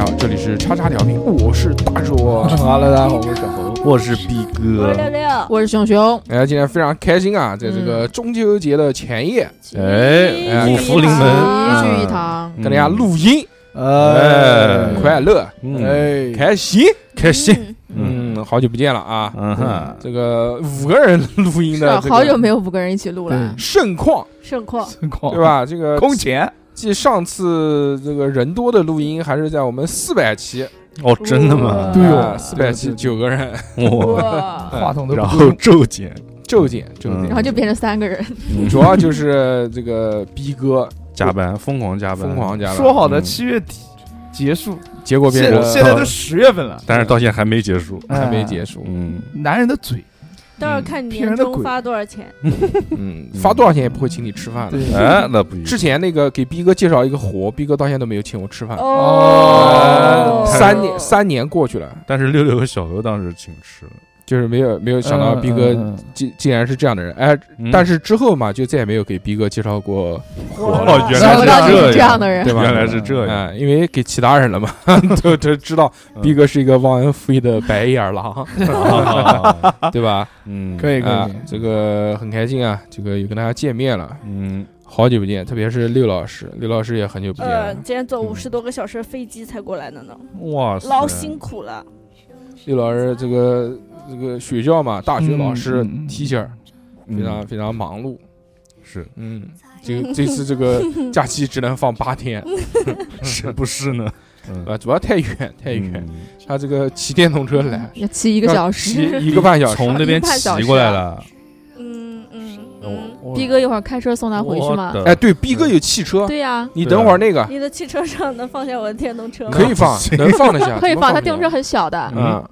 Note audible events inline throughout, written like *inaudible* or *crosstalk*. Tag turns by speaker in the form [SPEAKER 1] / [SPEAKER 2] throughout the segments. [SPEAKER 1] 叉叉调频，我是大
[SPEAKER 2] *laughs*
[SPEAKER 1] 硕。
[SPEAKER 2] Hello，大家好，嗯我是小猴。
[SPEAKER 3] 我是逼哥，
[SPEAKER 4] 六六，
[SPEAKER 5] 我是熊熊，
[SPEAKER 1] 哎，今天非常开心啊，在这个
[SPEAKER 2] 嗯
[SPEAKER 1] 中秋节的前夜，
[SPEAKER 3] 哎，五福临
[SPEAKER 5] 齐聚一
[SPEAKER 3] 门，
[SPEAKER 5] 堂，
[SPEAKER 2] 嗯
[SPEAKER 1] 跟大家录音，
[SPEAKER 3] 哎
[SPEAKER 1] 快乐，
[SPEAKER 3] 嗯，
[SPEAKER 2] 哎，
[SPEAKER 1] 开心。
[SPEAKER 3] 开心，嗯
[SPEAKER 1] 嗯，好久不见了啊！
[SPEAKER 3] 嗯哼，
[SPEAKER 1] 这个五个人录音
[SPEAKER 5] 是
[SPEAKER 1] 的
[SPEAKER 5] 啊，
[SPEAKER 1] 嗯这
[SPEAKER 5] 好久
[SPEAKER 1] 个
[SPEAKER 5] 没有五个人一起录了，
[SPEAKER 1] 盛况，
[SPEAKER 4] 盛况，
[SPEAKER 2] 真狂
[SPEAKER 1] 对？吧？这个
[SPEAKER 2] 哦哎空啊前，
[SPEAKER 1] 继上次这个人多的录音，还是在我们四百期，
[SPEAKER 3] 哦，真的吗？
[SPEAKER 2] 对哦
[SPEAKER 1] 啊，四百期九个人，
[SPEAKER 3] 嗯我，
[SPEAKER 5] 哇
[SPEAKER 2] 话筒都不
[SPEAKER 3] 然
[SPEAKER 2] 够
[SPEAKER 3] 后骤减，
[SPEAKER 1] 骤减骤
[SPEAKER 3] 嗯
[SPEAKER 1] 减
[SPEAKER 5] 然后。就变成三个人，
[SPEAKER 1] 主要就是这个逼哥
[SPEAKER 3] 加班，嗯疯狂加班，
[SPEAKER 1] 疯狂加班，
[SPEAKER 2] 说好的
[SPEAKER 3] 嗯
[SPEAKER 2] 七月底结束，
[SPEAKER 1] 结果变
[SPEAKER 2] 现
[SPEAKER 1] 成
[SPEAKER 2] 现在都十月份了，
[SPEAKER 3] 但是到现在还没结束，
[SPEAKER 1] 还没
[SPEAKER 2] 哎
[SPEAKER 1] 结束。
[SPEAKER 3] 嗯，
[SPEAKER 2] 男人的嘴，
[SPEAKER 4] 到时候看你年终发多少钱。
[SPEAKER 1] 嗯，发多少钱也不会请你吃饭的。
[SPEAKER 2] 对嗯
[SPEAKER 3] 哎，那不一
[SPEAKER 1] 之
[SPEAKER 3] 样，
[SPEAKER 1] 前那个给逼哥介绍一个活，逼哥到现在都没有请我吃
[SPEAKER 2] 哦
[SPEAKER 1] 饭。啊
[SPEAKER 4] 哦，
[SPEAKER 1] 三年三年过去了，
[SPEAKER 3] 但是六六和小何当时请吃了，
[SPEAKER 1] 就是没有没有想到
[SPEAKER 2] 嗯
[SPEAKER 1] 逼哥
[SPEAKER 2] 嗯
[SPEAKER 1] 竟竟然是这样的人。哎，
[SPEAKER 3] 嗯
[SPEAKER 1] 但是之后嘛，就再也没有给逼哥介绍过活了，
[SPEAKER 3] 哦，原
[SPEAKER 5] 想不到
[SPEAKER 3] 来
[SPEAKER 5] 你
[SPEAKER 3] 是
[SPEAKER 5] 是这样
[SPEAKER 3] 样，
[SPEAKER 5] 的人，
[SPEAKER 1] 对吧？
[SPEAKER 3] 原来是这样，
[SPEAKER 1] 嗯，因为给其他人了
[SPEAKER 2] *laughs*
[SPEAKER 1] 嘛，都都知道
[SPEAKER 3] 嗯
[SPEAKER 1] 逼哥是一个忘恩负义的白眼狼，
[SPEAKER 3] 啊
[SPEAKER 1] 对吧？
[SPEAKER 3] 嗯，
[SPEAKER 2] 可以可
[SPEAKER 1] 啊
[SPEAKER 2] 以，，
[SPEAKER 1] 这个很开心啊，这个又跟大家见面了，
[SPEAKER 3] 嗯，
[SPEAKER 1] 好久不见，特别是六老师，六老师也很久不见
[SPEAKER 4] 呃，
[SPEAKER 1] 了。
[SPEAKER 4] 今天坐五十多个小时的飞机才过来的呢，
[SPEAKER 3] 哇塞，
[SPEAKER 4] 老辛苦了。
[SPEAKER 1] 六嗯老师这个这个学校嘛，大学老师
[SPEAKER 2] 嗯嗯嗯
[SPEAKER 1] T 恤儿，
[SPEAKER 3] 嗯，
[SPEAKER 1] 非常非常忙碌。
[SPEAKER 3] 是
[SPEAKER 1] 嗯，这这次这个假期只能放八
[SPEAKER 5] *laughs*
[SPEAKER 1] 天，
[SPEAKER 3] 是不是呢？嗯
[SPEAKER 1] 啊，主要太远太远，
[SPEAKER 3] 嗯
[SPEAKER 1] 他这个骑电动车来
[SPEAKER 5] 要骑一个小时。
[SPEAKER 1] 一个半小时，
[SPEAKER 3] 从那边骑过来了，
[SPEAKER 4] *laughs* 嗯嗯嗯，
[SPEAKER 3] 我
[SPEAKER 5] 逼哥一会儿开车送他回去吗？
[SPEAKER 1] 哎，对，逼哥有汽车，
[SPEAKER 5] 对呀，
[SPEAKER 1] 你等会儿那个
[SPEAKER 4] 你的汽车上能放下我的电动车吗？
[SPEAKER 1] 可以放，能放得下，
[SPEAKER 5] 啊可以
[SPEAKER 1] 怎么
[SPEAKER 5] 放，他电
[SPEAKER 1] 不
[SPEAKER 5] 动车很小的
[SPEAKER 1] 下，嗯，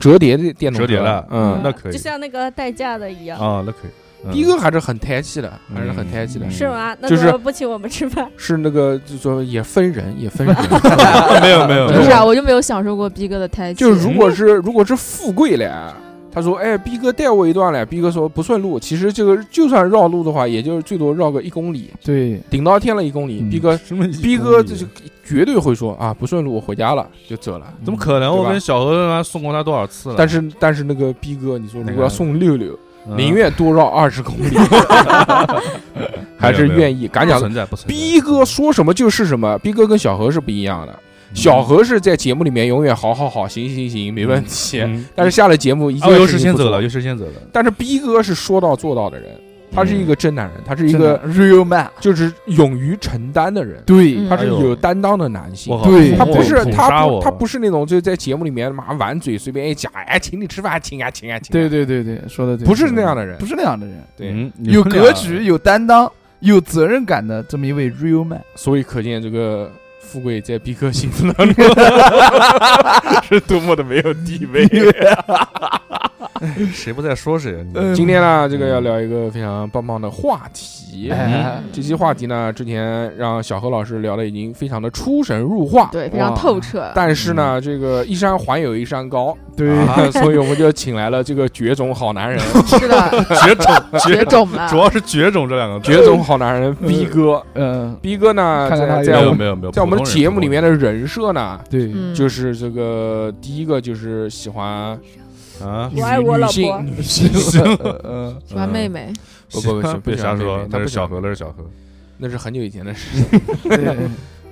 [SPEAKER 1] 折叠的电动车，
[SPEAKER 3] 折叠的
[SPEAKER 1] 嗯，
[SPEAKER 3] 那可以
[SPEAKER 4] 就像那个代驾的一样，
[SPEAKER 3] 啊，那可以，嗯
[SPEAKER 1] 逼哥还是很抬气的，还是很
[SPEAKER 3] 嗯
[SPEAKER 1] 抬气的，
[SPEAKER 4] 是吗？那
[SPEAKER 1] 就
[SPEAKER 4] 怎
[SPEAKER 1] 是哦
[SPEAKER 4] 么不请我们吃饭？
[SPEAKER 1] 是那个就说也分人，也分人， *laughs*
[SPEAKER 3] 没有没有，
[SPEAKER 5] 不是啊，我就没有享受过逼哥的胎气
[SPEAKER 1] 就。如果是如果是富贵嘞，他说：“哎，逼哥带我一段嘞。”逼哥说：“不顺路。”其实这个就算绕路的话，也就是最多绕个一公里，
[SPEAKER 2] 对，
[SPEAKER 1] 顶到天了一公里。
[SPEAKER 2] 嗯
[SPEAKER 1] 逼哥，
[SPEAKER 3] 什么意思
[SPEAKER 1] 逼哥就是绝对会说：“啊，不顺路，我回家了，就走了。
[SPEAKER 3] 怎么可能？
[SPEAKER 1] 对吧
[SPEAKER 3] 我跟小何他妈送过他多少次”了？
[SPEAKER 1] 嗯但是但是那个逼哥，你说
[SPEAKER 3] 那个
[SPEAKER 1] 如果要送六六，
[SPEAKER 3] 嗯
[SPEAKER 1] 宁愿多绕二十公 *laughs* 里，还是愿意。敢
[SPEAKER 3] 不
[SPEAKER 1] 讲
[SPEAKER 3] 存在不存在。
[SPEAKER 1] 逼哥说什么就是什么，逼哥跟小何是不一样的。
[SPEAKER 3] 嗯
[SPEAKER 1] 小何是在节目里面永远好好好，行行行，没问题。
[SPEAKER 3] 嗯
[SPEAKER 1] 但是下了节目一件
[SPEAKER 3] 啊，我有
[SPEAKER 1] 事
[SPEAKER 3] 事
[SPEAKER 1] 情
[SPEAKER 3] 先
[SPEAKER 1] 不
[SPEAKER 3] 走
[SPEAKER 1] 做
[SPEAKER 3] 了，有事先走了。
[SPEAKER 1] 但是逼哥是说到做到的人，
[SPEAKER 2] 嗯
[SPEAKER 1] 他是一个真男人，他是一
[SPEAKER 2] 真的
[SPEAKER 1] 个
[SPEAKER 2] real man，
[SPEAKER 1] 就是勇于承担的人，
[SPEAKER 2] 对
[SPEAKER 1] 他是
[SPEAKER 3] 哎
[SPEAKER 1] 有
[SPEAKER 3] 呦
[SPEAKER 1] 担当的男性
[SPEAKER 3] 我。靠
[SPEAKER 2] 对
[SPEAKER 1] 他不是
[SPEAKER 3] 捅
[SPEAKER 1] 他
[SPEAKER 3] 杀
[SPEAKER 1] 不
[SPEAKER 3] 我，
[SPEAKER 1] 他不是那种就在节目里面妈玩嘴随便一讲，哎，请你吃饭，请啊请啊请
[SPEAKER 2] 对
[SPEAKER 1] 啊，
[SPEAKER 2] 对对对，说的对，
[SPEAKER 1] 不是那样的人
[SPEAKER 2] 不。是那样的人，
[SPEAKER 1] 对，
[SPEAKER 3] 嗯
[SPEAKER 2] 有格局、，有担当、有责任感的这么一位 real man，
[SPEAKER 1] 所以可见这个富贵在逼哥心目当中是多么的没有地
[SPEAKER 2] *laughs*
[SPEAKER 1] 位。
[SPEAKER 3] 你们俩谁不在说谁啊？你
[SPEAKER 2] 嗯
[SPEAKER 1] 今天呢，这个要聊一个非常棒棒的话题。
[SPEAKER 2] 哎
[SPEAKER 1] 这期话题呢，之前让小何老师聊的已经非常的出神入化，
[SPEAKER 5] 对，非常
[SPEAKER 1] 哇
[SPEAKER 5] 透彻。
[SPEAKER 1] 但是呢，这个一山还有一山高，
[SPEAKER 2] 嗯 *laughs* 对
[SPEAKER 1] 啊，所以我们就请来了这个绝种好
[SPEAKER 2] *laughs*
[SPEAKER 1] 男人，
[SPEAKER 5] 是的，
[SPEAKER 3] 绝种，*laughs*
[SPEAKER 5] 绝
[SPEAKER 3] 绝种，
[SPEAKER 5] 种了
[SPEAKER 3] 主。要是绝种这两个字。
[SPEAKER 1] 绝种好男人逼哥。
[SPEAKER 2] 嗯，
[SPEAKER 1] 逼哥呢，
[SPEAKER 2] 看看他
[SPEAKER 1] 在在我
[SPEAKER 2] 有
[SPEAKER 3] 没有
[SPEAKER 1] 们
[SPEAKER 3] 没有没有，
[SPEAKER 1] 在我们
[SPEAKER 3] 普通人
[SPEAKER 1] 节目里面的人设呢，
[SPEAKER 2] 对， *laughs*
[SPEAKER 5] 嗯，
[SPEAKER 1] 就是这个第一个就是喜欢
[SPEAKER 3] 普通人啊，
[SPEAKER 1] 女
[SPEAKER 4] 我爱我
[SPEAKER 1] 女
[SPEAKER 4] 老
[SPEAKER 1] 性
[SPEAKER 4] 婆，
[SPEAKER 1] 女
[SPEAKER 2] 行
[SPEAKER 1] 性，
[SPEAKER 2] *laughs* 嗯，
[SPEAKER 5] 喜欢妹妹，
[SPEAKER 1] 不不不
[SPEAKER 3] 行别
[SPEAKER 1] 不喜欢
[SPEAKER 3] 瞎
[SPEAKER 1] 妹妹
[SPEAKER 3] 说
[SPEAKER 1] 他，不
[SPEAKER 3] 那
[SPEAKER 1] 哦
[SPEAKER 3] 是
[SPEAKER 1] 喜欢
[SPEAKER 3] 小何，那是小何。
[SPEAKER 1] 那是很久以前的事情。
[SPEAKER 2] 对，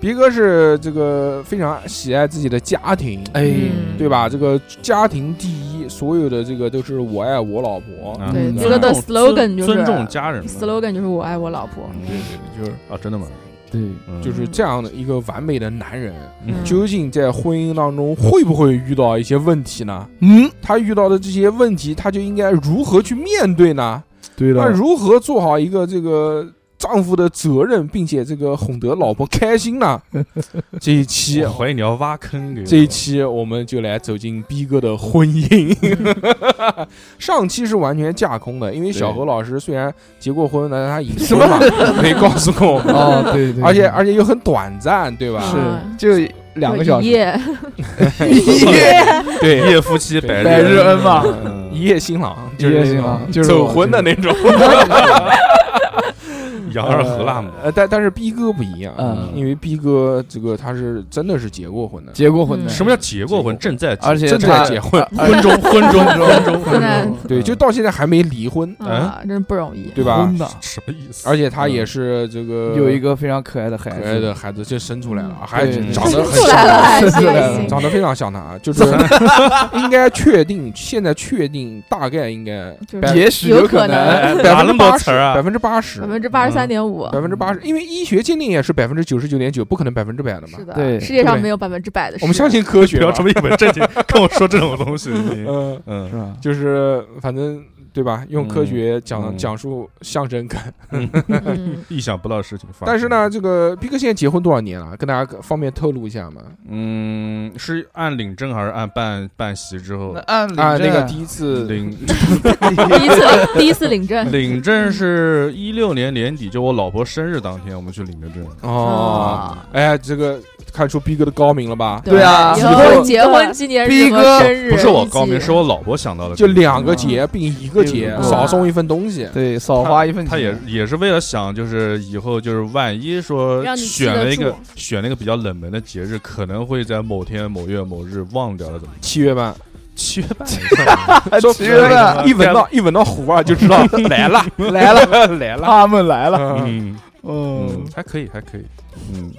[SPEAKER 1] 逼哥是这个非常喜爱自己的家庭。
[SPEAKER 2] 哎，
[SPEAKER 5] 嗯
[SPEAKER 1] 对吧？这个家庭第一，所有的这个都是我爱我老
[SPEAKER 2] 哎
[SPEAKER 1] 婆。
[SPEAKER 3] 啊
[SPEAKER 5] 对
[SPEAKER 3] 嗯
[SPEAKER 5] 这个的
[SPEAKER 3] 尊
[SPEAKER 5] slogan 就是
[SPEAKER 3] 尊重家人嘛
[SPEAKER 5] slogan 就是我爱我老婆。
[SPEAKER 3] 嗯
[SPEAKER 1] 对对，对就是
[SPEAKER 3] 啊，真的吗？
[SPEAKER 2] 对，
[SPEAKER 3] 嗯
[SPEAKER 1] 就是这样的一个完美的男人，
[SPEAKER 5] 嗯
[SPEAKER 1] 究竟在婚姻当中会不会遇到一些问题呢？
[SPEAKER 2] 嗯，
[SPEAKER 1] 他遇到的这些问题，他就应该如何去面对呢？
[SPEAKER 2] 对
[SPEAKER 1] 那
[SPEAKER 2] 了，
[SPEAKER 1] 如何做好一个这个丈夫的责任，并且这个哄得老婆开心呢？
[SPEAKER 2] *laughs*
[SPEAKER 1] 这一期
[SPEAKER 3] 我。怀疑你要挖坑给我
[SPEAKER 1] 这一期我们就来走进逼哥的婚姻。
[SPEAKER 2] *laughs*
[SPEAKER 1] 上期是完全架空的，因为小何老师虽然结过婚，但是他隐
[SPEAKER 2] 什
[SPEAKER 1] 婚
[SPEAKER 2] 么
[SPEAKER 1] 嘛，没告诉过我
[SPEAKER 3] *laughs*
[SPEAKER 1] 们，
[SPEAKER 2] 哦， *laughs* 对 *laughs* 对对，
[SPEAKER 1] 而且而且又很短暂，对吧？
[SPEAKER 2] 是就两个小
[SPEAKER 5] 啊一
[SPEAKER 2] 时，
[SPEAKER 5] 夜， *laughs*
[SPEAKER 1] 对
[SPEAKER 3] 一夜夫妻百
[SPEAKER 2] 百日恩嘛，啊
[SPEAKER 3] 嗯
[SPEAKER 1] 一夜新郎，啊
[SPEAKER 3] *laughs*
[SPEAKER 2] 一夜新郎就是
[SPEAKER 1] 走婚的那种，
[SPEAKER 3] 羊二河辣嘛，
[SPEAKER 1] 呃，但但是逼哥不一样，
[SPEAKER 2] 嗯
[SPEAKER 1] 因为逼哥这个他是真的是结过婚的，
[SPEAKER 2] 结过婚的，
[SPEAKER 5] 嗯
[SPEAKER 3] 什么叫结过婚？正在结
[SPEAKER 2] 而且
[SPEAKER 1] 正在
[SPEAKER 2] 他
[SPEAKER 1] 结啊婚，
[SPEAKER 3] 婚中婚中婚中，
[SPEAKER 5] 现在
[SPEAKER 2] 嗯
[SPEAKER 1] 对，就到现在还没离婚，
[SPEAKER 5] 啊，真是不容易。
[SPEAKER 1] 对吧
[SPEAKER 2] 婚？的，
[SPEAKER 3] *laughs* 什么意思？
[SPEAKER 1] 而且他也是这个
[SPEAKER 2] 有一个非常可爱的孩
[SPEAKER 1] 可
[SPEAKER 2] 子，
[SPEAKER 1] 爱的孩子，就生出来了，
[SPEAKER 5] 嗯
[SPEAKER 1] 还
[SPEAKER 2] 对
[SPEAKER 1] 长得很
[SPEAKER 5] 出来了
[SPEAKER 1] 像，
[SPEAKER 5] 还
[SPEAKER 2] 是
[SPEAKER 5] 行
[SPEAKER 2] 的
[SPEAKER 5] 还行，
[SPEAKER 1] 长得非常像他，
[SPEAKER 2] *laughs*
[SPEAKER 1] 就是应该确定，现在确定大概应该
[SPEAKER 5] 就是
[SPEAKER 1] 百
[SPEAKER 2] 也许
[SPEAKER 5] 有可
[SPEAKER 2] 可
[SPEAKER 5] 能
[SPEAKER 3] 哎
[SPEAKER 1] 百
[SPEAKER 3] 哪
[SPEAKER 1] 分
[SPEAKER 3] 那
[SPEAKER 1] 之
[SPEAKER 3] 么多
[SPEAKER 1] 八
[SPEAKER 3] 词
[SPEAKER 1] 十，
[SPEAKER 3] 儿
[SPEAKER 1] 百
[SPEAKER 3] 啊？
[SPEAKER 1] 分之八十
[SPEAKER 5] 百，分之八十三点五，
[SPEAKER 1] 百分之八十，因为医学鉴定也是百分之九十九点九，不可能百分之百的嘛
[SPEAKER 5] 是。的，
[SPEAKER 2] 对
[SPEAKER 5] 世界上
[SPEAKER 1] 对
[SPEAKER 5] 没有百分之百的事。
[SPEAKER 1] 我们相信科学
[SPEAKER 3] 不
[SPEAKER 1] 吧，
[SPEAKER 3] 要这么一本
[SPEAKER 1] *laughs*
[SPEAKER 3] 正经跟我说这种东西。你
[SPEAKER 1] 嗯，
[SPEAKER 3] 嗯
[SPEAKER 2] 是吧？
[SPEAKER 1] 就是反正对吧？用科学讲
[SPEAKER 3] 嗯
[SPEAKER 1] 讲述相声梗，
[SPEAKER 3] *laughs*
[SPEAKER 5] 嗯，
[SPEAKER 3] 意想不到的事情发生。
[SPEAKER 1] 但是呢，，这个逼哥现在结婚多少年了？跟大家方便透露一下吗？
[SPEAKER 3] 嗯，是按领证还是按办办席之后
[SPEAKER 2] 那？按理
[SPEAKER 1] 啊，那个
[SPEAKER 2] 证
[SPEAKER 1] 第一次
[SPEAKER 3] 领，
[SPEAKER 5] *laughs* 第一次第一次领证
[SPEAKER 3] 领证是一六年年底，就我老婆生日当天，我们去领的证。
[SPEAKER 1] 哦，哎，这个看出逼哥的高明了吧？
[SPEAKER 2] 对啊
[SPEAKER 5] 以
[SPEAKER 1] 以后
[SPEAKER 5] 后结婚纪念
[SPEAKER 2] 逼
[SPEAKER 5] 日和
[SPEAKER 2] 哥
[SPEAKER 5] 生日
[SPEAKER 3] 啊不是我
[SPEAKER 5] 一起
[SPEAKER 3] 高明，是我老婆想到的。
[SPEAKER 1] 就两个节并一个节，
[SPEAKER 2] 嗯
[SPEAKER 1] 少送一份东西。
[SPEAKER 2] 对少花一份钱，
[SPEAKER 3] 他也
[SPEAKER 5] 啊
[SPEAKER 3] 也是为了想，就是以后就是万一说
[SPEAKER 4] 让你记
[SPEAKER 3] 选
[SPEAKER 4] 得
[SPEAKER 3] 了一个
[SPEAKER 4] 住
[SPEAKER 3] 选了一个比较冷门的节日，可能会在某天某月某日忘掉了，怎么
[SPEAKER 1] 七月半，
[SPEAKER 3] 七月 *laughs* 半
[SPEAKER 1] 说
[SPEAKER 2] 哎
[SPEAKER 1] 哎
[SPEAKER 2] 七月份
[SPEAKER 1] 一闻到一闻到糊啊，就知道来了
[SPEAKER 2] 来了，
[SPEAKER 1] *laughs* 来了。
[SPEAKER 2] 他们来了，
[SPEAKER 1] 嗯
[SPEAKER 3] 嗯
[SPEAKER 2] 嗯
[SPEAKER 3] 嗯，，还可以，还可以，嗯，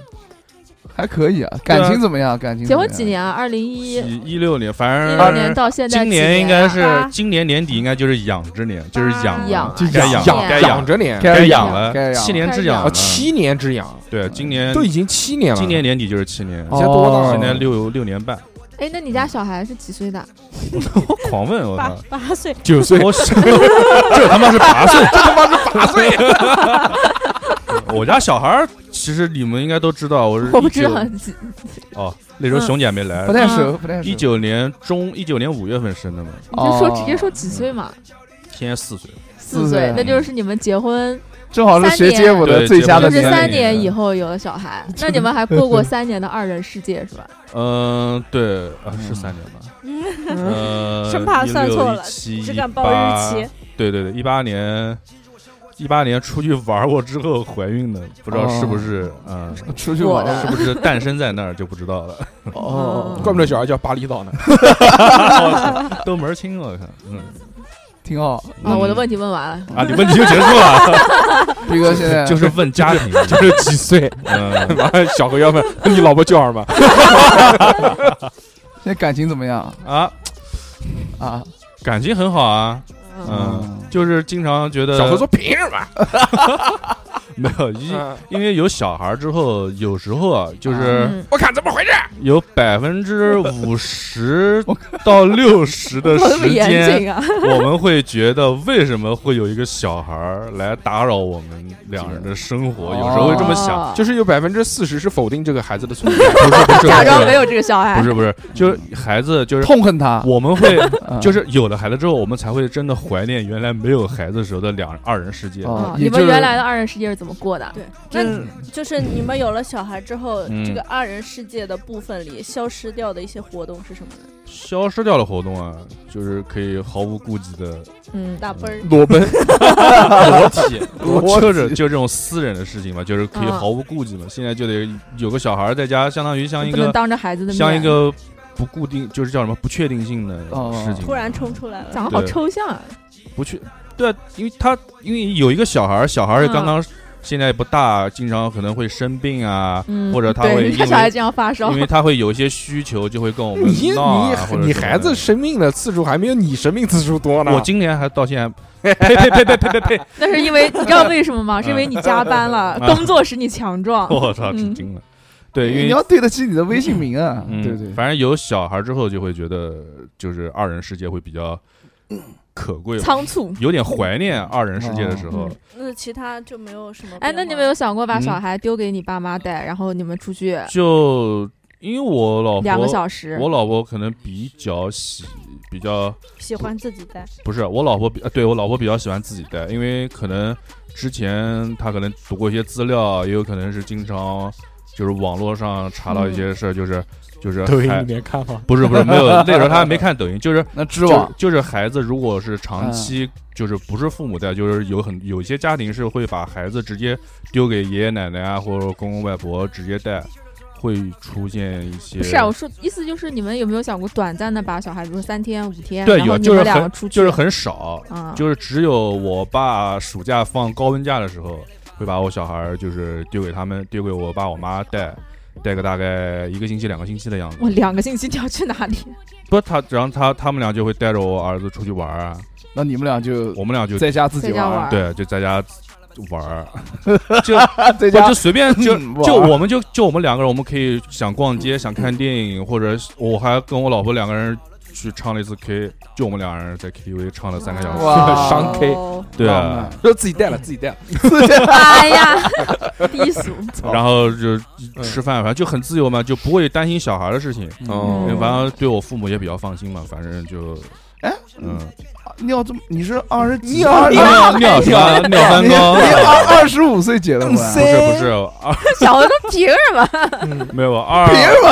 [SPEAKER 2] 还可以啊，感情怎么样？感情
[SPEAKER 5] 结
[SPEAKER 2] 怎么
[SPEAKER 5] 婚
[SPEAKER 2] 样
[SPEAKER 5] 几？年啊？二零一一
[SPEAKER 3] 一一六年，反
[SPEAKER 5] 六
[SPEAKER 3] 正
[SPEAKER 5] 年到现在
[SPEAKER 3] 今
[SPEAKER 5] 几年啊，
[SPEAKER 3] 年应该是
[SPEAKER 4] 八
[SPEAKER 3] 今年年底应该就是养之年，就是养
[SPEAKER 5] 养
[SPEAKER 3] 了
[SPEAKER 5] 啊，
[SPEAKER 2] 就
[SPEAKER 3] 该
[SPEAKER 5] 养
[SPEAKER 3] 了
[SPEAKER 5] 养
[SPEAKER 3] 该
[SPEAKER 1] 养
[SPEAKER 3] 养
[SPEAKER 1] 着脸
[SPEAKER 3] 该养
[SPEAKER 5] 养
[SPEAKER 3] 了
[SPEAKER 2] 该，养
[SPEAKER 3] 七年之
[SPEAKER 5] 该
[SPEAKER 3] 养
[SPEAKER 5] 养
[SPEAKER 1] 啊，
[SPEAKER 3] 了，
[SPEAKER 1] 七年之痒，
[SPEAKER 3] 对，今年
[SPEAKER 1] 都已经七年了。
[SPEAKER 3] 今年年底就是七年，
[SPEAKER 1] 现在多大
[SPEAKER 2] 哦
[SPEAKER 1] 了
[SPEAKER 3] 现在六六年半，
[SPEAKER 5] 哎，那你家小孩是几岁的？
[SPEAKER 3] 我狂问我
[SPEAKER 4] 八
[SPEAKER 3] 操，
[SPEAKER 4] 八岁，
[SPEAKER 1] 九岁，
[SPEAKER 3] 我 *laughs* 这他妈是八岁，
[SPEAKER 1] *laughs* 这他妈是八岁。
[SPEAKER 3] *laughs* 我家小孩儿其实你们应该都知道，我是
[SPEAKER 5] 我不知
[SPEAKER 3] 19
[SPEAKER 5] 道几，
[SPEAKER 3] 哦，那
[SPEAKER 4] 嗯
[SPEAKER 3] 时候熊姐没来
[SPEAKER 2] 不，太
[SPEAKER 5] 嗯
[SPEAKER 2] 熟，不太熟
[SPEAKER 3] 嗯一。九年中一九年五月份生的嘛，
[SPEAKER 5] 你就说
[SPEAKER 2] 哦
[SPEAKER 5] 直接说几岁嘛，
[SPEAKER 3] 现在四岁，
[SPEAKER 5] 四
[SPEAKER 2] 岁
[SPEAKER 5] 岁，那就是你们结婚
[SPEAKER 2] 正好是
[SPEAKER 5] 三
[SPEAKER 2] 学
[SPEAKER 5] 年
[SPEAKER 2] 街舞的
[SPEAKER 3] 对
[SPEAKER 2] 最
[SPEAKER 3] 结
[SPEAKER 2] 佳
[SPEAKER 3] 婚
[SPEAKER 2] 的
[SPEAKER 5] 就
[SPEAKER 3] 三
[SPEAKER 2] 年
[SPEAKER 5] 是三
[SPEAKER 2] 龄，
[SPEAKER 5] 年以后有了小孩，那你们还过过三年的二人世界是吧？
[SPEAKER 3] 嗯，对，啊是三年吧，
[SPEAKER 4] 嗯，
[SPEAKER 3] 呃，
[SPEAKER 4] 生怕算错了
[SPEAKER 3] 七
[SPEAKER 4] 只敢报日期，
[SPEAKER 3] 对对对，一八年，一八年出去玩过之后怀孕的，不知道是不是，
[SPEAKER 4] 哦
[SPEAKER 3] 嗯，是
[SPEAKER 2] 出去
[SPEAKER 5] 我
[SPEAKER 2] 玩
[SPEAKER 5] 的
[SPEAKER 2] 儿
[SPEAKER 3] 不是诞生在那儿就不知道
[SPEAKER 4] *laughs*
[SPEAKER 3] 了，
[SPEAKER 2] 哦，
[SPEAKER 1] 怪不得小孩叫巴厘岛呢。
[SPEAKER 3] 都门儿清了，我看，嗯，
[SPEAKER 2] 挺好。
[SPEAKER 5] 啊，
[SPEAKER 3] 嗯
[SPEAKER 5] 我的问题问完了，
[SPEAKER 3] 啊，你问题就结束了，
[SPEAKER 2] 逼哥现在
[SPEAKER 3] *laughs* 就是问家庭，
[SPEAKER 1] 就是 *laughs* 几岁？
[SPEAKER 3] 嗯，
[SPEAKER 1] 妈， *laughs* 小何要问你老婆叫什么？
[SPEAKER 2] 现在感情怎么样
[SPEAKER 3] 啊，
[SPEAKER 2] 啊？
[SPEAKER 3] 感情很好啊，
[SPEAKER 5] 嗯，
[SPEAKER 3] 嗯
[SPEAKER 2] 嗯，
[SPEAKER 3] 就是经常觉得
[SPEAKER 1] 小何说凭什么？
[SPEAKER 3] 没有，因
[SPEAKER 1] 嗯
[SPEAKER 3] 因为有小孩之后，有时候啊，就是
[SPEAKER 5] 嗯
[SPEAKER 1] 我看怎么回事？
[SPEAKER 3] 有百分之五十到六十
[SPEAKER 5] *laughs*
[SPEAKER 3] 的
[SPEAKER 5] 这么
[SPEAKER 3] 时
[SPEAKER 5] 严谨
[SPEAKER 3] 间，
[SPEAKER 5] 啊？
[SPEAKER 3] *laughs* 我们会觉得为什么会有一个小孩儿来打扰我们两人的生活，有时候会这么想。
[SPEAKER 5] 哦
[SPEAKER 1] 就是有百分之四十是否定这个孩子的存在。
[SPEAKER 3] 不是不是
[SPEAKER 5] 假装没有这个小孩
[SPEAKER 3] 不，是不是，就是孩子就是。
[SPEAKER 2] 痛恨他，
[SPEAKER 3] 我们会
[SPEAKER 2] 嗯
[SPEAKER 3] 就是有了孩子之后，我们才会真的怀念原来没有孩子时候的两二人世界。
[SPEAKER 2] 哦
[SPEAKER 5] 啊，
[SPEAKER 2] 也
[SPEAKER 5] 你
[SPEAKER 2] 就
[SPEAKER 5] 们
[SPEAKER 2] 是
[SPEAKER 5] 原来的二人世界是怎么过的？
[SPEAKER 4] 对，那
[SPEAKER 2] 嗯
[SPEAKER 4] 就是你们有了小孩之后，
[SPEAKER 3] 嗯
[SPEAKER 4] 这个二人世界的部分里消失掉的一些活动是什么呢？
[SPEAKER 3] 消失掉的活动啊，就是可以毫无顾忌的
[SPEAKER 5] 嗯，
[SPEAKER 4] 打啵儿，
[SPEAKER 1] *laughs* 裸奔，
[SPEAKER 3] 裸体，
[SPEAKER 2] 裸体
[SPEAKER 3] 就是就这种私人的事情嘛，就是可以毫无顾忌嘛。现在就得有个小孩在家，相当于像一
[SPEAKER 5] 不能
[SPEAKER 3] 个
[SPEAKER 5] 当着孩子的面，
[SPEAKER 3] 像一个不固定，就是叫什么不确定性的事情，
[SPEAKER 4] 突然冲出来了，
[SPEAKER 5] 长得好
[SPEAKER 3] 对
[SPEAKER 5] 抽象啊，
[SPEAKER 3] 不确对啊，因为他因为有一个小孩，小孩刚刚现在不大，经常可能会生病啊，
[SPEAKER 5] 嗯，
[SPEAKER 3] 或者他
[SPEAKER 5] 对
[SPEAKER 3] 会
[SPEAKER 5] 你家
[SPEAKER 3] 因
[SPEAKER 5] 小孩
[SPEAKER 3] 为
[SPEAKER 5] 这样发烧
[SPEAKER 3] 因，为他会有一些需求，就会跟我
[SPEAKER 1] *laughs*
[SPEAKER 3] 们
[SPEAKER 1] 你
[SPEAKER 3] 闹啊，或者
[SPEAKER 1] 你你
[SPEAKER 3] 什么
[SPEAKER 1] 孩子
[SPEAKER 3] 的。
[SPEAKER 1] 生病的次数还没有你生病次数多呢。
[SPEAKER 3] 我今年还到现在，呸呸呸呸呸呸呸！
[SPEAKER 5] 那是因为你知道为什么吗？是因为你加
[SPEAKER 3] *laughs*
[SPEAKER 5] 班了，
[SPEAKER 3] 嗯
[SPEAKER 5] 工作使你强壮。
[SPEAKER 3] 我操，
[SPEAKER 5] 嗯
[SPEAKER 3] 震惊了。对，因为
[SPEAKER 2] 你要对得起你的微信名啊，
[SPEAKER 3] 嗯，
[SPEAKER 2] 对不对？
[SPEAKER 3] 反正有小孩之后，就会觉得就是二人世界会比较可贵吧，
[SPEAKER 5] 仓促。
[SPEAKER 3] 有点怀念二人世界的时候
[SPEAKER 5] 嗯。
[SPEAKER 4] 那其他就没有什么变化。
[SPEAKER 5] 哎，那你们有想过把
[SPEAKER 3] 嗯
[SPEAKER 5] 小孩丢给你爸妈带，然后你们出去
[SPEAKER 3] 就因为我老婆，
[SPEAKER 5] 两个小时？
[SPEAKER 3] 我老婆可能比较喜，比较
[SPEAKER 4] 喜欢自己带？
[SPEAKER 3] 不是我老婆比，呃对我老婆比较喜欢自己带，因为可能之前她可能读过一些资料，也有可能是经常。就是网络上查到一些事儿，就是就是
[SPEAKER 1] 抖音
[SPEAKER 3] 还
[SPEAKER 1] 里面看吗？
[SPEAKER 3] 不是不
[SPEAKER 1] *laughs*
[SPEAKER 3] 是没有那时候他还没看抖音，就是
[SPEAKER 2] 那知
[SPEAKER 3] 就
[SPEAKER 2] 网
[SPEAKER 3] 就是孩子如果是
[SPEAKER 1] 嗯
[SPEAKER 3] 长期就是不是父母带，就是有很有一些家庭是会把孩子直接丢给爷爷奶奶啊或者公公外婆直接带，会出现一些
[SPEAKER 5] 不是啊，我说意思就是你们有没有想过短暂的把小孩，比如说三天五天，
[SPEAKER 3] 对
[SPEAKER 5] 然后
[SPEAKER 3] 有
[SPEAKER 5] 你
[SPEAKER 3] 就是
[SPEAKER 5] 们两个
[SPEAKER 3] 很
[SPEAKER 5] 出去，
[SPEAKER 3] 就是很少，
[SPEAKER 5] 啊，
[SPEAKER 3] 就是只有我爸暑假放高温假的时候，会把我小孩儿就是丢给他们，丢给我爸我妈带，带个大概一个星期、两个星期的样子。
[SPEAKER 5] 我两个星期你要去哪里？
[SPEAKER 3] 不，他然后他他们俩就会带着我儿子出去玩儿啊，
[SPEAKER 2] 那你们俩就
[SPEAKER 3] 我们俩就
[SPEAKER 2] 在家自己
[SPEAKER 5] 在家
[SPEAKER 2] 玩
[SPEAKER 5] 玩
[SPEAKER 2] 儿，
[SPEAKER 5] 儿
[SPEAKER 3] 对就在家玩儿，
[SPEAKER 2] 啊
[SPEAKER 3] 啊
[SPEAKER 2] 在
[SPEAKER 3] 不
[SPEAKER 2] 家
[SPEAKER 3] 就
[SPEAKER 2] *laughs*
[SPEAKER 3] 随便就
[SPEAKER 2] 嗯
[SPEAKER 3] 就
[SPEAKER 2] 玩儿
[SPEAKER 3] 我们就就我们两个人，我们可以想逛街、想看电影，或者我还跟我老婆两个人去唱了一次 K，就我们两人在 KTV 唱了三个小时。
[SPEAKER 2] 哇
[SPEAKER 1] 伤 K
[SPEAKER 5] 哦
[SPEAKER 3] *laughs* 对啊，
[SPEAKER 2] 浪漫
[SPEAKER 1] 就自己带了，自己带了。
[SPEAKER 3] *laughs*
[SPEAKER 5] 哎呀，低俗，
[SPEAKER 3] 然后就吃饭，反正就很自由嘛，就不会担心小孩的事情。
[SPEAKER 1] 哦
[SPEAKER 5] 嗯
[SPEAKER 3] 反正对我父母也比较放心嘛，反正就，
[SPEAKER 2] 哎，
[SPEAKER 3] 嗯，
[SPEAKER 2] 尿这么你是二十几
[SPEAKER 1] 尿
[SPEAKER 2] 二十
[SPEAKER 3] 尿尿什么啊尿翻
[SPEAKER 2] 你你
[SPEAKER 3] 缸？
[SPEAKER 2] 二二十五岁结的婚
[SPEAKER 1] 嗯
[SPEAKER 2] 啊，
[SPEAKER 1] 塞
[SPEAKER 3] 不是不是，二
[SPEAKER 5] 小的都凭
[SPEAKER 3] *laughs*
[SPEAKER 5] 什么？
[SPEAKER 3] 没有二
[SPEAKER 2] 凭什么？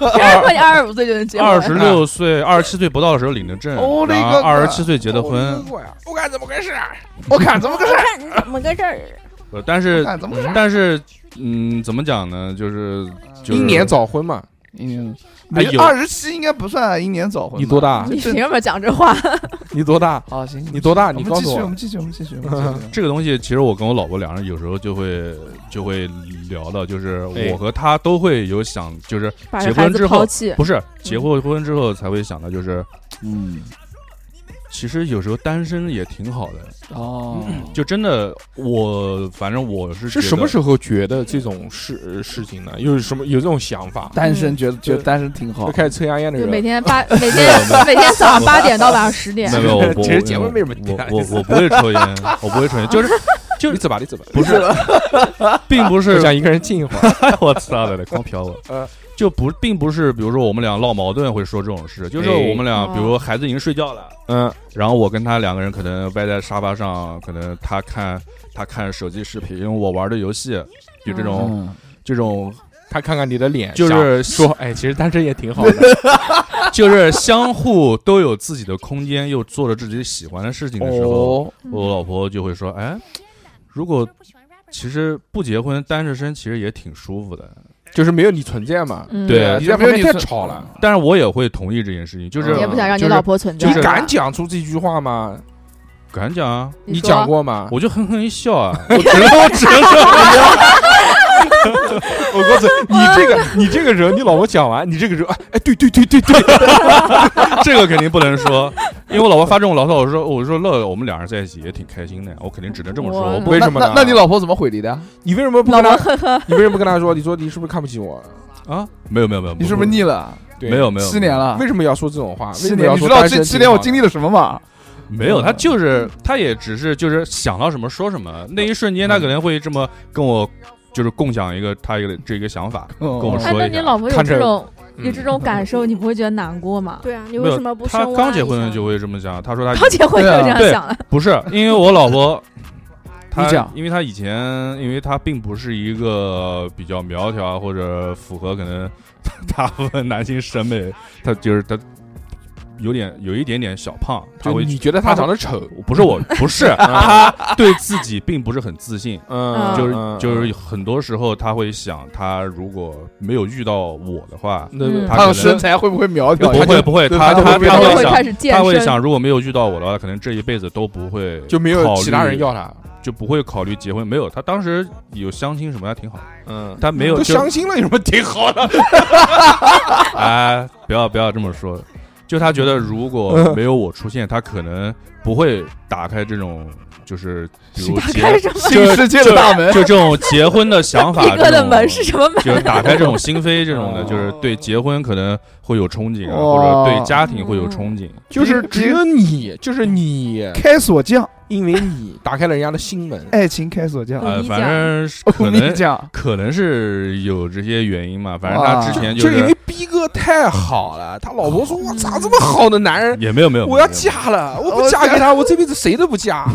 [SPEAKER 3] 哦
[SPEAKER 5] 凭什么你二十五岁就能结婚？
[SPEAKER 3] 二十六岁、二十七岁不到的时候领的证
[SPEAKER 2] 我，勒
[SPEAKER 3] 然后
[SPEAKER 2] 哦个哦
[SPEAKER 3] 二十七岁结的婚。
[SPEAKER 1] 我看怎么回事啊？
[SPEAKER 2] 我看怎么个事儿，
[SPEAKER 4] 看你怎么个事儿，
[SPEAKER 3] 呃但是
[SPEAKER 2] 看怎么个事儿。
[SPEAKER 3] 但是，嗯，怎么讲呢？就是就是
[SPEAKER 1] 英年早婚嘛，
[SPEAKER 2] 嗯，
[SPEAKER 3] 哎
[SPEAKER 2] 你
[SPEAKER 3] 有
[SPEAKER 2] 二十七应该不算英年早婚吧。
[SPEAKER 1] 你多
[SPEAKER 3] 啊
[SPEAKER 1] 大？
[SPEAKER 5] 你凭什么讲这话？
[SPEAKER 1] 你多大？
[SPEAKER 2] 好行，
[SPEAKER 1] 你多大？
[SPEAKER 2] 我
[SPEAKER 1] 你
[SPEAKER 2] 们
[SPEAKER 1] 告
[SPEAKER 2] 继
[SPEAKER 1] 诉
[SPEAKER 2] 续，我
[SPEAKER 1] 我
[SPEAKER 2] 们。继续，我们继续，我们继续。
[SPEAKER 3] 这个东西，其实我跟我老婆两人有时候就会就会聊到，就是
[SPEAKER 1] 哎
[SPEAKER 3] 我和她都会有想，就是
[SPEAKER 5] 把
[SPEAKER 3] 结
[SPEAKER 5] 这
[SPEAKER 3] 婚
[SPEAKER 5] 孩
[SPEAKER 3] 之
[SPEAKER 5] 子
[SPEAKER 3] 后
[SPEAKER 5] 抛弃，
[SPEAKER 3] 不是结过婚之后才会想到，就是
[SPEAKER 2] 嗯，
[SPEAKER 3] 其实有时候单身也挺好
[SPEAKER 2] *laughs*
[SPEAKER 3] 的，
[SPEAKER 2] 哦，
[SPEAKER 3] 就真的我反正我是
[SPEAKER 1] 是什么
[SPEAKER 3] 候？
[SPEAKER 1] 时候觉得这种事事情呢？有什么有这种想法？
[SPEAKER 2] 单身觉得觉得
[SPEAKER 1] 对
[SPEAKER 2] 单身挺好
[SPEAKER 1] 就。开始抽香烟的
[SPEAKER 5] 就每
[SPEAKER 1] 人，
[SPEAKER 5] 天八
[SPEAKER 3] *laughs*
[SPEAKER 5] 每天每天早上八点到晚上十点
[SPEAKER 3] 没，有
[SPEAKER 1] *laughs*
[SPEAKER 3] 没有，我不
[SPEAKER 1] 其实结婚为什么
[SPEAKER 3] 我我我我不会抽烟，我不
[SPEAKER 1] *laughs*
[SPEAKER 3] 会抽烟，就是就
[SPEAKER 1] 你走吧，你走吧。
[SPEAKER 3] 不是，并不
[SPEAKER 1] 我 *laughs*
[SPEAKER 3] 是哎
[SPEAKER 1] 想一个人静一会儿。
[SPEAKER 3] 我操的，光瞟我
[SPEAKER 1] 呃。
[SPEAKER 3] 就不，并不是，比如说我们俩闹矛盾会说这种事，就是我们俩，
[SPEAKER 5] 哎
[SPEAKER 3] 比如说孩子已经睡觉了，
[SPEAKER 1] 嗯，
[SPEAKER 3] 然后我跟他两个人可能歪在沙发上，可能他看他看手机视频，我玩的游戏，就这种、
[SPEAKER 2] 嗯，
[SPEAKER 3] 这种
[SPEAKER 1] 他看看你的脸，
[SPEAKER 3] 就
[SPEAKER 1] 想
[SPEAKER 3] 是
[SPEAKER 1] 说，哎，其实单身也挺好的。
[SPEAKER 3] 就是相互都有自己的空间，又做着自己喜欢的事情的时候，
[SPEAKER 2] 哦，
[SPEAKER 5] 嗯
[SPEAKER 3] 我老婆就会说：“哎，如果其实不结婚单着身，其实也挺舒服的。
[SPEAKER 1] 就是没有你存在嘛。啊
[SPEAKER 5] 嗯
[SPEAKER 3] 对
[SPEAKER 2] 啊
[SPEAKER 1] 你在旁边太吵了，”
[SPEAKER 3] 但是我也会同意这件事情，就是
[SPEAKER 5] 也不想让你
[SPEAKER 3] 就是
[SPEAKER 5] 老婆存在
[SPEAKER 3] 就
[SPEAKER 1] 你
[SPEAKER 3] 是。
[SPEAKER 1] 敢讲出这句话吗？
[SPEAKER 3] 敢讲啊，
[SPEAKER 1] 你
[SPEAKER 5] 说
[SPEAKER 1] 讲过吗？
[SPEAKER 3] 我就哼哼一笑啊，我只能我只能说，
[SPEAKER 1] *laughs* 我告诉你，你这个你这个人，你老婆讲完，你这个人，哎，对对对对对，
[SPEAKER 3] 这个肯定不能说，因为我老婆发这种牢骚，我说我说乐，我们两人在一起也挺开心的，我肯定只能这么说，
[SPEAKER 5] 我
[SPEAKER 3] 我不
[SPEAKER 1] 为
[SPEAKER 2] 那
[SPEAKER 1] 什么呢
[SPEAKER 2] 那那你老婆怎么回你的？
[SPEAKER 1] 你为什么不
[SPEAKER 5] 老
[SPEAKER 1] 跟他？
[SPEAKER 5] 婆呵呵，
[SPEAKER 1] 你为什么不跟他说？你说你是不是看不起我？
[SPEAKER 3] 啊，没有没有没有，
[SPEAKER 2] 你是不是腻了？
[SPEAKER 1] 对
[SPEAKER 3] 没有没有
[SPEAKER 2] 七年了
[SPEAKER 1] 为，什么要说这种话？为
[SPEAKER 2] 七
[SPEAKER 1] 什么
[SPEAKER 2] 年，
[SPEAKER 1] 要
[SPEAKER 2] 你知
[SPEAKER 1] 说
[SPEAKER 2] 道
[SPEAKER 1] 单身
[SPEAKER 2] 这七年我经
[SPEAKER 1] 历
[SPEAKER 2] 历了什么吗？
[SPEAKER 3] 没有，他就是他也只是就是想到什么说什么，那一瞬间他可能会这么跟我就是共享一个他一个这一个想法，
[SPEAKER 2] 跟
[SPEAKER 3] 跟我说
[SPEAKER 5] 哎，那
[SPEAKER 3] 一
[SPEAKER 5] 你
[SPEAKER 3] 下。
[SPEAKER 5] 老婆有
[SPEAKER 1] 看着
[SPEAKER 5] 这种
[SPEAKER 1] 嗯
[SPEAKER 5] 有这种感受，你不会觉得难过吗？
[SPEAKER 4] 对啊，你
[SPEAKER 3] 没
[SPEAKER 4] 为
[SPEAKER 3] 有
[SPEAKER 4] 什么不深
[SPEAKER 3] 他
[SPEAKER 4] 挖
[SPEAKER 3] 刚结
[SPEAKER 4] 一
[SPEAKER 3] 婚
[SPEAKER 4] 下
[SPEAKER 3] 的就会这么想，他说他
[SPEAKER 5] 刚结婚就这样
[SPEAKER 3] 对
[SPEAKER 5] 想了，
[SPEAKER 3] 不是因为我老婆，她
[SPEAKER 2] 你讲
[SPEAKER 3] 因为她以前，因为她并不是一个比较苗条啊或者符合可能 *laughs* 大部分男性审美，她就是她有点有一点点小胖，她
[SPEAKER 1] 就
[SPEAKER 3] 会
[SPEAKER 1] 你觉得他长得
[SPEAKER 3] *laughs*
[SPEAKER 1] 丑，
[SPEAKER 3] 不是我不是她对自己并不是很自信，
[SPEAKER 1] 嗯，
[SPEAKER 3] 就是
[SPEAKER 1] 嗯
[SPEAKER 3] 就是很多时候她会想，她如果没有遇到我的话，
[SPEAKER 1] 那个
[SPEAKER 5] 嗯
[SPEAKER 3] 她
[SPEAKER 2] 他
[SPEAKER 3] 可
[SPEAKER 2] 的
[SPEAKER 3] 能
[SPEAKER 2] 身材会不会苗条
[SPEAKER 3] 不
[SPEAKER 2] 呀？
[SPEAKER 3] 会不会，
[SPEAKER 1] 对
[SPEAKER 3] 她
[SPEAKER 1] 她
[SPEAKER 3] 她
[SPEAKER 1] 会变
[SPEAKER 3] 她
[SPEAKER 5] 我
[SPEAKER 3] 会
[SPEAKER 1] 得
[SPEAKER 5] 会
[SPEAKER 3] 想
[SPEAKER 5] 开始健
[SPEAKER 3] 他会
[SPEAKER 5] 身，
[SPEAKER 3] 想，如果没有遇到我的话，可能这一辈子都不会
[SPEAKER 1] 就没有
[SPEAKER 3] 考
[SPEAKER 1] 其他
[SPEAKER 3] 虑
[SPEAKER 1] 人要他，
[SPEAKER 3] 就不会考虑结婚。没有，他当时有相亲什么，还挺好。
[SPEAKER 1] *laughs* 嗯，
[SPEAKER 3] 他没有
[SPEAKER 1] 都
[SPEAKER 3] 就
[SPEAKER 1] *laughs* 相亲了有什么挺好的？
[SPEAKER 3] 哎，不要不要这么说。就他觉得如果没有我出现，他可能不会打开这种就是比如
[SPEAKER 5] 打
[SPEAKER 3] 结
[SPEAKER 5] *laughs* 开什么？
[SPEAKER 2] 新世界的大门，
[SPEAKER 3] 就这种结婚的想法，
[SPEAKER 5] *laughs* 一哥
[SPEAKER 3] 这
[SPEAKER 5] 的
[SPEAKER 3] 种
[SPEAKER 5] 门是什么门？
[SPEAKER 3] 就是打开这种心扉，这种的，
[SPEAKER 2] 哦
[SPEAKER 3] 就是对结婚可能会有憧憬啊，
[SPEAKER 2] 哇
[SPEAKER 3] 或者对家庭
[SPEAKER 4] 嗯
[SPEAKER 3] 会有憧憬。
[SPEAKER 1] 就是
[SPEAKER 2] 你
[SPEAKER 1] 只有你，就是你，
[SPEAKER 2] 开锁匠，
[SPEAKER 1] 因为你打开了人家的心门。
[SPEAKER 2] 爱情开锁匠，
[SPEAKER 3] 呃，
[SPEAKER 5] 你
[SPEAKER 3] 反
[SPEAKER 5] 讲
[SPEAKER 3] 正是
[SPEAKER 2] 我 *laughs*
[SPEAKER 3] 可
[SPEAKER 2] 跟你
[SPEAKER 3] 能
[SPEAKER 2] 讲，
[SPEAKER 3] 可能是有这些原因嘛。反正他
[SPEAKER 2] 哇
[SPEAKER 3] 之前
[SPEAKER 1] 啊就因
[SPEAKER 3] 是
[SPEAKER 1] 为逼哥太好了，他老婆说：“我操，这么好的男人，
[SPEAKER 3] 也没有没有，
[SPEAKER 1] 我要
[SPEAKER 3] 没有
[SPEAKER 1] 嫁了，我不嫁给他，我这辈子谁都不嫁。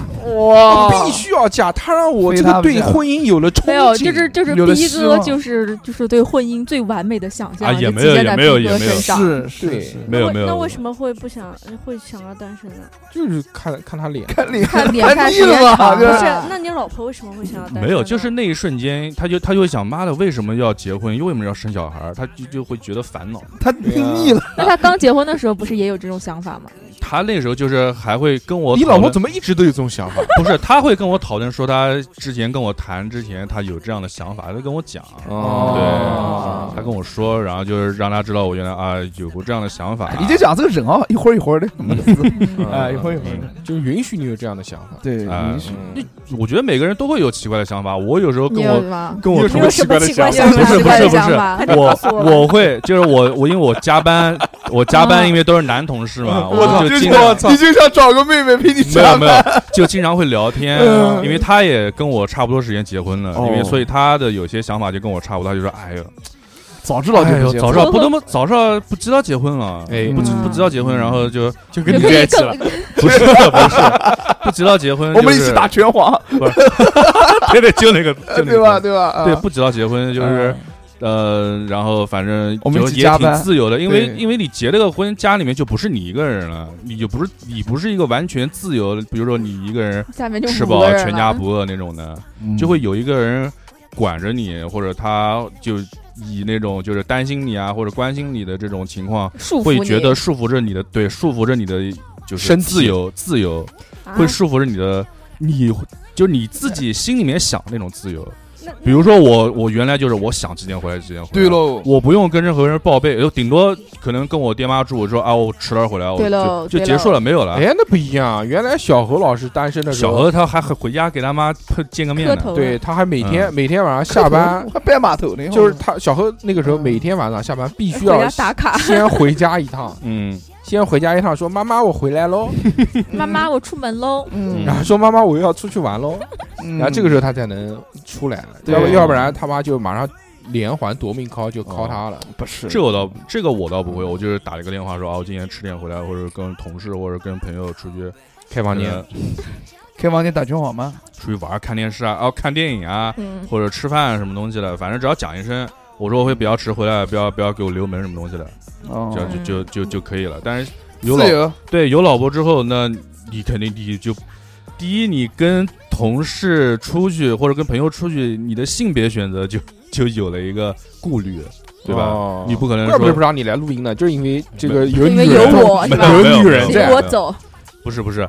[SPEAKER 2] 哇
[SPEAKER 1] 必须要嫁，他让我
[SPEAKER 2] 哦非
[SPEAKER 1] 这个
[SPEAKER 2] 他不
[SPEAKER 1] 对
[SPEAKER 2] 嫁
[SPEAKER 1] 婚姻有了憧憬。
[SPEAKER 5] 没有，就是就是
[SPEAKER 2] 有了
[SPEAKER 5] 逼
[SPEAKER 2] 希
[SPEAKER 5] 哥
[SPEAKER 2] 望
[SPEAKER 5] 就是就是对婚姻最完美的想象，
[SPEAKER 3] 啊
[SPEAKER 5] 就
[SPEAKER 3] 也
[SPEAKER 5] 集
[SPEAKER 3] 没有
[SPEAKER 5] 结
[SPEAKER 3] 也
[SPEAKER 5] 在
[SPEAKER 3] 没有
[SPEAKER 5] 逼
[SPEAKER 3] 也
[SPEAKER 5] 哥
[SPEAKER 3] 没有
[SPEAKER 5] 身上
[SPEAKER 2] 是
[SPEAKER 1] 对
[SPEAKER 2] 是是，
[SPEAKER 3] 没有
[SPEAKER 4] 那为
[SPEAKER 3] 没有，
[SPEAKER 4] 那为什么会不想会想要单身呢？
[SPEAKER 1] 就是看看他脸，
[SPEAKER 2] 看脸
[SPEAKER 5] 看脸
[SPEAKER 2] 看
[SPEAKER 5] 看
[SPEAKER 2] 腻了吧
[SPEAKER 5] 时
[SPEAKER 4] 不
[SPEAKER 5] 间
[SPEAKER 2] 对
[SPEAKER 5] 长
[SPEAKER 4] 是，那你老婆为什么会想要单身呢？
[SPEAKER 3] 啊没有，就是那一瞬间，他就他就会想，妈的，为什么要结婚？又为什么要生小孩儿？他就就会觉得烦恼。
[SPEAKER 2] 他
[SPEAKER 1] 对啊
[SPEAKER 2] 腻了，
[SPEAKER 5] 那他刚结婚的时候不是也有这种想法吗？
[SPEAKER 3] 他那时候就是还会跟我
[SPEAKER 1] 你
[SPEAKER 3] 讨
[SPEAKER 1] 老婆
[SPEAKER 3] 论
[SPEAKER 1] 怎么一直都有这种想法？
[SPEAKER 3] 不是，他会跟我讨论说，他之前跟我谈之前，他有这样的想法，他跟我讲，
[SPEAKER 1] 哦
[SPEAKER 3] 对，他跟我说，然后就是让他知道我原来啊有过这样的想法。
[SPEAKER 2] 你就讲这个人啊，一会儿一会儿的，
[SPEAKER 3] 嗯
[SPEAKER 2] *laughs* 哎，一会儿一会儿的，
[SPEAKER 1] 嗯就允许你有这样的想法。
[SPEAKER 2] 对，
[SPEAKER 3] 哎
[SPEAKER 2] 允许
[SPEAKER 1] 嗯
[SPEAKER 3] 我觉得每个人都会有奇怪的想法，我有时候跟
[SPEAKER 5] 你有
[SPEAKER 3] 我
[SPEAKER 5] 吗？
[SPEAKER 3] 跟
[SPEAKER 1] 你
[SPEAKER 3] 我
[SPEAKER 1] 有
[SPEAKER 3] 同
[SPEAKER 1] 什
[SPEAKER 4] 你
[SPEAKER 1] 么
[SPEAKER 4] 有什么奇怪
[SPEAKER 5] 有
[SPEAKER 4] 想
[SPEAKER 5] 什么
[SPEAKER 4] 法？
[SPEAKER 3] 不是
[SPEAKER 5] 奇怪的
[SPEAKER 3] 不是
[SPEAKER 5] 想法？
[SPEAKER 3] 我
[SPEAKER 4] 诉我吧
[SPEAKER 3] 我会就是我我因为我加班，我加班
[SPEAKER 5] 啊
[SPEAKER 3] 因为都是男同事嘛，
[SPEAKER 2] 啊
[SPEAKER 3] *laughs*
[SPEAKER 2] 嗯
[SPEAKER 5] 我操
[SPEAKER 3] 我就经
[SPEAKER 1] 我
[SPEAKER 3] 常
[SPEAKER 1] 操
[SPEAKER 2] 你就想找个妹妹陪你
[SPEAKER 3] 没有
[SPEAKER 2] 加
[SPEAKER 3] 没
[SPEAKER 2] 班，
[SPEAKER 3] 有，就经常会聊天，
[SPEAKER 2] 嗯
[SPEAKER 3] 因为他也跟我差不多时间结婚了，
[SPEAKER 2] 哦
[SPEAKER 3] 因为所以他的有些想法就跟我差不多，他就说哎呦，
[SPEAKER 2] 早知道就
[SPEAKER 3] 哎
[SPEAKER 2] 不
[SPEAKER 3] 呦
[SPEAKER 2] 结
[SPEAKER 3] 早
[SPEAKER 2] 婚
[SPEAKER 3] 知道不那么早知道不知道结婚了，
[SPEAKER 1] 哎
[SPEAKER 3] 不知
[SPEAKER 5] 嗯
[SPEAKER 3] 不知道结婚，然后就
[SPEAKER 1] 就
[SPEAKER 5] 就
[SPEAKER 1] 跟你
[SPEAKER 5] 可
[SPEAKER 1] 在
[SPEAKER 5] 以
[SPEAKER 1] 一起了，
[SPEAKER 5] 更
[SPEAKER 3] 不是不是不知道结婚，
[SPEAKER 2] 我们一
[SPEAKER 3] 就是
[SPEAKER 2] 起打，拳皇，
[SPEAKER 3] *laughs* 对对，就那个就
[SPEAKER 2] *laughs*
[SPEAKER 3] 那
[SPEAKER 2] 对吧？
[SPEAKER 3] 个。
[SPEAKER 2] 对吧？啊哎
[SPEAKER 3] 对，不知道结婚就是，呃，然后反正
[SPEAKER 2] 我们
[SPEAKER 3] 就
[SPEAKER 2] 一起
[SPEAKER 3] 也
[SPEAKER 2] 加
[SPEAKER 3] 挺
[SPEAKER 2] 班
[SPEAKER 3] 自由的，因为
[SPEAKER 2] 对
[SPEAKER 3] 因为你结了个婚，家里面就不是你一个人了，你就不是你不是一个完全自由的，比如说你一个人
[SPEAKER 5] *laughs* 下面就
[SPEAKER 3] 吃
[SPEAKER 5] 五个
[SPEAKER 3] 饱
[SPEAKER 5] 人
[SPEAKER 3] 全
[SPEAKER 5] 了
[SPEAKER 3] 家不饿那种的，
[SPEAKER 2] 啊嗯
[SPEAKER 3] 就会有一个人管着你，或者他就以那种就是担心你啊，或者关心你的这种情况，
[SPEAKER 5] 束缚
[SPEAKER 3] 会
[SPEAKER 5] 你
[SPEAKER 3] 觉得束缚着你的，对，束缚着你的就是
[SPEAKER 1] 身体
[SPEAKER 3] 自由，自由
[SPEAKER 4] 啊
[SPEAKER 3] 会束缚着你的，你就你自己心里面想那种自由。
[SPEAKER 4] 那
[SPEAKER 3] 比如说我，我原来就是我想几点回来几点回来，
[SPEAKER 2] 对，
[SPEAKER 3] *laughs*
[SPEAKER 2] 喽，
[SPEAKER 3] 我不用跟任何人报备，就顶多可能跟我爹妈住，我说啊我迟点回来，我
[SPEAKER 5] 对喽
[SPEAKER 3] 就就
[SPEAKER 5] 对
[SPEAKER 3] 结束
[SPEAKER 5] 喽
[SPEAKER 3] 了，没有了。
[SPEAKER 1] 哎，那不一样。原来小何老师单身的时
[SPEAKER 3] 小
[SPEAKER 1] 候，
[SPEAKER 3] 何他还还回家给他妈碰见个面
[SPEAKER 5] 磕
[SPEAKER 3] 呢，
[SPEAKER 5] 头了
[SPEAKER 1] 对他还每
[SPEAKER 3] 嗯
[SPEAKER 1] 天每天晚上下班
[SPEAKER 2] 我，还拜码头呢，
[SPEAKER 1] 就是他小何那个时候
[SPEAKER 2] 嗯
[SPEAKER 1] 每天晚上下班必须
[SPEAKER 5] 回
[SPEAKER 1] 要
[SPEAKER 5] 家打卡。
[SPEAKER 1] 先回家一趟，
[SPEAKER 3] 嗯，
[SPEAKER 1] 先回家一趟，说妈妈我回来喽，
[SPEAKER 5] 妈妈，我出门喽。
[SPEAKER 2] 嗯，
[SPEAKER 1] 然后说妈妈我又要出去玩喽，
[SPEAKER 2] 然
[SPEAKER 5] 嗯
[SPEAKER 1] 然后这个时候他才能出来了，
[SPEAKER 2] 对
[SPEAKER 1] 要不要不然他妈就马上连环夺命 call 就 call
[SPEAKER 3] 哦
[SPEAKER 1] 他了。
[SPEAKER 2] 不是
[SPEAKER 3] 这我倒这个我倒不会，我就是打了一个电话说啊，我今天迟点回来，或者跟同事或者跟朋友出去
[SPEAKER 1] 开房间
[SPEAKER 3] 呃
[SPEAKER 2] 开房间打拳皇吗？
[SPEAKER 3] 出去玩儿看电视啊，啊看电影啊，
[SPEAKER 5] 嗯，
[SPEAKER 3] 或者吃饭啊什么东西的，反正只要讲一声，我说我会比较迟回来，不要不要给我留门什么东西的，
[SPEAKER 2] 哦
[SPEAKER 3] 只要就就就就可以了。但是有
[SPEAKER 2] 自
[SPEAKER 3] 老
[SPEAKER 2] 由，
[SPEAKER 3] 对有老婆之后，那你肯定你就第一，你跟同事出去或者跟朋友出去，你的性别选择就 *laughs* 就有了一个顾虑，对吧？
[SPEAKER 1] 哦
[SPEAKER 3] 你不可能
[SPEAKER 1] 怪不得
[SPEAKER 3] 说
[SPEAKER 1] 不让你来录音呢，就是因为这个有
[SPEAKER 5] 因为
[SPEAKER 1] 女
[SPEAKER 5] 有
[SPEAKER 1] 人
[SPEAKER 5] 我是吧？
[SPEAKER 3] 没有
[SPEAKER 1] 有女
[SPEAKER 3] 没有
[SPEAKER 1] 人
[SPEAKER 5] 请
[SPEAKER 1] 在
[SPEAKER 3] 没有
[SPEAKER 5] 我走，
[SPEAKER 3] 不是不是，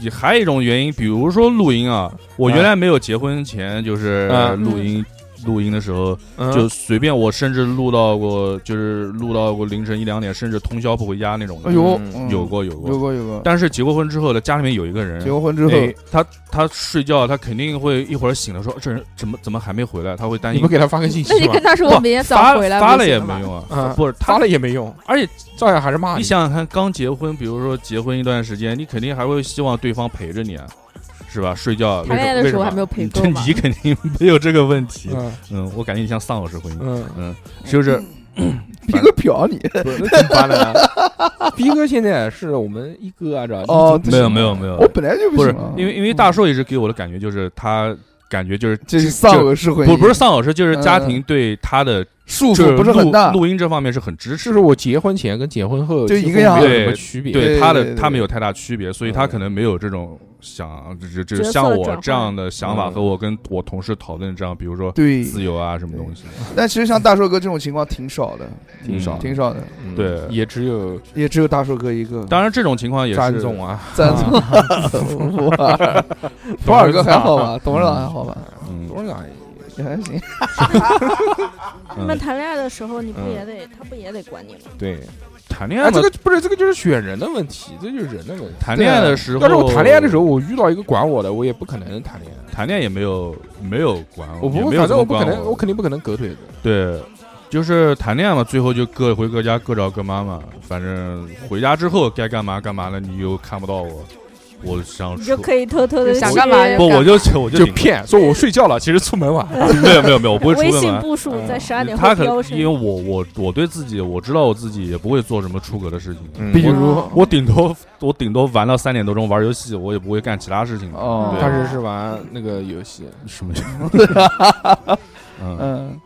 [SPEAKER 3] 也还有一种原因，比如说录音啊，我原来没有结婚前就是
[SPEAKER 1] 嗯
[SPEAKER 3] 录音。录音的时候
[SPEAKER 1] 嗯
[SPEAKER 3] 就随便我，甚至录到过，就是录到过凌晨一两点，甚至通宵不回家那种的。
[SPEAKER 2] 哎呦，
[SPEAKER 1] 嗯
[SPEAKER 2] 嗯
[SPEAKER 3] 有过有
[SPEAKER 2] 有
[SPEAKER 3] 过，
[SPEAKER 2] 过有过，
[SPEAKER 3] 但是结过婚之后呢，家里面有一个人
[SPEAKER 2] 结，过婚之后
[SPEAKER 3] 哎他他睡觉，他肯定会一会儿醒了说这人怎么怎么还没回来，他会担
[SPEAKER 1] 你
[SPEAKER 3] 心
[SPEAKER 1] 不。给他发个信
[SPEAKER 5] 那
[SPEAKER 1] 息
[SPEAKER 5] 你
[SPEAKER 1] 吗
[SPEAKER 5] 跟？他说
[SPEAKER 3] 不
[SPEAKER 5] 我明天
[SPEAKER 3] 发
[SPEAKER 5] 早回来
[SPEAKER 3] 发
[SPEAKER 5] 不
[SPEAKER 3] 了
[SPEAKER 5] 就
[SPEAKER 3] 也
[SPEAKER 5] 行了
[SPEAKER 3] 没
[SPEAKER 5] 吗。
[SPEAKER 3] 用啊
[SPEAKER 1] 嗯，
[SPEAKER 3] 不是他
[SPEAKER 1] 发，了也啊没用，
[SPEAKER 3] 而且
[SPEAKER 1] 照样还是骂
[SPEAKER 3] 你想想看，刚结婚，比如说结婚一段时间，你肯定还会希望对方陪着你，啊，是吧？睡觉
[SPEAKER 5] 谈恋爱的时候还没有陪够
[SPEAKER 3] *laughs* 你
[SPEAKER 5] 嘛
[SPEAKER 3] 你肯定没有这个问题。
[SPEAKER 1] 嗯
[SPEAKER 3] 嗯，我感觉你像丧偶式婚姻，
[SPEAKER 1] 嗯，
[SPEAKER 3] 就是
[SPEAKER 2] 逼个嫖你，
[SPEAKER 1] *laughs* 不是那怎么办呢？啊
[SPEAKER 3] *laughs*
[SPEAKER 1] 逼哥现在是我们一哥啊，这
[SPEAKER 2] 哦
[SPEAKER 1] 你
[SPEAKER 3] 没有没有没
[SPEAKER 2] *laughs*
[SPEAKER 3] 有
[SPEAKER 2] 我，本来就
[SPEAKER 3] 不
[SPEAKER 2] 行
[SPEAKER 3] 是
[SPEAKER 2] 啊，
[SPEAKER 3] 因为因为大硕一直给我的感觉就是他感觉就是
[SPEAKER 2] 这是丧偶式婚姻，
[SPEAKER 3] 不不是丧偶式，就是
[SPEAKER 1] 嗯
[SPEAKER 3] 家庭对他的
[SPEAKER 2] 束
[SPEAKER 3] 就是
[SPEAKER 2] 缚不是很
[SPEAKER 3] 录
[SPEAKER 2] 大，
[SPEAKER 3] 录音这方面是很支持
[SPEAKER 1] 就是我结婚前跟结婚后
[SPEAKER 2] 就
[SPEAKER 1] 几乎
[SPEAKER 2] 一个样
[SPEAKER 1] 没有什么
[SPEAKER 3] 对
[SPEAKER 1] 区别。
[SPEAKER 3] 对
[SPEAKER 2] 对
[SPEAKER 3] 他
[SPEAKER 2] 对
[SPEAKER 3] 的
[SPEAKER 2] 对
[SPEAKER 3] 他没有太大区别，所以他
[SPEAKER 1] 嗯
[SPEAKER 3] 可能没有这种想就就
[SPEAKER 4] 角色
[SPEAKER 3] 像我
[SPEAKER 4] 转换
[SPEAKER 3] 这样的想法
[SPEAKER 1] 嗯
[SPEAKER 3] 和我跟我同事讨论这样，比如说
[SPEAKER 2] 对，
[SPEAKER 3] 自由啊什么东西，
[SPEAKER 2] 但其实像大硕哥这种情况挺少的，
[SPEAKER 3] 挺少
[SPEAKER 2] 挺少的，
[SPEAKER 1] 嗯
[SPEAKER 3] 对
[SPEAKER 1] 也只有
[SPEAKER 2] 也只有大硕哥一个。
[SPEAKER 3] 当然，这种情况也是嗯
[SPEAKER 1] 詹总啊，
[SPEAKER 2] 赞助，哇博尔哥还好吧？董事长还好吧？
[SPEAKER 3] 嗯，
[SPEAKER 1] 多少啊
[SPEAKER 2] 也还 *laughs* 行。
[SPEAKER 3] 嗯
[SPEAKER 4] 那谈恋爱的时候，你不
[SPEAKER 1] 嗯
[SPEAKER 4] 也得他不也得管你吗？
[SPEAKER 1] 对，
[SPEAKER 3] 谈恋爱
[SPEAKER 1] 哎，
[SPEAKER 3] 嘛
[SPEAKER 1] 这个不是这个就是选人的问题，这就是人的问题。
[SPEAKER 3] 谈恋爱的时候，
[SPEAKER 1] 啊要是我谈恋爱的时候，我遇到一个管我的，我也不可能谈恋爱。
[SPEAKER 3] 谈恋爱也没有没有管
[SPEAKER 1] 我
[SPEAKER 3] 哦也
[SPEAKER 1] 不会，
[SPEAKER 3] 没有
[SPEAKER 1] 反
[SPEAKER 3] 怎
[SPEAKER 1] 正
[SPEAKER 3] 么
[SPEAKER 1] 我不
[SPEAKER 3] 管
[SPEAKER 1] 可能，我肯定不可能狗腿子。
[SPEAKER 3] 对，就是谈恋爱嘛，最后就各回各家，各找各妈妈。反正回家之后该干嘛干嘛了，你又看不到我，我想
[SPEAKER 4] 你
[SPEAKER 3] 说
[SPEAKER 4] 就，可以偷偷的
[SPEAKER 5] 想干嘛
[SPEAKER 3] 不，我就我就
[SPEAKER 1] 就
[SPEAKER 3] 顶
[SPEAKER 1] 骗说我睡觉了，其实出门晚。
[SPEAKER 3] 没有没有没有，我不会出
[SPEAKER 4] 微
[SPEAKER 3] 问
[SPEAKER 4] 信
[SPEAKER 3] 完。
[SPEAKER 4] 步数在十二点
[SPEAKER 3] 他
[SPEAKER 4] 后
[SPEAKER 3] 可
[SPEAKER 4] 飙
[SPEAKER 3] 能因为
[SPEAKER 4] 升。
[SPEAKER 3] 我我我对自己我知道我自己也不会做什么出格的事情，
[SPEAKER 1] 嗯
[SPEAKER 2] 比
[SPEAKER 3] 我
[SPEAKER 2] 如
[SPEAKER 4] 哦
[SPEAKER 3] 我顶多我顶多玩到三点多钟玩游戏，我也不会干其他事情。
[SPEAKER 2] 哦，
[SPEAKER 1] 当时是玩那个游戏，*laughs*
[SPEAKER 3] 什么？嗯
[SPEAKER 2] 嗯，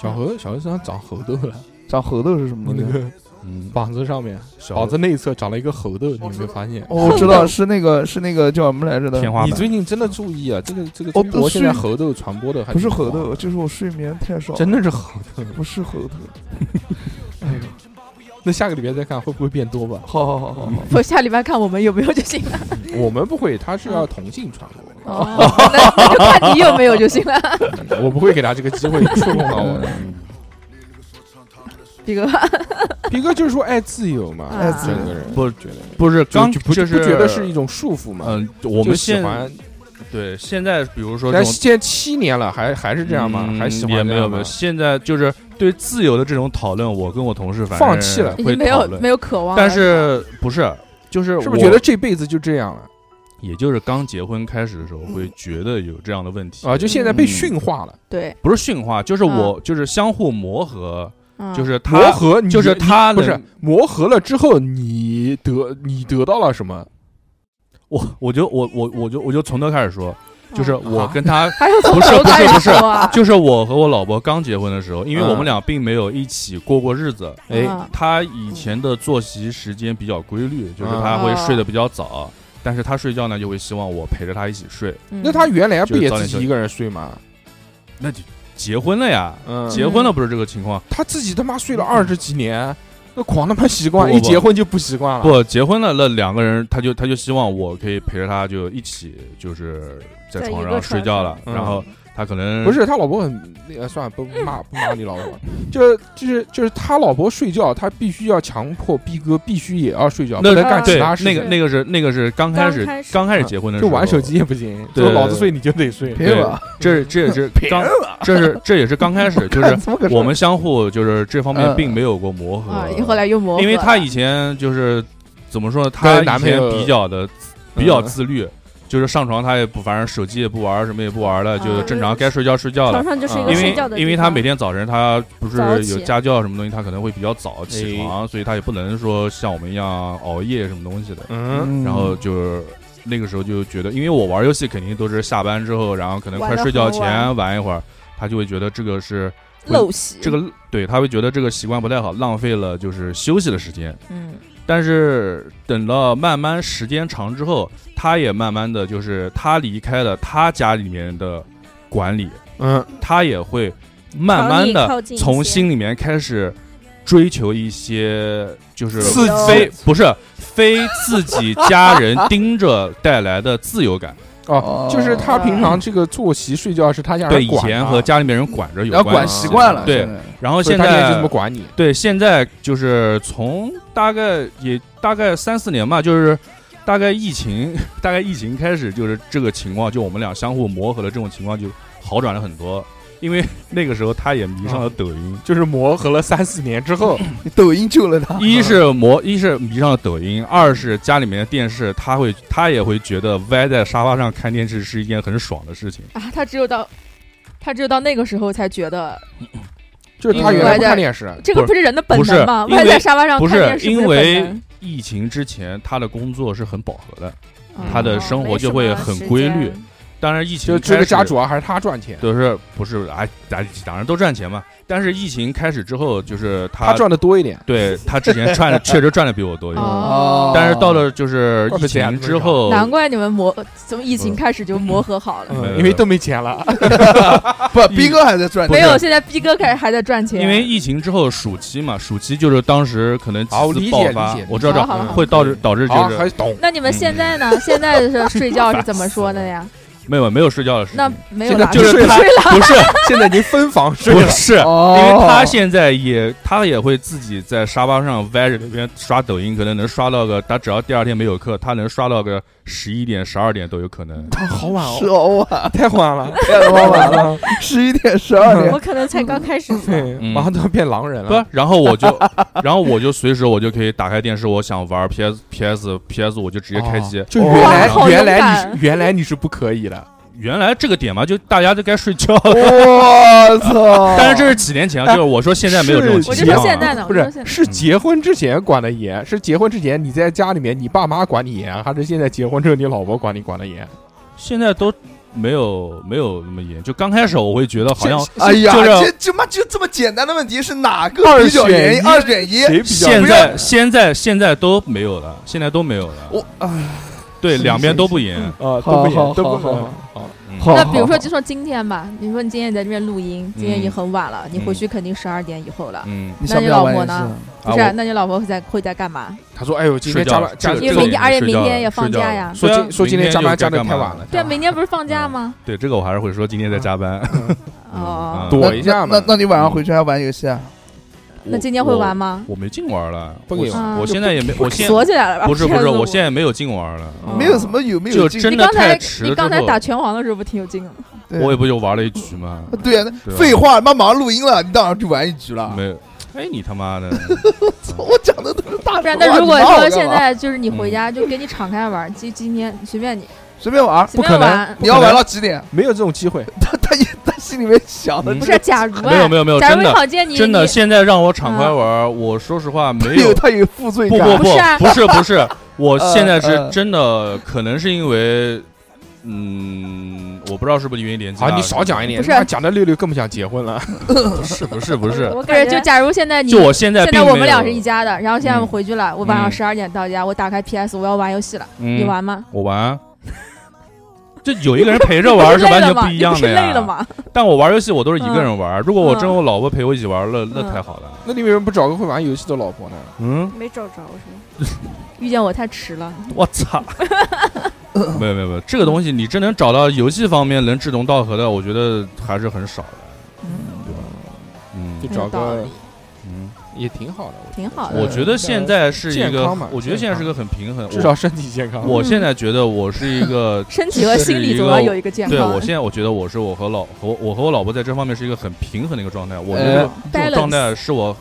[SPEAKER 1] 小何小何身上长猴痘了，
[SPEAKER 2] 长猴痘是什么
[SPEAKER 1] 那
[SPEAKER 2] 东西？
[SPEAKER 1] 个
[SPEAKER 3] 嗯，
[SPEAKER 1] 膀子上面，
[SPEAKER 3] 小
[SPEAKER 1] 膀子内侧长了一个猴痘，你有没有发现？
[SPEAKER 2] *laughs* 哦，我知道是那个是那个叫什么来着的
[SPEAKER 3] 天？花
[SPEAKER 1] 你
[SPEAKER 3] 板，
[SPEAKER 1] 最近真的注意啊，这个这个
[SPEAKER 2] 哦
[SPEAKER 1] 中国
[SPEAKER 2] 不
[SPEAKER 1] 现在
[SPEAKER 2] 是
[SPEAKER 1] 猴痘传播的还
[SPEAKER 2] 不是
[SPEAKER 1] 挺
[SPEAKER 2] 猴
[SPEAKER 1] 广
[SPEAKER 2] 痘，就是我睡眠太少，
[SPEAKER 1] 真的是猴痘。
[SPEAKER 2] 不是猴痘。
[SPEAKER 1] 那下个礼拜再看会不会变多吧？
[SPEAKER 2] 好好好好好，
[SPEAKER 5] 我下礼拜看我们有没有就行了。
[SPEAKER 1] 我们不会，他是要同性传播，
[SPEAKER 5] *laughs* 哦，那那就看你有没有就
[SPEAKER 3] *laughs*
[SPEAKER 5] 行了。
[SPEAKER 1] 我不会给他这个机会触
[SPEAKER 2] 嗯
[SPEAKER 1] 碰到我的。
[SPEAKER 5] 这个
[SPEAKER 1] *laughs* 逼哥就是说爱自由嘛，
[SPEAKER 5] 爱
[SPEAKER 2] 自
[SPEAKER 1] 整
[SPEAKER 2] 由
[SPEAKER 1] 个人
[SPEAKER 3] 不
[SPEAKER 1] 觉得
[SPEAKER 3] 不是刚
[SPEAKER 1] 就不
[SPEAKER 3] 就是
[SPEAKER 1] 不觉得是一呃种束缚嘛？
[SPEAKER 3] 嗯，我
[SPEAKER 1] 就
[SPEAKER 3] 们
[SPEAKER 1] 喜
[SPEAKER 3] 现
[SPEAKER 1] 欢，
[SPEAKER 3] 对现在比如说这
[SPEAKER 1] 但
[SPEAKER 3] 种
[SPEAKER 1] 现在七年了，还还是这样吗？
[SPEAKER 3] 嗯
[SPEAKER 1] 还喜
[SPEAKER 3] 也
[SPEAKER 1] 欢
[SPEAKER 3] 没
[SPEAKER 1] 这
[SPEAKER 3] 有
[SPEAKER 1] 样
[SPEAKER 3] 没
[SPEAKER 1] 吗
[SPEAKER 3] 有，？现在就是对自由的这种讨论，我跟我同事反正
[SPEAKER 1] 放弃了
[SPEAKER 5] 已
[SPEAKER 3] 会
[SPEAKER 5] 经没
[SPEAKER 3] 讨
[SPEAKER 5] 有
[SPEAKER 3] 论，
[SPEAKER 5] 没有渴望了，
[SPEAKER 3] 但是不是就是
[SPEAKER 1] 是不
[SPEAKER 3] 我
[SPEAKER 1] 是觉得这辈子就这样了
[SPEAKER 3] 也就是刚结婚开始的时候会觉得有这样的问题啊
[SPEAKER 1] 啊？就现在被驯化了，
[SPEAKER 5] 对，
[SPEAKER 3] 不是驯化，就是我就是相互磨合，
[SPEAKER 5] 嗯
[SPEAKER 3] 就是他
[SPEAKER 1] 磨合你
[SPEAKER 3] 就是他
[SPEAKER 1] 不是
[SPEAKER 3] 能
[SPEAKER 1] 磨合了之后，你得你得到了什么？
[SPEAKER 3] 我我就我我我就我就从头开始说，就是
[SPEAKER 5] 嗯
[SPEAKER 3] 我
[SPEAKER 1] 啊
[SPEAKER 3] 跟他
[SPEAKER 5] *laughs* 还有
[SPEAKER 3] 不是不是不是
[SPEAKER 5] 啊
[SPEAKER 3] 就是我和我老婆刚结婚的时候，因为
[SPEAKER 1] 嗯
[SPEAKER 3] 我们俩并没有一起过过日子。
[SPEAKER 1] 哎
[SPEAKER 5] 嗯
[SPEAKER 3] 她以前的作息时间比较规律，就是她会睡得比较早，但是她睡觉呢就会希望我陪着她一起睡。
[SPEAKER 5] 嗯
[SPEAKER 1] 那他原来不
[SPEAKER 3] 就是
[SPEAKER 1] 也
[SPEAKER 3] 早点
[SPEAKER 1] 自己
[SPEAKER 3] 休息
[SPEAKER 1] 一个人睡吗？
[SPEAKER 3] 那就结婚了呀，
[SPEAKER 1] 嗯，
[SPEAKER 3] 结婚了不是这个情况，
[SPEAKER 1] 他自己他妈睡了二十几年，那狂他妈习惯，
[SPEAKER 3] 不
[SPEAKER 1] 一
[SPEAKER 3] 不
[SPEAKER 1] 结婚就不习惯了。
[SPEAKER 3] 不嗯结婚了，那两个人她就她就希望我可以陪着她就一起就是在
[SPEAKER 4] 在一
[SPEAKER 3] 床
[SPEAKER 4] 个
[SPEAKER 3] 上
[SPEAKER 4] 床
[SPEAKER 3] 睡觉了，
[SPEAKER 1] 上
[SPEAKER 3] 然后她可能
[SPEAKER 1] 不是他老婆很，呃，算了，不
[SPEAKER 3] *laughs*
[SPEAKER 1] 骂不骂你老婆，就是就是就是他老婆睡觉，他必须要强迫逼哥必须也要睡觉，
[SPEAKER 3] 那
[SPEAKER 1] 不能干其
[SPEAKER 3] 对
[SPEAKER 1] 他事情，
[SPEAKER 3] 那个那个是那个是刚开始
[SPEAKER 4] 刚开始
[SPEAKER 3] 刚开始结婚的时
[SPEAKER 1] 就
[SPEAKER 3] 候
[SPEAKER 1] 玩手机也不行，
[SPEAKER 3] 对
[SPEAKER 1] 说老子睡你就得睡，
[SPEAKER 2] 别吧，
[SPEAKER 3] 这是这也是 *laughs* 刚，这是这也是刚开始，就是
[SPEAKER 2] *laughs* 怎么个事儿
[SPEAKER 3] 我们相互就是这方面
[SPEAKER 2] 嗯
[SPEAKER 3] 并没有过磨合
[SPEAKER 5] 啊，，后来又磨
[SPEAKER 3] 哦
[SPEAKER 5] 合了，啊
[SPEAKER 3] 因为她以前就是怎么说呢，她
[SPEAKER 1] 跟男
[SPEAKER 3] 以
[SPEAKER 1] 朋
[SPEAKER 3] 前
[SPEAKER 1] 友
[SPEAKER 3] 比较的比较
[SPEAKER 1] 嗯
[SPEAKER 3] 自律，就是上床她也不，反正手机也不玩，什么也不玩了，就正常该睡觉睡觉
[SPEAKER 4] 啊床
[SPEAKER 3] 了。
[SPEAKER 4] 上就是一
[SPEAKER 1] 嗯
[SPEAKER 4] 个
[SPEAKER 3] 因
[SPEAKER 4] 睡觉
[SPEAKER 3] 为
[SPEAKER 4] 的地
[SPEAKER 3] 因为她
[SPEAKER 4] 方
[SPEAKER 3] 每天早晨她不是
[SPEAKER 4] 早起
[SPEAKER 3] 有家教什么东西，她可能会比较早起床，所以她也不能说像我们一样熬夜什么东西的。
[SPEAKER 1] 嗯，
[SPEAKER 3] 然后就是那个时候就觉得，因为我玩游戏肯定都是下班之后，然后可能快
[SPEAKER 4] 玩得
[SPEAKER 3] 睡觉
[SPEAKER 4] 很
[SPEAKER 3] 前
[SPEAKER 4] 晚
[SPEAKER 3] 玩一会儿，他就会觉得这个是
[SPEAKER 5] 陋习，
[SPEAKER 3] 这个对，他会觉得这个习惯不太好，浪费了就是休息的时间。
[SPEAKER 5] 嗯
[SPEAKER 3] 但是等到慢慢时间长之后，他也慢慢的就是他离开了他家里面的管理，
[SPEAKER 1] 嗯，
[SPEAKER 3] 他也会慢慢
[SPEAKER 4] 朝你
[SPEAKER 3] 的
[SPEAKER 4] 靠近一些
[SPEAKER 3] 从心里面开始追求一些就是
[SPEAKER 1] 刺激
[SPEAKER 3] 非不是非自己家人盯着带来的自由感，
[SPEAKER 1] 哦，就是他平常这个作息睡觉是他家
[SPEAKER 3] 对
[SPEAKER 1] 人
[SPEAKER 3] 以
[SPEAKER 1] 管
[SPEAKER 3] 前
[SPEAKER 1] 啊
[SPEAKER 3] 和，家里面人管着
[SPEAKER 2] 然
[SPEAKER 3] 有
[SPEAKER 2] 后管
[SPEAKER 3] 关系。
[SPEAKER 2] 习惯了，
[SPEAKER 3] 对
[SPEAKER 2] 现在
[SPEAKER 3] 然后
[SPEAKER 1] 所以
[SPEAKER 3] 现
[SPEAKER 1] 他现
[SPEAKER 3] 在
[SPEAKER 1] 在就这么管你，
[SPEAKER 3] 对，现在就是从大概也大概三四年吧，就是大概疫情 *laughs* 大概疫情开始，就是这个情况，就我们俩相互磨合的这种情况就好转了很多。因为那个时候他也迷上
[SPEAKER 1] 嗯
[SPEAKER 3] 了抖音，
[SPEAKER 1] 就是磨合了三四年之后，
[SPEAKER 5] 嗯
[SPEAKER 2] 你抖音救了
[SPEAKER 1] *laughs*
[SPEAKER 2] 他，
[SPEAKER 3] 一是磨，一是迷上了抖音，二是家里面的电视，他会他也会觉得歪在沙发上看电视是一件很爽的事情。
[SPEAKER 5] 啊，他只有到。他只有到那个时候才觉得，
[SPEAKER 1] 就是他原来不看电视，
[SPEAKER 5] 这个不是人的本
[SPEAKER 3] 不是
[SPEAKER 5] 能吗？
[SPEAKER 3] 因为
[SPEAKER 5] 歪在沙发上
[SPEAKER 3] 不
[SPEAKER 5] 看
[SPEAKER 3] 是
[SPEAKER 5] 电视
[SPEAKER 3] 因
[SPEAKER 5] 是
[SPEAKER 3] 为
[SPEAKER 5] 本能
[SPEAKER 3] 疫情之前，他的工作是很饱和的，
[SPEAKER 5] 嗯
[SPEAKER 3] 他的
[SPEAKER 4] 哦
[SPEAKER 3] 生
[SPEAKER 4] 没
[SPEAKER 3] 活就
[SPEAKER 4] 什
[SPEAKER 3] 会
[SPEAKER 4] 么
[SPEAKER 3] 很
[SPEAKER 4] 时
[SPEAKER 3] 规
[SPEAKER 4] 间
[SPEAKER 3] 律。当然，疫情
[SPEAKER 1] 就这个
[SPEAKER 3] 开始
[SPEAKER 1] 家主啊要还是他赚钱，
[SPEAKER 3] 就是不是哎，咱两人都赚钱嘛。但是疫情开始之后，就是他
[SPEAKER 1] 他赚的多一点，
[SPEAKER 3] 对他之前
[SPEAKER 1] *laughs*
[SPEAKER 3] 赚确实赚的比我多一点，
[SPEAKER 5] 哦，
[SPEAKER 3] 但是到了就是疫情之后，
[SPEAKER 5] 难怪你们磨从疫
[SPEAKER 3] 嗯
[SPEAKER 5] 情开始就磨合好了，
[SPEAKER 1] 嗯，因为都没钱了，
[SPEAKER 2] 啊不，逼哥还在赚，
[SPEAKER 5] *laughs* 没有现在逼哥开始还在赚钱，
[SPEAKER 3] 因为疫情之后暑期嘛，暑期就是当时可能几
[SPEAKER 1] 好我
[SPEAKER 3] 次
[SPEAKER 1] 理解
[SPEAKER 3] 爆发
[SPEAKER 1] 理解，
[SPEAKER 3] 我知道
[SPEAKER 5] 好
[SPEAKER 3] 这
[SPEAKER 5] 好好
[SPEAKER 3] 会导致导致就
[SPEAKER 1] 啊，
[SPEAKER 3] 是
[SPEAKER 1] 还懂。
[SPEAKER 3] *laughs*
[SPEAKER 5] 那你们现在呢？现在是睡觉是怎么说的呀？
[SPEAKER 3] 没有没有睡觉的事
[SPEAKER 5] 那
[SPEAKER 3] 情，
[SPEAKER 5] 没有
[SPEAKER 1] 现在
[SPEAKER 5] 了，
[SPEAKER 3] 就是他
[SPEAKER 5] *laughs* 睡了。
[SPEAKER 3] *laughs* 不
[SPEAKER 1] *laughs*
[SPEAKER 3] 是
[SPEAKER 1] 现在已经分房睡
[SPEAKER 3] 不
[SPEAKER 1] 了，
[SPEAKER 3] 是，
[SPEAKER 2] 哦，
[SPEAKER 3] 因为他现在也他也会自己在沙发上歪着那边刷抖音，可能能刷到个他只要第二天没有课，他能刷到个十一点十二点都有可能。
[SPEAKER 1] 好晚
[SPEAKER 2] 是
[SPEAKER 1] 哦，
[SPEAKER 2] 哦，
[SPEAKER 3] 啊
[SPEAKER 2] 哇，
[SPEAKER 1] 太晚
[SPEAKER 3] *laughs*
[SPEAKER 1] 了，
[SPEAKER 2] 太 *laughs* 他妈晚了，
[SPEAKER 1] 了，
[SPEAKER 2] 十一点十二点
[SPEAKER 4] 我，可能才刚开始做，
[SPEAKER 1] 对，
[SPEAKER 3] 嗯
[SPEAKER 1] 马上都要变狼人
[SPEAKER 3] 不
[SPEAKER 1] 了。，
[SPEAKER 3] 然后我
[SPEAKER 1] *laughs*
[SPEAKER 3] 就，然后我就随时我就可以打开电视，我想玩 PS PS PS，我就直接开机
[SPEAKER 1] 哦。就
[SPEAKER 2] 哇
[SPEAKER 1] 原来
[SPEAKER 5] 好勇
[SPEAKER 1] 原来
[SPEAKER 5] 敢
[SPEAKER 1] 你是原来你是不可以的，
[SPEAKER 3] 原来这个点嘛，就大家都该睡觉了。
[SPEAKER 1] 哦
[SPEAKER 2] 我操！
[SPEAKER 3] *laughs* 但是这是几年前啊，就是我说现在没有这种
[SPEAKER 1] 是
[SPEAKER 5] 我
[SPEAKER 3] 情
[SPEAKER 1] 这
[SPEAKER 5] 就说
[SPEAKER 1] 样
[SPEAKER 3] 况
[SPEAKER 5] 现在
[SPEAKER 3] 啊。
[SPEAKER 5] 呢，
[SPEAKER 1] 不
[SPEAKER 5] 我
[SPEAKER 1] 是
[SPEAKER 5] 就说现
[SPEAKER 1] 是结婚之前管的严，是结婚之前你在家里面你爸妈管你严，还是现在结婚之后你老婆管你管的严？
[SPEAKER 3] 现在都没有没有那么严，就刚开始我会觉得好像
[SPEAKER 2] 哎呀，
[SPEAKER 3] 就是
[SPEAKER 2] 这这妈就这么简单的问题是哪个
[SPEAKER 1] 二
[SPEAKER 2] 比较
[SPEAKER 1] 选
[SPEAKER 2] 原
[SPEAKER 1] 一
[SPEAKER 2] 因？二选一，
[SPEAKER 1] 谁比较
[SPEAKER 3] 现
[SPEAKER 2] 不
[SPEAKER 3] 在
[SPEAKER 2] 要
[SPEAKER 3] 现在现在都没有了，现在都没有了。
[SPEAKER 2] 我啊，
[SPEAKER 3] 对，
[SPEAKER 2] 是
[SPEAKER 3] 两边
[SPEAKER 2] 是
[SPEAKER 3] 都不严。
[SPEAKER 1] 啊都不
[SPEAKER 2] 好
[SPEAKER 1] 严，都不
[SPEAKER 2] 好
[SPEAKER 1] 严
[SPEAKER 2] 好
[SPEAKER 1] 好
[SPEAKER 3] 嗯
[SPEAKER 2] 好
[SPEAKER 5] 那比如说就说今天吧，你说你今天在这边录音，今天已经
[SPEAKER 3] 嗯
[SPEAKER 5] 很晚了，你
[SPEAKER 3] 嗯
[SPEAKER 5] 回去肯定十二点以后了。
[SPEAKER 3] 嗯，
[SPEAKER 2] 你
[SPEAKER 5] 那
[SPEAKER 2] 想
[SPEAKER 5] 你
[SPEAKER 2] 不想
[SPEAKER 5] 老
[SPEAKER 2] 玩
[SPEAKER 5] 婆
[SPEAKER 2] 游戏
[SPEAKER 5] 呢
[SPEAKER 2] 啊？
[SPEAKER 5] 不是，那你老婆会在会在干嘛？
[SPEAKER 1] 他说：“哎呦，今
[SPEAKER 3] 睡
[SPEAKER 1] 天
[SPEAKER 3] 觉
[SPEAKER 1] 加
[SPEAKER 3] 了
[SPEAKER 1] 班加
[SPEAKER 3] 这个
[SPEAKER 5] 因为
[SPEAKER 3] 这个
[SPEAKER 5] 明天而且
[SPEAKER 3] 睡觉
[SPEAKER 5] 明天
[SPEAKER 3] 了
[SPEAKER 5] 也放
[SPEAKER 3] 睡觉
[SPEAKER 5] 假
[SPEAKER 3] 了
[SPEAKER 5] 呀
[SPEAKER 1] 说
[SPEAKER 3] 对啊
[SPEAKER 1] 今说今天加班
[SPEAKER 3] 就
[SPEAKER 1] 加的
[SPEAKER 3] 该
[SPEAKER 1] 太
[SPEAKER 3] 干嘛
[SPEAKER 1] 晚了，
[SPEAKER 5] 对啊，明天不是放假吗？
[SPEAKER 3] 对，这个我还是会说今天在加班。
[SPEAKER 5] 哦
[SPEAKER 3] 嗯，
[SPEAKER 1] 躲一下
[SPEAKER 2] 那
[SPEAKER 1] 嘛
[SPEAKER 2] 那。那你晚上回去还玩游戏啊？
[SPEAKER 5] 那今天会玩吗？
[SPEAKER 3] 我？我没劲玩了，
[SPEAKER 1] 不
[SPEAKER 3] 我
[SPEAKER 1] 给
[SPEAKER 5] 玩
[SPEAKER 3] 我现在也没，我现
[SPEAKER 5] 锁起来了吧？
[SPEAKER 3] 不是不
[SPEAKER 5] 骗
[SPEAKER 3] 是，
[SPEAKER 5] 死
[SPEAKER 3] 我现在没有劲玩了。
[SPEAKER 5] 哦
[SPEAKER 2] 没有什么有没有
[SPEAKER 3] 就
[SPEAKER 2] 劲？
[SPEAKER 3] 真
[SPEAKER 5] 你
[SPEAKER 3] 的
[SPEAKER 5] 刚才
[SPEAKER 3] 太迟了
[SPEAKER 5] 你刚才
[SPEAKER 3] 之后
[SPEAKER 5] 打拳皇的时候不挺有劲的吗？
[SPEAKER 2] 对
[SPEAKER 3] 我也不就玩了一局嘛。
[SPEAKER 2] 对啊，
[SPEAKER 3] 对
[SPEAKER 2] 那
[SPEAKER 3] 吧
[SPEAKER 2] 废话，妈马上录音了，你当然去玩一局了
[SPEAKER 3] 没。有，哎，你他妈
[SPEAKER 5] *laughs*
[SPEAKER 3] 的，
[SPEAKER 2] 我讲的都是大实话。
[SPEAKER 5] 不然，那如果
[SPEAKER 2] 你骂我
[SPEAKER 5] 说
[SPEAKER 2] 干嘛
[SPEAKER 5] 现在就是你回家就给你敞开玩，今今天随便你
[SPEAKER 2] 随便玩，
[SPEAKER 5] 随
[SPEAKER 1] 不可
[SPEAKER 5] 便
[SPEAKER 1] 能
[SPEAKER 5] 玩。
[SPEAKER 2] 你要玩到几点？
[SPEAKER 1] 没有这种机会，
[SPEAKER 2] 他他也他心里面想的
[SPEAKER 3] 嗯
[SPEAKER 5] 不是，假如啊
[SPEAKER 3] 没有没有没有
[SPEAKER 5] 假如
[SPEAKER 3] 真的
[SPEAKER 5] 郝建你
[SPEAKER 3] 真的，
[SPEAKER 5] 你嗯
[SPEAKER 3] 现在让我敞开玩，我说实话没
[SPEAKER 2] 他
[SPEAKER 1] *laughs*
[SPEAKER 2] 有
[SPEAKER 3] 有。
[SPEAKER 2] 他有负罪
[SPEAKER 3] 不
[SPEAKER 2] 感。哎
[SPEAKER 3] 不
[SPEAKER 5] 不是啊
[SPEAKER 3] 不是不是，我
[SPEAKER 2] 呃
[SPEAKER 3] 现在是
[SPEAKER 2] 呃
[SPEAKER 3] 真的，可能是因为，嗯，我不知道是不是因为年纪
[SPEAKER 1] 好，
[SPEAKER 3] 大
[SPEAKER 1] 啊你
[SPEAKER 3] 了
[SPEAKER 1] 少讲一点。
[SPEAKER 5] 不是
[SPEAKER 1] 他妈讲的六六更不想结婚了。 *laughs*
[SPEAKER 3] 不是不是不是，
[SPEAKER 4] 我
[SPEAKER 5] 不是
[SPEAKER 4] 感觉
[SPEAKER 5] 就假如现在 *laughs* 你
[SPEAKER 3] 就我现在
[SPEAKER 5] 现在
[SPEAKER 3] 并没
[SPEAKER 5] 我们俩
[SPEAKER 3] 有
[SPEAKER 5] 是一，家的，然后现在我
[SPEAKER 3] 嗯
[SPEAKER 5] 回去了，我晚上
[SPEAKER 3] 嗯
[SPEAKER 5] 十二点到家，我打开 PS，我要玩游戏了，
[SPEAKER 3] 你
[SPEAKER 5] 你玩吗？
[SPEAKER 3] 嗯我玩，这有一个人陪着玩
[SPEAKER 5] *laughs* 你
[SPEAKER 3] 是
[SPEAKER 5] 不
[SPEAKER 3] 完
[SPEAKER 5] 累
[SPEAKER 3] 全
[SPEAKER 5] 了吗
[SPEAKER 3] 不一样
[SPEAKER 5] 你不
[SPEAKER 3] 的
[SPEAKER 5] 是
[SPEAKER 3] 呀。
[SPEAKER 5] 累了吗？
[SPEAKER 3] 但我玩游戏我都是一个人玩，如果我
[SPEAKER 5] 嗯
[SPEAKER 3] 真有老婆陪我一起玩，那那
[SPEAKER 5] 嗯
[SPEAKER 3] 太好了。
[SPEAKER 1] 那你为什么不找个会玩游戏的老婆呢？
[SPEAKER 3] 嗯，
[SPEAKER 4] 没找着是吗？
[SPEAKER 5] 遇见我太迟了，
[SPEAKER 3] 我
[SPEAKER 1] *laughs*
[SPEAKER 3] 操！没有没有没有，这个东西你真能找到游戏方面能志同道合的，我觉得还是很少的，
[SPEAKER 5] 嗯，
[SPEAKER 3] 对吧？嗯
[SPEAKER 1] 就
[SPEAKER 5] 很
[SPEAKER 1] 找
[SPEAKER 5] 有道
[SPEAKER 1] 个
[SPEAKER 5] 理，
[SPEAKER 3] 嗯，
[SPEAKER 1] 也挺好的，我
[SPEAKER 5] 挺好
[SPEAKER 3] 我
[SPEAKER 5] 的。，
[SPEAKER 3] 觉得现在是一
[SPEAKER 1] 健
[SPEAKER 3] 个
[SPEAKER 1] 康嘛，
[SPEAKER 3] 我觉得现在是个很平衡。
[SPEAKER 1] 至少身体健康。
[SPEAKER 3] 我我现在觉得我是一个
[SPEAKER 5] *laughs* 身体和心理总要有一个健
[SPEAKER 3] 对
[SPEAKER 5] 康
[SPEAKER 3] 我现在我觉得我是我和老和我和我老婆在这方面是一个很平衡的一个状态。我觉
[SPEAKER 2] 哎
[SPEAKER 1] 呃
[SPEAKER 3] 得这种
[SPEAKER 5] balance
[SPEAKER 3] 状态是我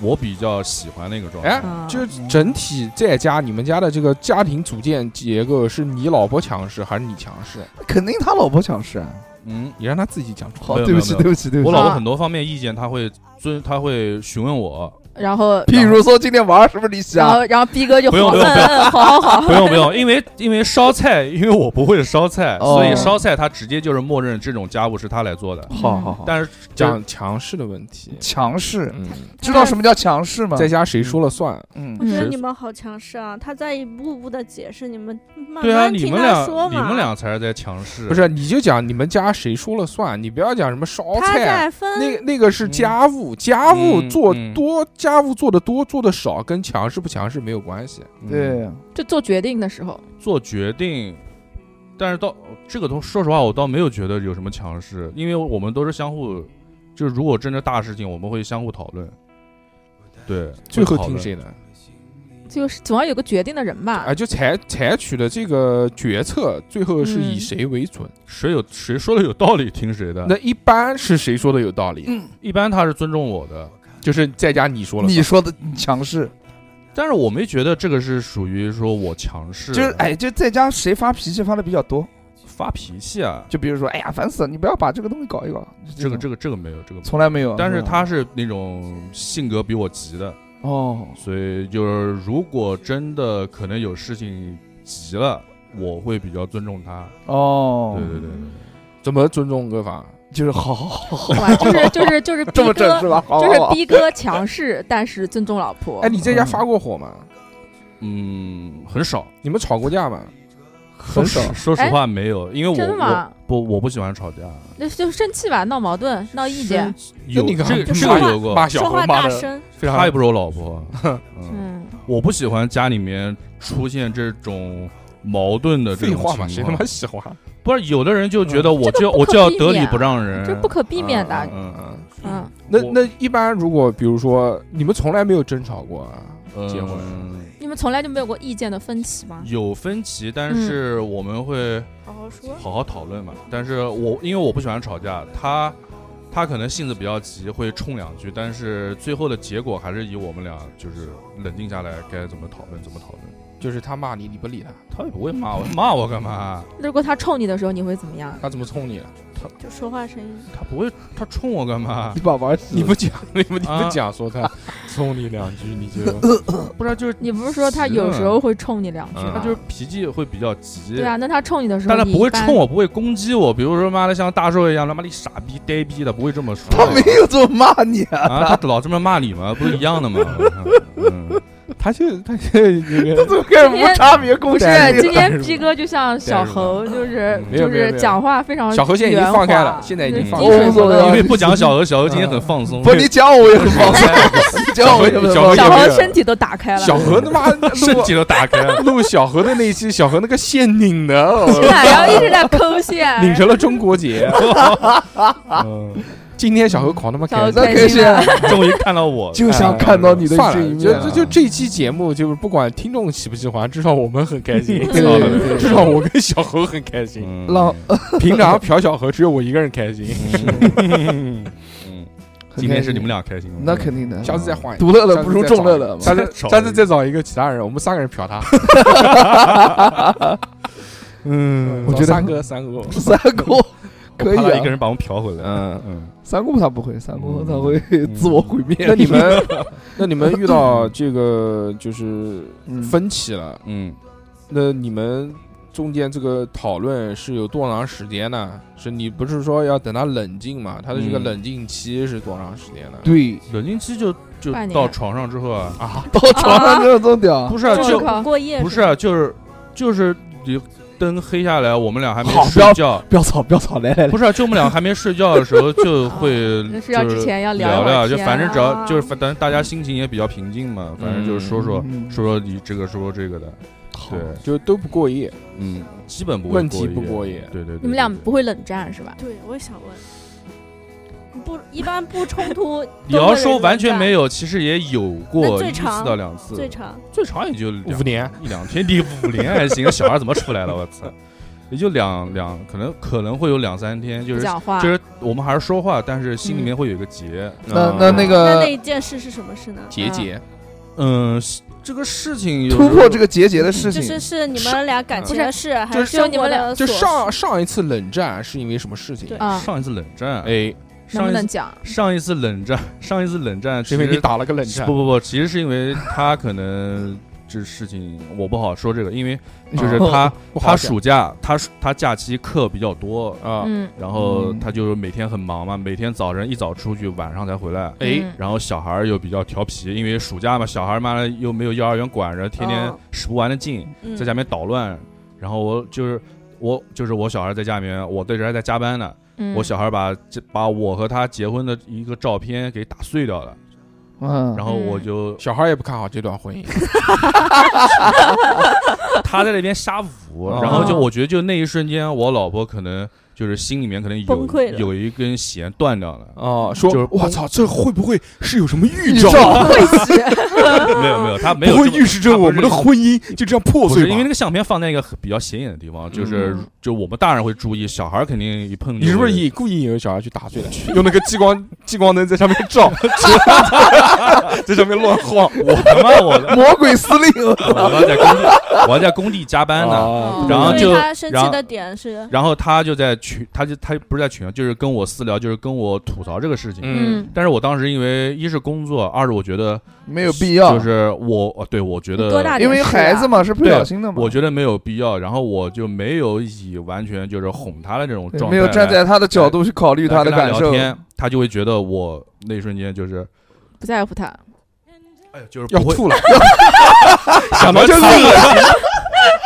[SPEAKER 3] 我比较喜欢的一个状态
[SPEAKER 1] 哎。
[SPEAKER 5] 嗯
[SPEAKER 1] 就是整体在家，你们家的这个家庭组建结构是你老婆强势还是你强势？
[SPEAKER 2] 肯定他老婆想是。
[SPEAKER 3] 嗯，
[SPEAKER 1] 你让她自己讲出来。
[SPEAKER 2] 好，
[SPEAKER 3] 没有
[SPEAKER 2] 对不起，
[SPEAKER 3] 没有
[SPEAKER 2] 对不起，对不
[SPEAKER 3] 我
[SPEAKER 2] 起。
[SPEAKER 3] 老婆
[SPEAKER 5] 啊
[SPEAKER 3] 很多方面意见，她会遵，她会询问我。
[SPEAKER 5] 然后
[SPEAKER 2] 譬如说今天晚上是不是你
[SPEAKER 5] 然
[SPEAKER 2] 想？
[SPEAKER 5] 后然后逼哥就
[SPEAKER 3] 不用不
[SPEAKER 5] 好
[SPEAKER 3] 用不用
[SPEAKER 5] 嗯嗯好好好，
[SPEAKER 3] *laughs* 不用不用，因为因为烧菜，因为我不会烧菜，
[SPEAKER 2] 哦
[SPEAKER 3] 所以烧菜她直接就是默认这种家务是她来做的。
[SPEAKER 2] 好好
[SPEAKER 1] 哦
[SPEAKER 2] 好，
[SPEAKER 3] 但是
[SPEAKER 1] 讲强势的问题，
[SPEAKER 2] 强势，
[SPEAKER 1] 嗯，
[SPEAKER 2] 知道什么叫强势吗？
[SPEAKER 1] 在家谁说了算？
[SPEAKER 2] 嗯
[SPEAKER 4] 我，觉得
[SPEAKER 3] 谁
[SPEAKER 4] 你们好强势啊！他在一步步的解释，你们慢
[SPEAKER 3] 对啊，
[SPEAKER 4] 慢
[SPEAKER 3] 你
[SPEAKER 4] 听
[SPEAKER 3] 们
[SPEAKER 4] 他
[SPEAKER 3] 俩
[SPEAKER 4] 说
[SPEAKER 3] 你
[SPEAKER 4] 嘛。
[SPEAKER 3] 们俩才是在强势，
[SPEAKER 1] 不是，你就讲你们家谁说了算，你不要讲什么烧
[SPEAKER 4] 他
[SPEAKER 1] 菜。啊
[SPEAKER 4] 在分
[SPEAKER 1] 那个那个是家务，家务
[SPEAKER 3] 嗯
[SPEAKER 1] 做
[SPEAKER 3] 嗯
[SPEAKER 1] 多，家务做的多，做的少，跟强势不强势没有关系。
[SPEAKER 3] 嗯
[SPEAKER 2] 对，
[SPEAKER 5] 就做决定的时候，
[SPEAKER 3] 做决定，但是到这个东，说实话，我倒没有觉得有什么强势，因为我们都是相互，就是如果真的大事情，我们会相互讨论。对，
[SPEAKER 1] 最后
[SPEAKER 3] 会讨
[SPEAKER 1] 听
[SPEAKER 3] 论？
[SPEAKER 1] 谁的？
[SPEAKER 5] 就是总要有个决定的人吧
[SPEAKER 1] 啊，。
[SPEAKER 3] 哎
[SPEAKER 1] 就采采取的这个决策，最后是以
[SPEAKER 5] 嗯
[SPEAKER 1] 谁为准？
[SPEAKER 3] 谁有谁说的有道理，听谁的。
[SPEAKER 1] 那一般是谁说的有道理？
[SPEAKER 3] 一般他是尊重我的，
[SPEAKER 1] 就是在家你说了算，
[SPEAKER 2] 你说的强势，
[SPEAKER 3] 但是我没觉得这个是属于说我强势，
[SPEAKER 2] 就是哎，就在家谁发脾气发的比较多？
[SPEAKER 3] 发脾气啊，
[SPEAKER 2] 就比如说，哎呀，烦死了，你不要把这个东西搞一搞。
[SPEAKER 3] 这个
[SPEAKER 2] 种
[SPEAKER 3] 这个这个没有这个没有。
[SPEAKER 2] 从来没有。
[SPEAKER 3] 但是
[SPEAKER 2] 吧
[SPEAKER 3] 他是那种性格比我急的，
[SPEAKER 2] 哦，
[SPEAKER 3] 所以就是，如果真的可能有事情急了，我会比较尊重他。
[SPEAKER 2] 哦，
[SPEAKER 3] 对对对
[SPEAKER 1] 怎么尊重哥法？
[SPEAKER 2] 就是好好好好，
[SPEAKER 5] 哇，就是就是就是
[SPEAKER 2] 这
[SPEAKER 5] 逼
[SPEAKER 2] 么正
[SPEAKER 5] 哥
[SPEAKER 2] 是，吧？好
[SPEAKER 5] 就
[SPEAKER 2] 好
[SPEAKER 5] 是
[SPEAKER 2] 好
[SPEAKER 5] 逼哥强势，但是尊重老
[SPEAKER 3] 哦
[SPEAKER 5] 婆
[SPEAKER 1] 哎，。你在家发过火吗？
[SPEAKER 3] 嗯，很少，
[SPEAKER 1] 你们吵过架吗？
[SPEAKER 2] 很少哎
[SPEAKER 3] 说实说实话没有，因为我
[SPEAKER 5] 真的吗
[SPEAKER 3] 我不我不喜欢吵架，
[SPEAKER 5] 那就生气吧，闹矛盾，闹意见。
[SPEAKER 1] 那
[SPEAKER 3] 有
[SPEAKER 1] 你干嘛
[SPEAKER 3] 这个
[SPEAKER 1] 就
[SPEAKER 3] 这
[SPEAKER 1] 骂
[SPEAKER 3] 个有过，
[SPEAKER 1] 骂
[SPEAKER 4] 说
[SPEAKER 1] 小
[SPEAKER 4] 话
[SPEAKER 1] 何
[SPEAKER 4] 大
[SPEAKER 1] 骂的
[SPEAKER 4] 声，
[SPEAKER 1] 非常
[SPEAKER 3] 她也不是我老婆，嗯，
[SPEAKER 5] 嗯，
[SPEAKER 3] 我不喜欢家里面出现这种矛盾的这
[SPEAKER 1] 废
[SPEAKER 3] 种
[SPEAKER 1] 话嘛，谁
[SPEAKER 3] 情
[SPEAKER 1] 他妈
[SPEAKER 3] 况，
[SPEAKER 1] 喜欢？
[SPEAKER 3] 不是有的人就觉得我
[SPEAKER 5] 这个
[SPEAKER 3] 就
[SPEAKER 5] 不
[SPEAKER 3] 我
[SPEAKER 5] 可
[SPEAKER 3] 就要
[SPEAKER 5] 避
[SPEAKER 3] 得理
[SPEAKER 5] 免
[SPEAKER 3] 不让人，
[SPEAKER 5] 这不可避免的。
[SPEAKER 3] 嗯嗯
[SPEAKER 5] 嗯，
[SPEAKER 1] 那
[SPEAKER 3] 我
[SPEAKER 1] 那一般如果比如说你们从来没有争吵过啊，
[SPEAKER 3] 嗯，
[SPEAKER 1] 结婚
[SPEAKER 3] 嗯
[SPEAKER 5] 你们从来就没有过意见的分歧吗？
[SPEAKER 3] 有分歧，但
[SPEAKER 5] 嗯
[SPEAKER 3] 是我们会
[SPEAKER 4] 好好说。
[SPEAKER 3] 好好讨论嘛。但是我因为我不喜欢吵架，他他可能性子比较急，会冲两句，但是最后的结果还是以我们俩就是冷静下来，该怎么讨论怎么讨论。
[SPEAKER 1] 就是他骂你，你不理他，
[SPEAKER 3] 他也不会骂我，骂我干嘛？
[SPEAKER 5] 那如果他冲你的时候，你会怎么样？
[SPEAKER 1] 他怎么冲你了？啊
[SPEAKER 4] 就说话声音，
[SPEAKER 3] 他不会，他冲我干嘛
[SPEAKER 5] *laughs*
[SPEAKER 2] 你？把玩死，
[SPEAKER 1] *laughs* 你不讲，你不你不
[SPEAKER 3] 啊
[SPEAKER 1] 讲，说 *laughs* 他冲你两句，你就 *laughs*
[SPEAKER 3] 不是，就是
[SPEAKER 5] 你不是说他有时候会冲你两句
[SPEAKER 3] 嗯
[SPEAKER 5] 吗？
[SPEAKER 3] 他就是脾气会比较急。
[SPEAKER 5] 对啊，那他冲你的时候，
[SPEAKER 3] 但他
[SPEAKER 5] 你
[SPEAKER 3] 不会
[SPEAKER 5] 一般
[SPEAKER 3] 冲我，不会攻击我，比如说妈的像大寿一样，他妈的傻逼呆逼的，不会这么说。
[SPEAKER 2] 他没有这么骂你啊，
[SPEAKER 3] 啊，他老这么骂你吗？不是一
[SPEAKER 2] *laughs*
[SPEAKER 3] 样的吗？嗯，
[SPEAKER 1] 他就他就那个
[SPEAKER 2] 怎么开始无差别攻
[SPEAKER 5] 不
[SPEAKER 2] 击
[SPEAKER 5] 是啊
[SPEAKER 2] 你了？
[SPEAKER 5] 今
[SPEAKER 1] 带
[SPEAKER 5] 天
[SPEAKER 1] 入
[SPEAKER 5] P 哥就像小
[SPEAKER 1] 带入
[SPEAKER 5] 猴，就是
[SPEAKER 1] 没有
[SPEAKER 5] 就
[SPEAKER 1] 没有
[SPEAKER 5] 是
[SPEAKER 1] 没有
[SPEAKER 5] 讲话非常
[SPEAKER 1] 小猴现在已经
[SPEAKER 5] 圆
[SPEAKER 1] 放开
[SPEAKER 5] 滑
[SPEAKER 1] 了现在已
[SPEAKER 5] 就是
[SPEAKER 1] 经放
[SPEAKER 5] 滴
[SPEAKER 1] 开
[SPEAKER 5] 水
[SPEAKER 1] 了
[SPEAKER 5] 不
[SPEAKER 2] 我
[SPEAKER 5] 漏
[SPEAKER 2] 操
[SPEAKER 3] 嗯因为不讲小何，小何今天很放松。
[SPEAKER 2] 嗯不，你讲我也很
[SPEAKER 3] *laughs*
[SPEAKER 2] 放松，你讲我也很
[SPEAKER 1] 小
[SPEAKER 2] 放
[SPEAKER 1] 何
[SPEAKER 2] 松
[SPEAKER 5] 小。
[SPEAKER 1] 有
[SPEAKER 5] 猴
[SPEAKER 1] 没有
[SPEAKER 5] 身体都打开
[SPEAKER 1] *laughs*
[SPEAKER 5] 了，
[SPEAKER 1] 小何他 *laughs* 妈
[SPEAKER 3] *laughs* 身
[SPEAKER 1] 录
[SPEAKER 3] 体都打开
[SPEAKER 2] *laughs*
[SPEAKER 3] 了。
[SPEAKER 1] 录小何的那一期，小何那个线拧的，哦，
[SPEAKER 5] 现在然后一直在抠线
[SPEAKER 1] 拧成了中国 *laughs* 结。嗯，今天小何狂他妈
[SPEAKER 5] 小猴
[SPEAKER 1] 开心
[SPEAKER 2] 那
[SPEAKER 5] 开
[SPEAKER 2] 可以
[SPEAKER 5] 心了。
[SPEAKER 3] 终于看到我，哎
[SPEAKER 2] 就想看到你的
[SPEAKER 1] 哎算
[SPEAKER 2] 这一
[SPEAKER 1] 了，
[SPEAKER 2] 面
[SPEAKER 1] 就
[SPEAKER 2] 啊，
[SPEAKER 1] 就就这期节目，就是不管听众喜不喜欢，至少我们很开心，
[SPEAKER 2] 对
[SPEAKER 1] 知道吧
[SPEAKER 2] 对
[SPEAKER 1] 至
[SPEAKER 2] 对，
[SPEAKER 1] 少我跟小何很开心。
[SPEAKER 3] 嗯
[SPEAKER 2] 浪
[SPEAKER 1] 平常嫖小何只有我一个人开心，
[SPEAKER 3] 嗯嗯，今天是你们俩开心吗？嗯
[SPEAKER 2] 那肯定的，
[SPEAKER 1] 下次再换一个。
[SPEAKER 2] 嗯独乐乐不如众乐乐
[SPEAKER 1] *laughs*
[SPEAKER 2] 嘛。
[SPEAKER 1] 下次
[SPEAKER 3] 再找
[SPEAKER 1] 下次再找一个其他人，我们三个人嫖
[SPEAKER 2] *laughs*
[SPEAKER 1] 他。嗯
[SPEAKER 2] 我觉得
[SPEAKER 1] 三哥三哥，
[SPEAKER 2] 三姑
[SPEAKER 3] *laughs* 我
[SPEAKER 2] 可以
[SPEAKER 3] 怕他一个
[SPEAKER 2] 啊，
[SPEAKER 3] 人把我们嫖回来。
[SPEAKER 1] 嗯
[SPEAKER 3] 嗯，
[SPEAKER 2] 三姑他不会，三姑他会自我毁灭。
[SPEAKER 1] 那你们 *laughs* 那你们遇到这个就是
[SPEAKER 2] 嗯
[SPEAKER 1] 分歧了，
[SPEAKER 3] 嗯，
[SPEAKER 1] 那你们中间这个讨论是有多长时间呢？是你不是说要等他冷静嘛？他的这个
[SPEAKER 3] 嗯
[SPEAKER 1] 冷静期是多长时间呢？
[SPEAKER 2] *laughs* 对
[SPEAKER 3] 冷静期就就
[SPEAKER 5] 半年
[SPEAKER 3] 到床上之后啊，
[SPEAKER 1] 啊，
[SPEAKER 2] 到床上这种屌，
[SPEAKER 3] 不是啊
[SPEAKER 5] 就
[SPEAKER 3] 就
[SPEAKER 5] 靠
[SPEAKER 4] 不过夜
[SPEAKER 3] 不是
[SPEAKER 4] 吧
[SPEAKER 3] 啊，就是就是你灯黑下来，我们俩还没
[SPEAKER 2] 好不
[SPEAKER 3] 睡
[SPEAKER 2] 要 *laughs*
[SPEAKER 3] 觉，
[SPEAKER 2] 不要吵，不要吵，来来来
[SPEAKER 3] 不，是啊，就我们俩还没睡觉的时候就
[SPEAKER 5] *laughs*
[SPEAKER 3] 会
[SPEAKER 5] 那睡
[SPEAKER 3] 就
[SPEAKER 5] 觉
[SPEAKER 3] 是
[SPEAKER 5] 之前啊要
[SPEAKER 3] 聊
[SPEAKER 5] 一会儿
[SPEAKER 3] 就
[SPEAKER 5] 天
[SPEAKER 3] 反正只
[SPEAKER 5] 啊
[SPEAKER 3] 要就是反正大家心情也比较平静嘛，反正就是说说
[SPEAKER 2] 嗯
[SPEAKER 3] 说说你这个说说这个的，对，
[SPEAKER 1] 就都不过夜，
[SPEAKER 3] 嗯，基本不会
[SPEAKER 1] 问题
[SPEAKER 3] 夜
[SPEAKER 1] 不过夜
[SPEAKER 3] 对对对，
[SPEAKER 5] 你们俩
[SPEAKER 3] 对对，
[SPEAKER 5] 不会冷战是吧？
[SPEAKER 4] 对，我也想问，不一般不冲突 *laughs*
[SPEAKER 3] 你要说完全
[SPEAKER 4] 有。
[SPEAKER 3] 没有，其实也有
[SPEAKER 4] 那
[SPEAKER 3] 过
[SPEAKER 4] 最
[SPEAKER 3] 一次
[SPEAKER 4] 长
[SPEAKER 3] 到两次，
[SPEAKER 4] 最长
[SPEAKER 3] 最长也就两
[SPEAKER 1] 五年。
[SPEAKER 3] 一两天，你五年还行，小孩怎么出来了？我操，也就两两，可能可能会有两三天，就
[SPEAKER 5] 不
[SPEAKER 3] 是
[SPEAKER 5] 讲话
[SPEAKER 3] 就，是我们还是说话，但是
[SPEAKER 5] 嗯
[SPEAKER 3] 心里面会有一个结。
[SPEAKER 2] 那那那
[SPEAKER 3] 呃
[SPEAKER 4] 那
[SPEAKER 2] 个
[SPEAKER 4] 那一件事是什么事呢？
[SPEAKER 1] 结节，
[SPEAKER 3] 嗯，这个事情有
[SPEAKER 2] 突破这个结节的事
[SPEAKER 4] 就
[SPEAKER 2] 情，
[SPEAKER 4] 是是你们俩感情
[SPEAKER 5] 不是
[SPEAKER 4] 的事，还
[SPEAKER 5] 就是说
[SPEAKER 4] 生
[SPEAKER 5] 你们
[SPEAKER 4] 活
[SPEAKER 5] 俩
[SPEAKER 4] 的
[SPEAKER 1] 就
[SPEAKER 4] 琐
[SPEAKER 3] 嗯
[SPEAKER 1] 上上一次冷战是因为什么事情
[SPEAKER 4] 对？
[SPEAKER 5] 啊，
[SPEAKER 3] 上一次冷战，
[SPEAKER 1] 哎，
[SPEAKER 5] 能
[SPEAKER 3] 上
[SPEAKER 5] 不
[SPEAKER 3] 一
[SPEAKER 5] 能
[SPEAKER 3] 次
[SPEAKER 5] 讲？
[SPEAKER 3] 上一次冷战， *laughs* 上一次冷战
[SPEAKER 1] 是因为
[SPEAKER 3] 其实
[SPEAKER 1] 你打了个冷战
[SPEAKER 3] 不。不不，其实是因为他可能这事情我不好说这个，因为
[SPEAKER 2] 啊
[SPEAKER 3] 就是
[SPEAKER 1] 哦
[SPEAKER 3] 他
[SPEAKER 1] 不好
[SPEAKER 3] 他
[SPEAKER 1] 讲
[SPEAKER 3] 暑假他暑他假期课比较多，
[SPEAKER 1] 啊，
[SPEAKER 5] 嗯，
[SPEAKER 3] 然后
[SPEAKER 2] 嗯
[SPEAKER 3] 他就是每天很忙嘛，每天早晨一早出去，晚上才回来。
[SPEAKER 1] 哎，
[SPEAKER 5] 嗯
[SPEAKER 3] 然后小孩儿又比较调皮，因为暑假嘛，小孩儿妈的又没有幼儿园管着，天天
[SPEAKER 4] 哦
[SPEAKER 3] 使不完的劲，
[SPEAKER 4] 嗯
[SPEAKER 3] 在家里面捣乱。然后我就是我就是我小孩儿在家里面，我对着还在加班呢，
[SPEAKER 5] 嗯
[SPEAKER 3] 我小孩儿把这把我和他结婚的一个照片给打碎掉了，
[SPEAKER 2] 嗯，
[SPEAKER 3] 然后我
[SPEAKER 5] 嗯
[SPEAKER 3] 就 *laughs*
[SPEAKER 1] 小孩也不看好这段婚
[SPEAKER 2] *laughs*
[SPEAKER 1] 姻。
[SPEAKER 3] 他在那边瞎舞，
[SPEAKER 1] 哦。
[SPEAKER 3] 然后就我觉得就那一瞬间，我老婆可能就是心里面可能有
[SPEAKER 4] 崩溃了
[SPEAKER 3] 有一根弦断掉了
[SPEAKER 1] 哦，说
[SPEAKER 3] 就是
[SPEAKER 1] 我操，这会不会是有什么预
[SPEAKER 2] 预
[SPEAKER 1] 兆？
[SPEAKER 2] 兆
[SPEAKER 3] *laughs* 没有没有，他没有
[SPEAKER 1] 不会
[SPEAKER 3] 这么
[SPEAKER 1] 预示着
[SPEAKER 3] 他不
[SPEAKER 1] 我
[SPEAKER 3] 是
[SPEAKER 1] 们的婚姻就这样破
[SPEAKER 3] 不是
[SPEAKER 1] 碎
[SPEAKER 3] 因为
[SPEAKER 1] 吗
[SPEAKER 3] 那？个相片放在一个很比较显眼的地方，就是
[SPEAKER 5] 嗯
[SPEAKER 3] 就我们大人会注意，小孩儿肯定一碰就
[SPEAKER 1] 你
[SPEAKER 3] *laughs*
[SPEAKER 1] 是不是
[SPEAKER 3] 会
[SPEAKER 1] 也故意有小孩去打碎的？用那个激光 *laughs* 激光灯在上面
[SPEAKER 3] *laughs*
[SPEAKER 1] 照，在上面乱晃。
[SPEAKER 3] 我他妈我
[SPEAKER 2] 魔鬼司
[SPEAKER 3] *laughs*
[SPEAKER 2] 令，
[SPEAKER 3] 我要在工地我要在工地加班呢，
[SPEAKER 1] 啊
[SPEAKER 3] 然后
[SPEAKER 4] 所以
[SPEAKER 3] 就
[SPEAKER 4] 他生
[SPEAKER 3] 然
[SPEAKER 4] 气
[SPEAKER 3] 后
[SPEAKER 4] 的点是
[SPEAKER 3] 然后他就在群，他就他不是在群，啊就是跟我私聊，就是跟我吐槽这个事情。
[SPEAKER 1] 嗯
[SPEAKER 5] 嗯，
[SPEAKER 3] 但是我当时因为一是工作，二是我觉得
[SPEAKER 2] 没有必要
[SPEAKER 3] 就，是我哦对我觉得
[SPEAKER 5] 多大
[SPEAKER 2] 因
[SPEAKER 4] 啊
[SPEAKER 2] 为孩子嘛是不
[SPEAKER 3] 对
[SPEAKER 2] 小心的嘛
[SPEAKER 3] 我，觉得没有必要，然后我就没有以完全就是哄他的这种
[SPEAKER 2] 对
[SPEAKER 3] 状态来，
[SPEAKER 2] 没有站在他的角度去考虑
[SPEAKER 3] 啊来
[SPEAKER 2] 他的
[SPEAKER 3] 跟
[SPEAKER 2] 感
[SPEAKER 3] 聊
[SPEAKER 2] 受，
[SPEAKER 3] 天，他就会觉得我那一瞬间就是，
[SPEAKER 5] 不在乎他，
[SPEAKER 3] 哎呀，就是
[SPEAKER 1] 要
[SPEAKER 3] 不会
[SPEAKER 1] 吐了，
[SPEAKER 3] 想到
[SPEAKER 1] 就
[SPEAKER 3] 他
[SPEAKER 1] 累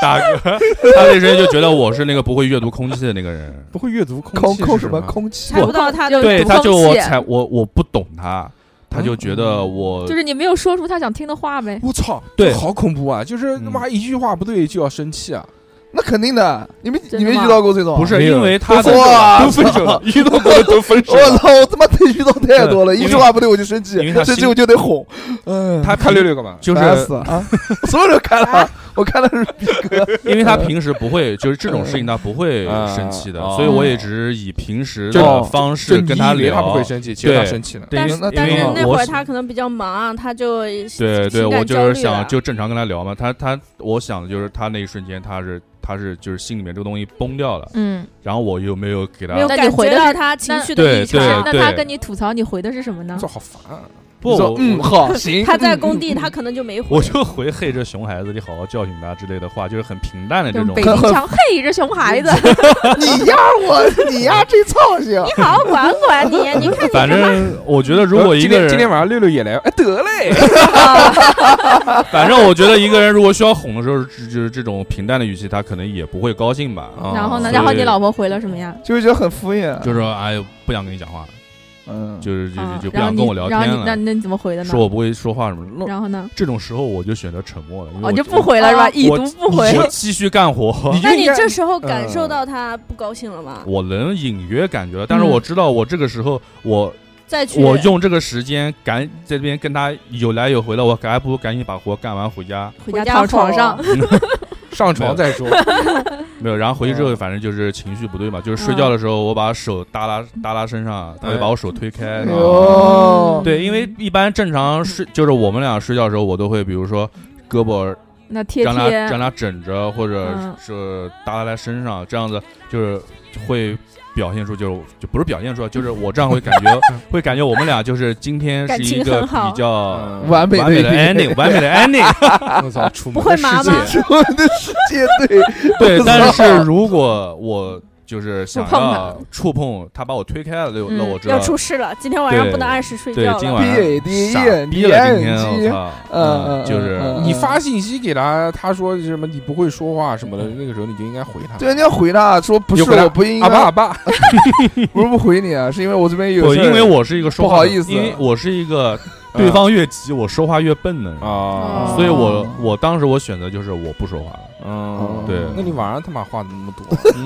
[SPEAKER 3] 大哥，他那时间就觉得我是那个不会阅读空气的那个人，
[SPEAKER 1] 不会阅读空
[SPEAKER 2] 空
[SPEAKER 1] 气
[SPEAKER 2] 空
[SPEAKER 1] 是
[SPEAKER 2] 什么
[SPEAKER 1] 吗？
[SPEAKER 2] 空气
[SPEAKER 4] 猜，不到他的
[SPEAKER 5] 就
[SPEAKER 3] 对，
[SPEAKER 5] 读
[SPEAKER 3] 他
[SPEAKER 5] 空
[SPEAKER 3] 就我
[SPEAKER 5] 气
[SPEAKER 3] 才我我不懂他，他就觉得我
[SPEAKER 5] 就是你没有说出他想听的话呗。
[SPEAKER 1] 我操，
[SPEAKER 3] 对嗯
[SPEAKER 1] 这好恐怖啊！就是他妈一句话不对就要生气啊！
[SPEAKER 2] 那肯定的，你们
[SPEAKER 5] 真的
[SPEAKER 2] 你们
[SPEAKER 5] 吗
[SPEAKER 2] 遇到过这种啊？
[SPEAKER 3] 不是
[SPEAKER 1] 没有
[SPEAKER 3] 因为他
[SPEAKER 2] 都
[SPEAKER 3] 的
[SPEAKER 2] 分手了，
[SPEAKER 3] 都分手 *laughs* 了，遇到过的都分手
[SPEAKER 1] *laughs*
[SPEAKER 2] 我
[SPEAKER 3] 了。
[SPEAKER 2] 操！我他妈遇到太多了，
[SPEAKER 3] 因为
[SPEAKER 2] 一句话不对我就生气
[SPEAKER 3] 因为他，
[SPEAKER 2] 生气
[SPEAKER 3] 心
[SPEAKER 2] 我就得哄。嗯，
[SPEAKER 3] 他
[SPEAKER 1] 看六六干嘛？
[SPEAKER 3] 就
[SPEAKER 2] 烦
[SPEAKER 3] 是
[SPEAKER 2] 死了啊！ *laughs* 什么时候看了？我看的是逼哥。
[SPEAKER 3] 因为他平时不会，就是这种事情他不会生气的，
[SPEAKER 1] 啊
[SPEAKER 3] 所以我也只是以平时
[SPEAKER 1] 就
[SPEAKER 3] 的方式跟
[SPEAKER 1] 他
[SPEAKER 3] 他
[SPEAKER 1] 他不
[SPEAKER 3] 聊
[SPEAKER 1] 会。生气，其实他
[SPEAKER 3] 对
[SPEAKER 1] 生气了。
[SPEAKER 3] 对，
[SPEAKER 4] 但
[SPEAKER 3] 因
[SPEAKER 4] 是
[SPEAKER 2] 那
[SPEAKER 3] 为因
[SPEAKER 4] 但
[SPEAKER 3] 为
[SPEAKER 4] 是那
[SPEAKER 3] 我
[SPEAKER 4] 会儿
[SPEAKER 3] 是
[SPEAKER 4] 他可能比较忙，他就
[SPEAKER 3] 对对，
[SPEAKER 4] 情感
[SPEAKER 3] 我就
[SPEAKER 4] 焦
[SPEAKER 3] 是
[SPEAKER 4] 虑
[SPEAKER 3] 想
[SPEAKER 4] 了
[SPEAKER 3] 就正常跟他聊嘛。他他，我想的就是他那一瞬间，他是他是就是心里面这个东西崩掉了，
[SPEAKER 5] 嗯，
[SPEAKER 3] 然后我又没有给他
[SPEAKER 4] 没有
[SPEAKER 5] 那你
[SPEAKER 4] 感
[SPEAKER 5] 回
[SPEAKER 4] 觉
[SPEAKER 5] 的
[SPEAKER 4] 到
[SPEAKER 5] 是
[SPEAKER 4] 他情
[SPEAKER 5] 那
[SPEAKER 4] 绪
[SPEAKER 3] 啊对
[SPEAKER 4] 的异
[SPEAKER 3] 对
[SPEAKER 4] 常。
[SPEAKER 5] 那他跟你吐槽，你回的是什么呢
[SPEAKER 1] 这？好烦啊！
[SPEAKER 3] 不，
[SPEAKER 2] 你说
[SPEAKER 3] 我
[SPEAKER 2] 嗯，好，行。
[SPEAKER 4] 他在
[SPEAKER 2] 嗯
[SPEAKER 4] 工
[SPEAKER 2] *laughs*
[SPEAKER 4] 地，他可能就没回
[SPEAKER 3] *laughs* 我。就回嘿这熊孩子，你好好教训他之类的话，就是很平淡的这
[SPEAKER 5] 就是
[SPEAKER 3] 种
[SPEAKER 5] 北。京
[SPEAKER 3] *laughs*
[SPEAKER 5] 腔，嘿，这熊孩子，
[SPEAKER 2] 你压我，你压这操性。
[SPEAKER 4] *laughs* 你好好管管你，你看你
[SPEAKER 3] 反正我觉得，如果一
[SPEAKER 1] 今
[SPEAKER 3] 个
[SPEAKER 1] 天今天
[SPEAKER 3] 人，
[SPEAKER 1] 晚上六六也来，哎，得嘞，
[SPEAKER 3] *laughs* 反正我觉得一个人如果需要哄的时候，是就是这种平淡的语气，他可能也不会高兴吧。
[SPEAKER 1] 啊
[SPEAKER 5] 然后呢？
[SPEAKER 3] 所以
[SPEAKER 5] 然后你老婆回了什么呀？
[SPEAKER 2] 就是觉得很敷衍，啊
[SPEAKER 3] 就是说，哎呦，不想跟你讲话，
[SPEAKER 2] 嗯，
[SPEAKER 3] 就是就
[SPEAKER 5] 啊
[SPEAKER 3] 就就不
[SPEAKER 5] 然后
[SPEAKER 3] 想
[SPEAKER 5] 你
[SPEAKER 3] 跟我聊
[SPEAKER 5] 然后
[SPEAKER 3] 天
[SPEAKER 5] 你那
[SPEAKER 3] 了，
[SPEAKER 5] 那你怎么回的呢
[SPEAKER 3] 说？我不会说话什么的。那
[SPEAKER 5] 然后呢？
[SPEAKER 3] 这种时候我就选择沉默了，因为
[SPEAKER 5] 哦，
[SPEAKER 3] 我
[SPEAKER 5] 就不回了是吧？
[SPEAKER 4] 我
[SPEAKER 5] 已读不回。
[SPEAKER 3] 我继续干活。
[SPEAKER 1] 你
[SPEAKER 4] 那
[SPEAKER 1] 就
[SPEAKER 4] 你
[SPEAKER 1] 应该
[SPEAKER 4] 这时候感受到他不高兴了吗？
[SPEAKER 3] *laughs* 我能隐约感觉到，但是
[SPEAKER 5] 嗯
[SPEAKER 3] 我知道我这个时候，我
[SPEAKER 4] 再去
[SPEAKER 3] 我用这个时间赶在这边跟他有来有回了，我还不如赶紧把活干完回
[SPEAKER 5] *laughs*
[SPEAKER 3] 家。
[SPEAKER 5] 回
[SPEAKER 4] 回
[SPEAKER 5] 家
[SPEAKER 4] 家
[SPEAKER 5] 躺床
[SPEAKER 4] 吼
[SPEAKER 5] 上，
[SPEAKER 1] 上床再
[SPEAKER 3] *laughs*
[SPEAKER 1] 说。
[SPEAKER 3] 没有，然后回去之后，
[SPEAKER 1] 哦
[SPEAKER 3] 反正就是情绪不对嘛，就是睡觉的时候，我把手耷拉耷拉身上，他就把我手推开。然后
[SPEAKER 4] 哦
[SPEAKER 2] 哟，
[SPEAKER 3] 嗯对，因为一般正常睡，就是我们俩睡觉的时候，我都会比如说胳膊
[SPEAKER 5] 那贴
[SPEAKER 3] 让他
[SPEAKER 5] 贴
[SPEAKER 3] 让他枕着，或者
[SPEAKER 5] 嗯
[SPEAKER 3] 是搭在他身上，这样子就是会表现出就是就不是表现出来，就是我这样会感觉会感觉我们俩就是今天
[SPEAKER 4] 感
[SPEAKER 3] 是
[SPEAKER 4] 情
[SPEAKER 3] 一个
[SPEAKER 4] 很好
[SPEAKER 3] 比较
[SPEAKER 1] 嗯
[SPEAKER 2] 完美
[SPEAKER 3] 完美的
[SPEAKER 2] *laughs* 一天
[SPEAKER 3] ending，完美的 ending。
[SPEAKER 1] 我操，楚
[SPEAKER 4] 不
[SPEAKER 1] 门
[SPEAKER 4] 会
[SPEAKER 1] 的世
[SPEAKER 4] 麻
[SPEAKER 1] 界
[SPEAKER 4] 吗？
[SPEAKER 2] 是我的世界，对， *laughs*
[SPEAKER 3] 对，但是如果我就是想
[SPEAKER 5] 碰
[SPEAKER 3] 要触碰他，把我推开了，那我那
[SPEAKER 5] 嗯
[SPEAKER 3] 我知道
[SPEAKER 4] 要出事了，今天晚上不能按时睡
[SPEAKER 3] 对
[SPEAKER 4] 觉
[SPEAKER 3] 今
[SPEAKER 4] 了。
[SPEAKER 3] 晚上
[SPEAKER 2] 闭眼睛
[SPEAKER 3] 傻逼
[SPEAKER 2] 闭
[SPEAKER 3] 了，
[SPEAKER 2] 眼
[SPEAKER 3] 今天我
[SPEAKER 2] 睛
[SPEAKER 3] 操，
[SPEAKER 2] 嗯嗯
[SPEAKER 3] 就是
[SPEAKER 1] *laughs*
[SPEAKER 2] 嗯
[SPEAKER 1] 你发信息给他，他说什么你不会说话什么的，那个时候你就应该回他。
[SPEAKER 2] 对，你要回他说不是，
[SPEAKER 1] 你回他
[SPEAKER 2] 我不应
[SPEAKER 1] 阿爸阿
[SPEAKER 2] 该，
[SPEAKER 1] 爸，
[SPEAKER 2] 不是不回你啊，是因为我这边有
[SPEAKER 3] 我
[SPEAKER 2] 事儿，
[SPEAKER 3] 因为我是一个说
[SPEAKER 2] 不
[SPEAKER 3] 话
[SPEAKER 2] 好
[SPEAKER 3] 的
[SPEAKER 2] 意思
[SPEAKER 3] 因为我是一个 *laughs* 对方越急我说话越笨的人。
[SPEAKER 2] 嗯
[SPEAKER 1] 啊，
[SPEAKER 3] 所以我
[SPEAKER 2] 哦
[SPEAKER 3] 我当时我选择就是我不说话了。
[SPEAKER 1] 嗯，
[SPEAKER 3] 对
[SPEAKER 1] 那你晚上他妈话怎么那么多？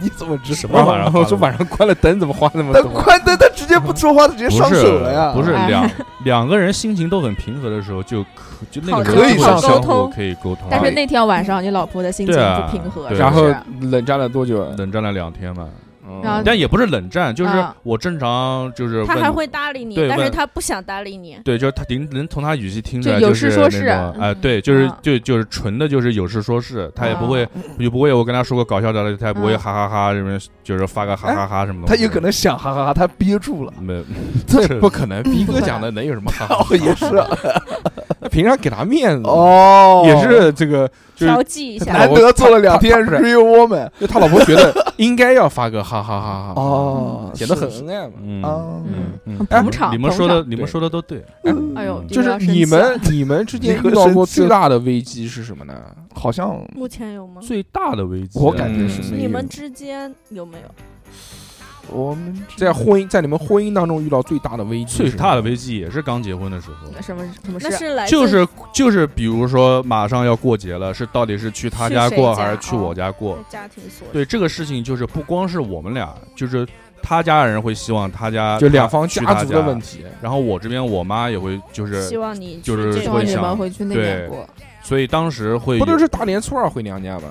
[SPEAKER 2] 你怎么知道？
[SPEAKER 3] 什么晚上话
[SPEAKER 1] 我说晚上关了灯怎么话那么
[SPEAKER 2] 他
[SPEAKER 1] 多？
[SPEAKER 2] 关灯，他直接不说话，他直接
[SPEAKER 3] 不
[SPEAKER 2] 上
[SPEAKER 3] 是
[SPEAKER 2] 手了呀，
[SPEAKER 3] 不是
[SPEAKER 5] 哎
[SPEAKER 3] 两两个人心情都很平和的时候，就可就那个时候
[SPEAKER 2] 好可以
[SPEAKER 3] 就会
[SPEAKER 2] 上
[SPEAKER 3] 相
[SPEAKER 4] 沟
[SPEAKER 3] 互
[SPEAKER 4] 通
[SPEAKER 3] 可以沟通。啊
[SPEAKER 5] 但是那天晚上你老婆的心情
[SPEAKER 3] 对啊
[SPEAKER 5] 不平和，
[SPEAKER 3] 对
[SPEAKER 5] 是
[SPEAKER 1] 然
[SPEAKER 5] 不
[SPEAKER 1] 后
[SPEAKER 5] 是
[SPEAKER 1] 冷战了多久？啊
[SPEAKER 3] 冷战了两天嘛，
[SPEAKER 1] 嗯
[SPEAKER 5] 然后
[SPEAKER 3] 但也不是冷战，就是
[SPEAKER 5] 啊
[SPEAKER 3] 我正常就是
[SPEAKER 4] 他还
[SPEAKER 3] 问。
[SPEAKER 4] 会搭理你
[SPEAKER 3] 对，
[SPEAKER 4] 但是
[SPEAKER 3] 问
[SPEAKER 4] 他不想搭理你。
[SPEAKER 3] 对，就是他能能从他语气听出
[SPEAKER 5] 就
[SPEAKER 3] 来，
[SPEAKER 5] 有
[SPEAKER 3] 是
[SPEAKER 5] 事说
[SPEAKER 3] 那
[SPEAKER 5] 事
[SPEAKER 3] 种哎，
[SPEAKER 5] 嗯
[SPEAKER 3] 对，就是
[SPEAKER 5] 啊
[SPEAKER 3] 就就是纯的，就是有事说事，他也不会
[SPEAKER 5] 啊
[SPEAKER 3] 就不会我跟他说个搞笑的，他也不会
[SPEAKER 5] 啊
[SPEAKER 3] 哈哈哈什么，就是发个哈哈哈什么东
[SPEAKER 2] 哎他
[SPEAKER 3] 西。
[SPEAKER 2] 有可能想哈哈哈，他憋住
[SPEAKER 3] *laughs*
[SPEAKER 2] 了，
[SPEAKER 3] 没
[SPEAKER 2] *laughs*
[SPEAKER 1] 这不可能，逼哥讲的能有什么好？
[SPEAKER 3] *laughs*
[SPEAKER 2] 哦，也是，
[SPEAKER 1] 那平常给他面子，
[SPEAKER 2] 哦，
[SPEAKER 1] 也是这个，就是
[SPEAKER 4] 调剂一
[SPEAKER 1] 他
[SPEAKER 4] 下，
[SPEAKER 2] 难得做了两天
[SPEAKER 1] 他他不
[SPEAKER 2] real woman，
[SPEAKER 1] 就他老婆觉得应该要发个哈哈哈哈，
[SPEAKER 2] 哦，
[SPEAKER 1] 显得
[SPEAKER 2] 是
[SPEAKER 1] 很恩爱嘛。
[SPEAKER 3] 嗯
[SPEAKER 2] 啊，
[SPEAKER 5] 嗯
[SPEAKER 3] 嗯
[SPEAKER 5] 很
[SPEAKER 3] 哎
[SPEAKER 5] 捧场
[SPEAKER 3] 你们
[SPEAKER 5] 捧
[SPEAKER 3] 说的
[SPEAKER 5] 场
[SPEAKER 3] 你们
[SPEAKER 1] 对
[SPEAKER 3] 说的都对，嗯
[SPEAKER 5] 哎呦，
[SPEAKER 1] 就
[SPEAKER 5] 这个
[SPEAKER 1] 是
[SPEAKER 5] 要生
[SPEAKER 1] 你
[SPEAKER 5] 气
[SPEAKER 1] 们你们之间遇到过最大的危机是什么呢？
[SPEAKER 2] 好像
[SPEAKER 4] 目前有吗？
[SPEAKER 3] 最大的危机，
[SPEAKER 2] 我感觉是
[SPEAKER 1] 嗯
[SPEAKER 2] 没
[SPEAKER 4] 你
[SPEAKER 2] 有
[SPEAKER 4] 们之间有没有？
[SPEAKER 2] 我们
[SPEAKER 1] 在婚姻在你们婚姻当中遇到最大的危机，
[SPEAKER 3] 最大的危机也是刚结婚的时候，
[SPEAKER 5] 了什么什么
[SPEAKER 4] 那
[SPEAKER 5] 事？
[SPEAKER 4] 是来
[SPEAKER 3] 就
[SPEAKER 4] 自
[SPEAKER 3] 是就是，比如说马上要过节了，是到底是去他
[SPEAKER 4] 去
[SPEAKER 3] 家
[SPEAKER 4] 谁
[SPEAKER 3] 过
[SPEAKER 4] 家
[SPEAKER 3] 还是去
[SPEAKER 4] 哦
[SPEAKER 3] 我家过？
[SPEAKER 4] 家庭琐事。
[SPEAKER 3] 对这个事情，就是不光是我们俩，就是他家人会希望他家
[SPEAKER 1] 就
[SPEAKER 3] 他
[SPEAKER 1] 两方
[SPEAKER 3] 去
[SPEAKER 1] 家
[SPEAKER 3] 他
[SPEAKER 1] 族的问题。
[SPEAKER 3] 然后我这边我妈也会就是
[SPEAKER 4] 希，望你
[SPEAKER 3] 就是
[SPEAKER 4] 去这
[SPEAKER 5] 希
[SPEAKER 4] 个
[SPEAKER 5] 望
[SPEAKER 3] 会
[SPEAKER 5] 你
[SPEAKER 3] 想
[SPEAKER 5] 们回去那
[SPEAKER 3] 对
[SPEAKER 5] 边过。
[SPEAKER 3] 所以当时会
[SPEAKER 1] 不都
[SPEAKER 3] 有
[SPEAKER 1] 是大年初二回娘家吗？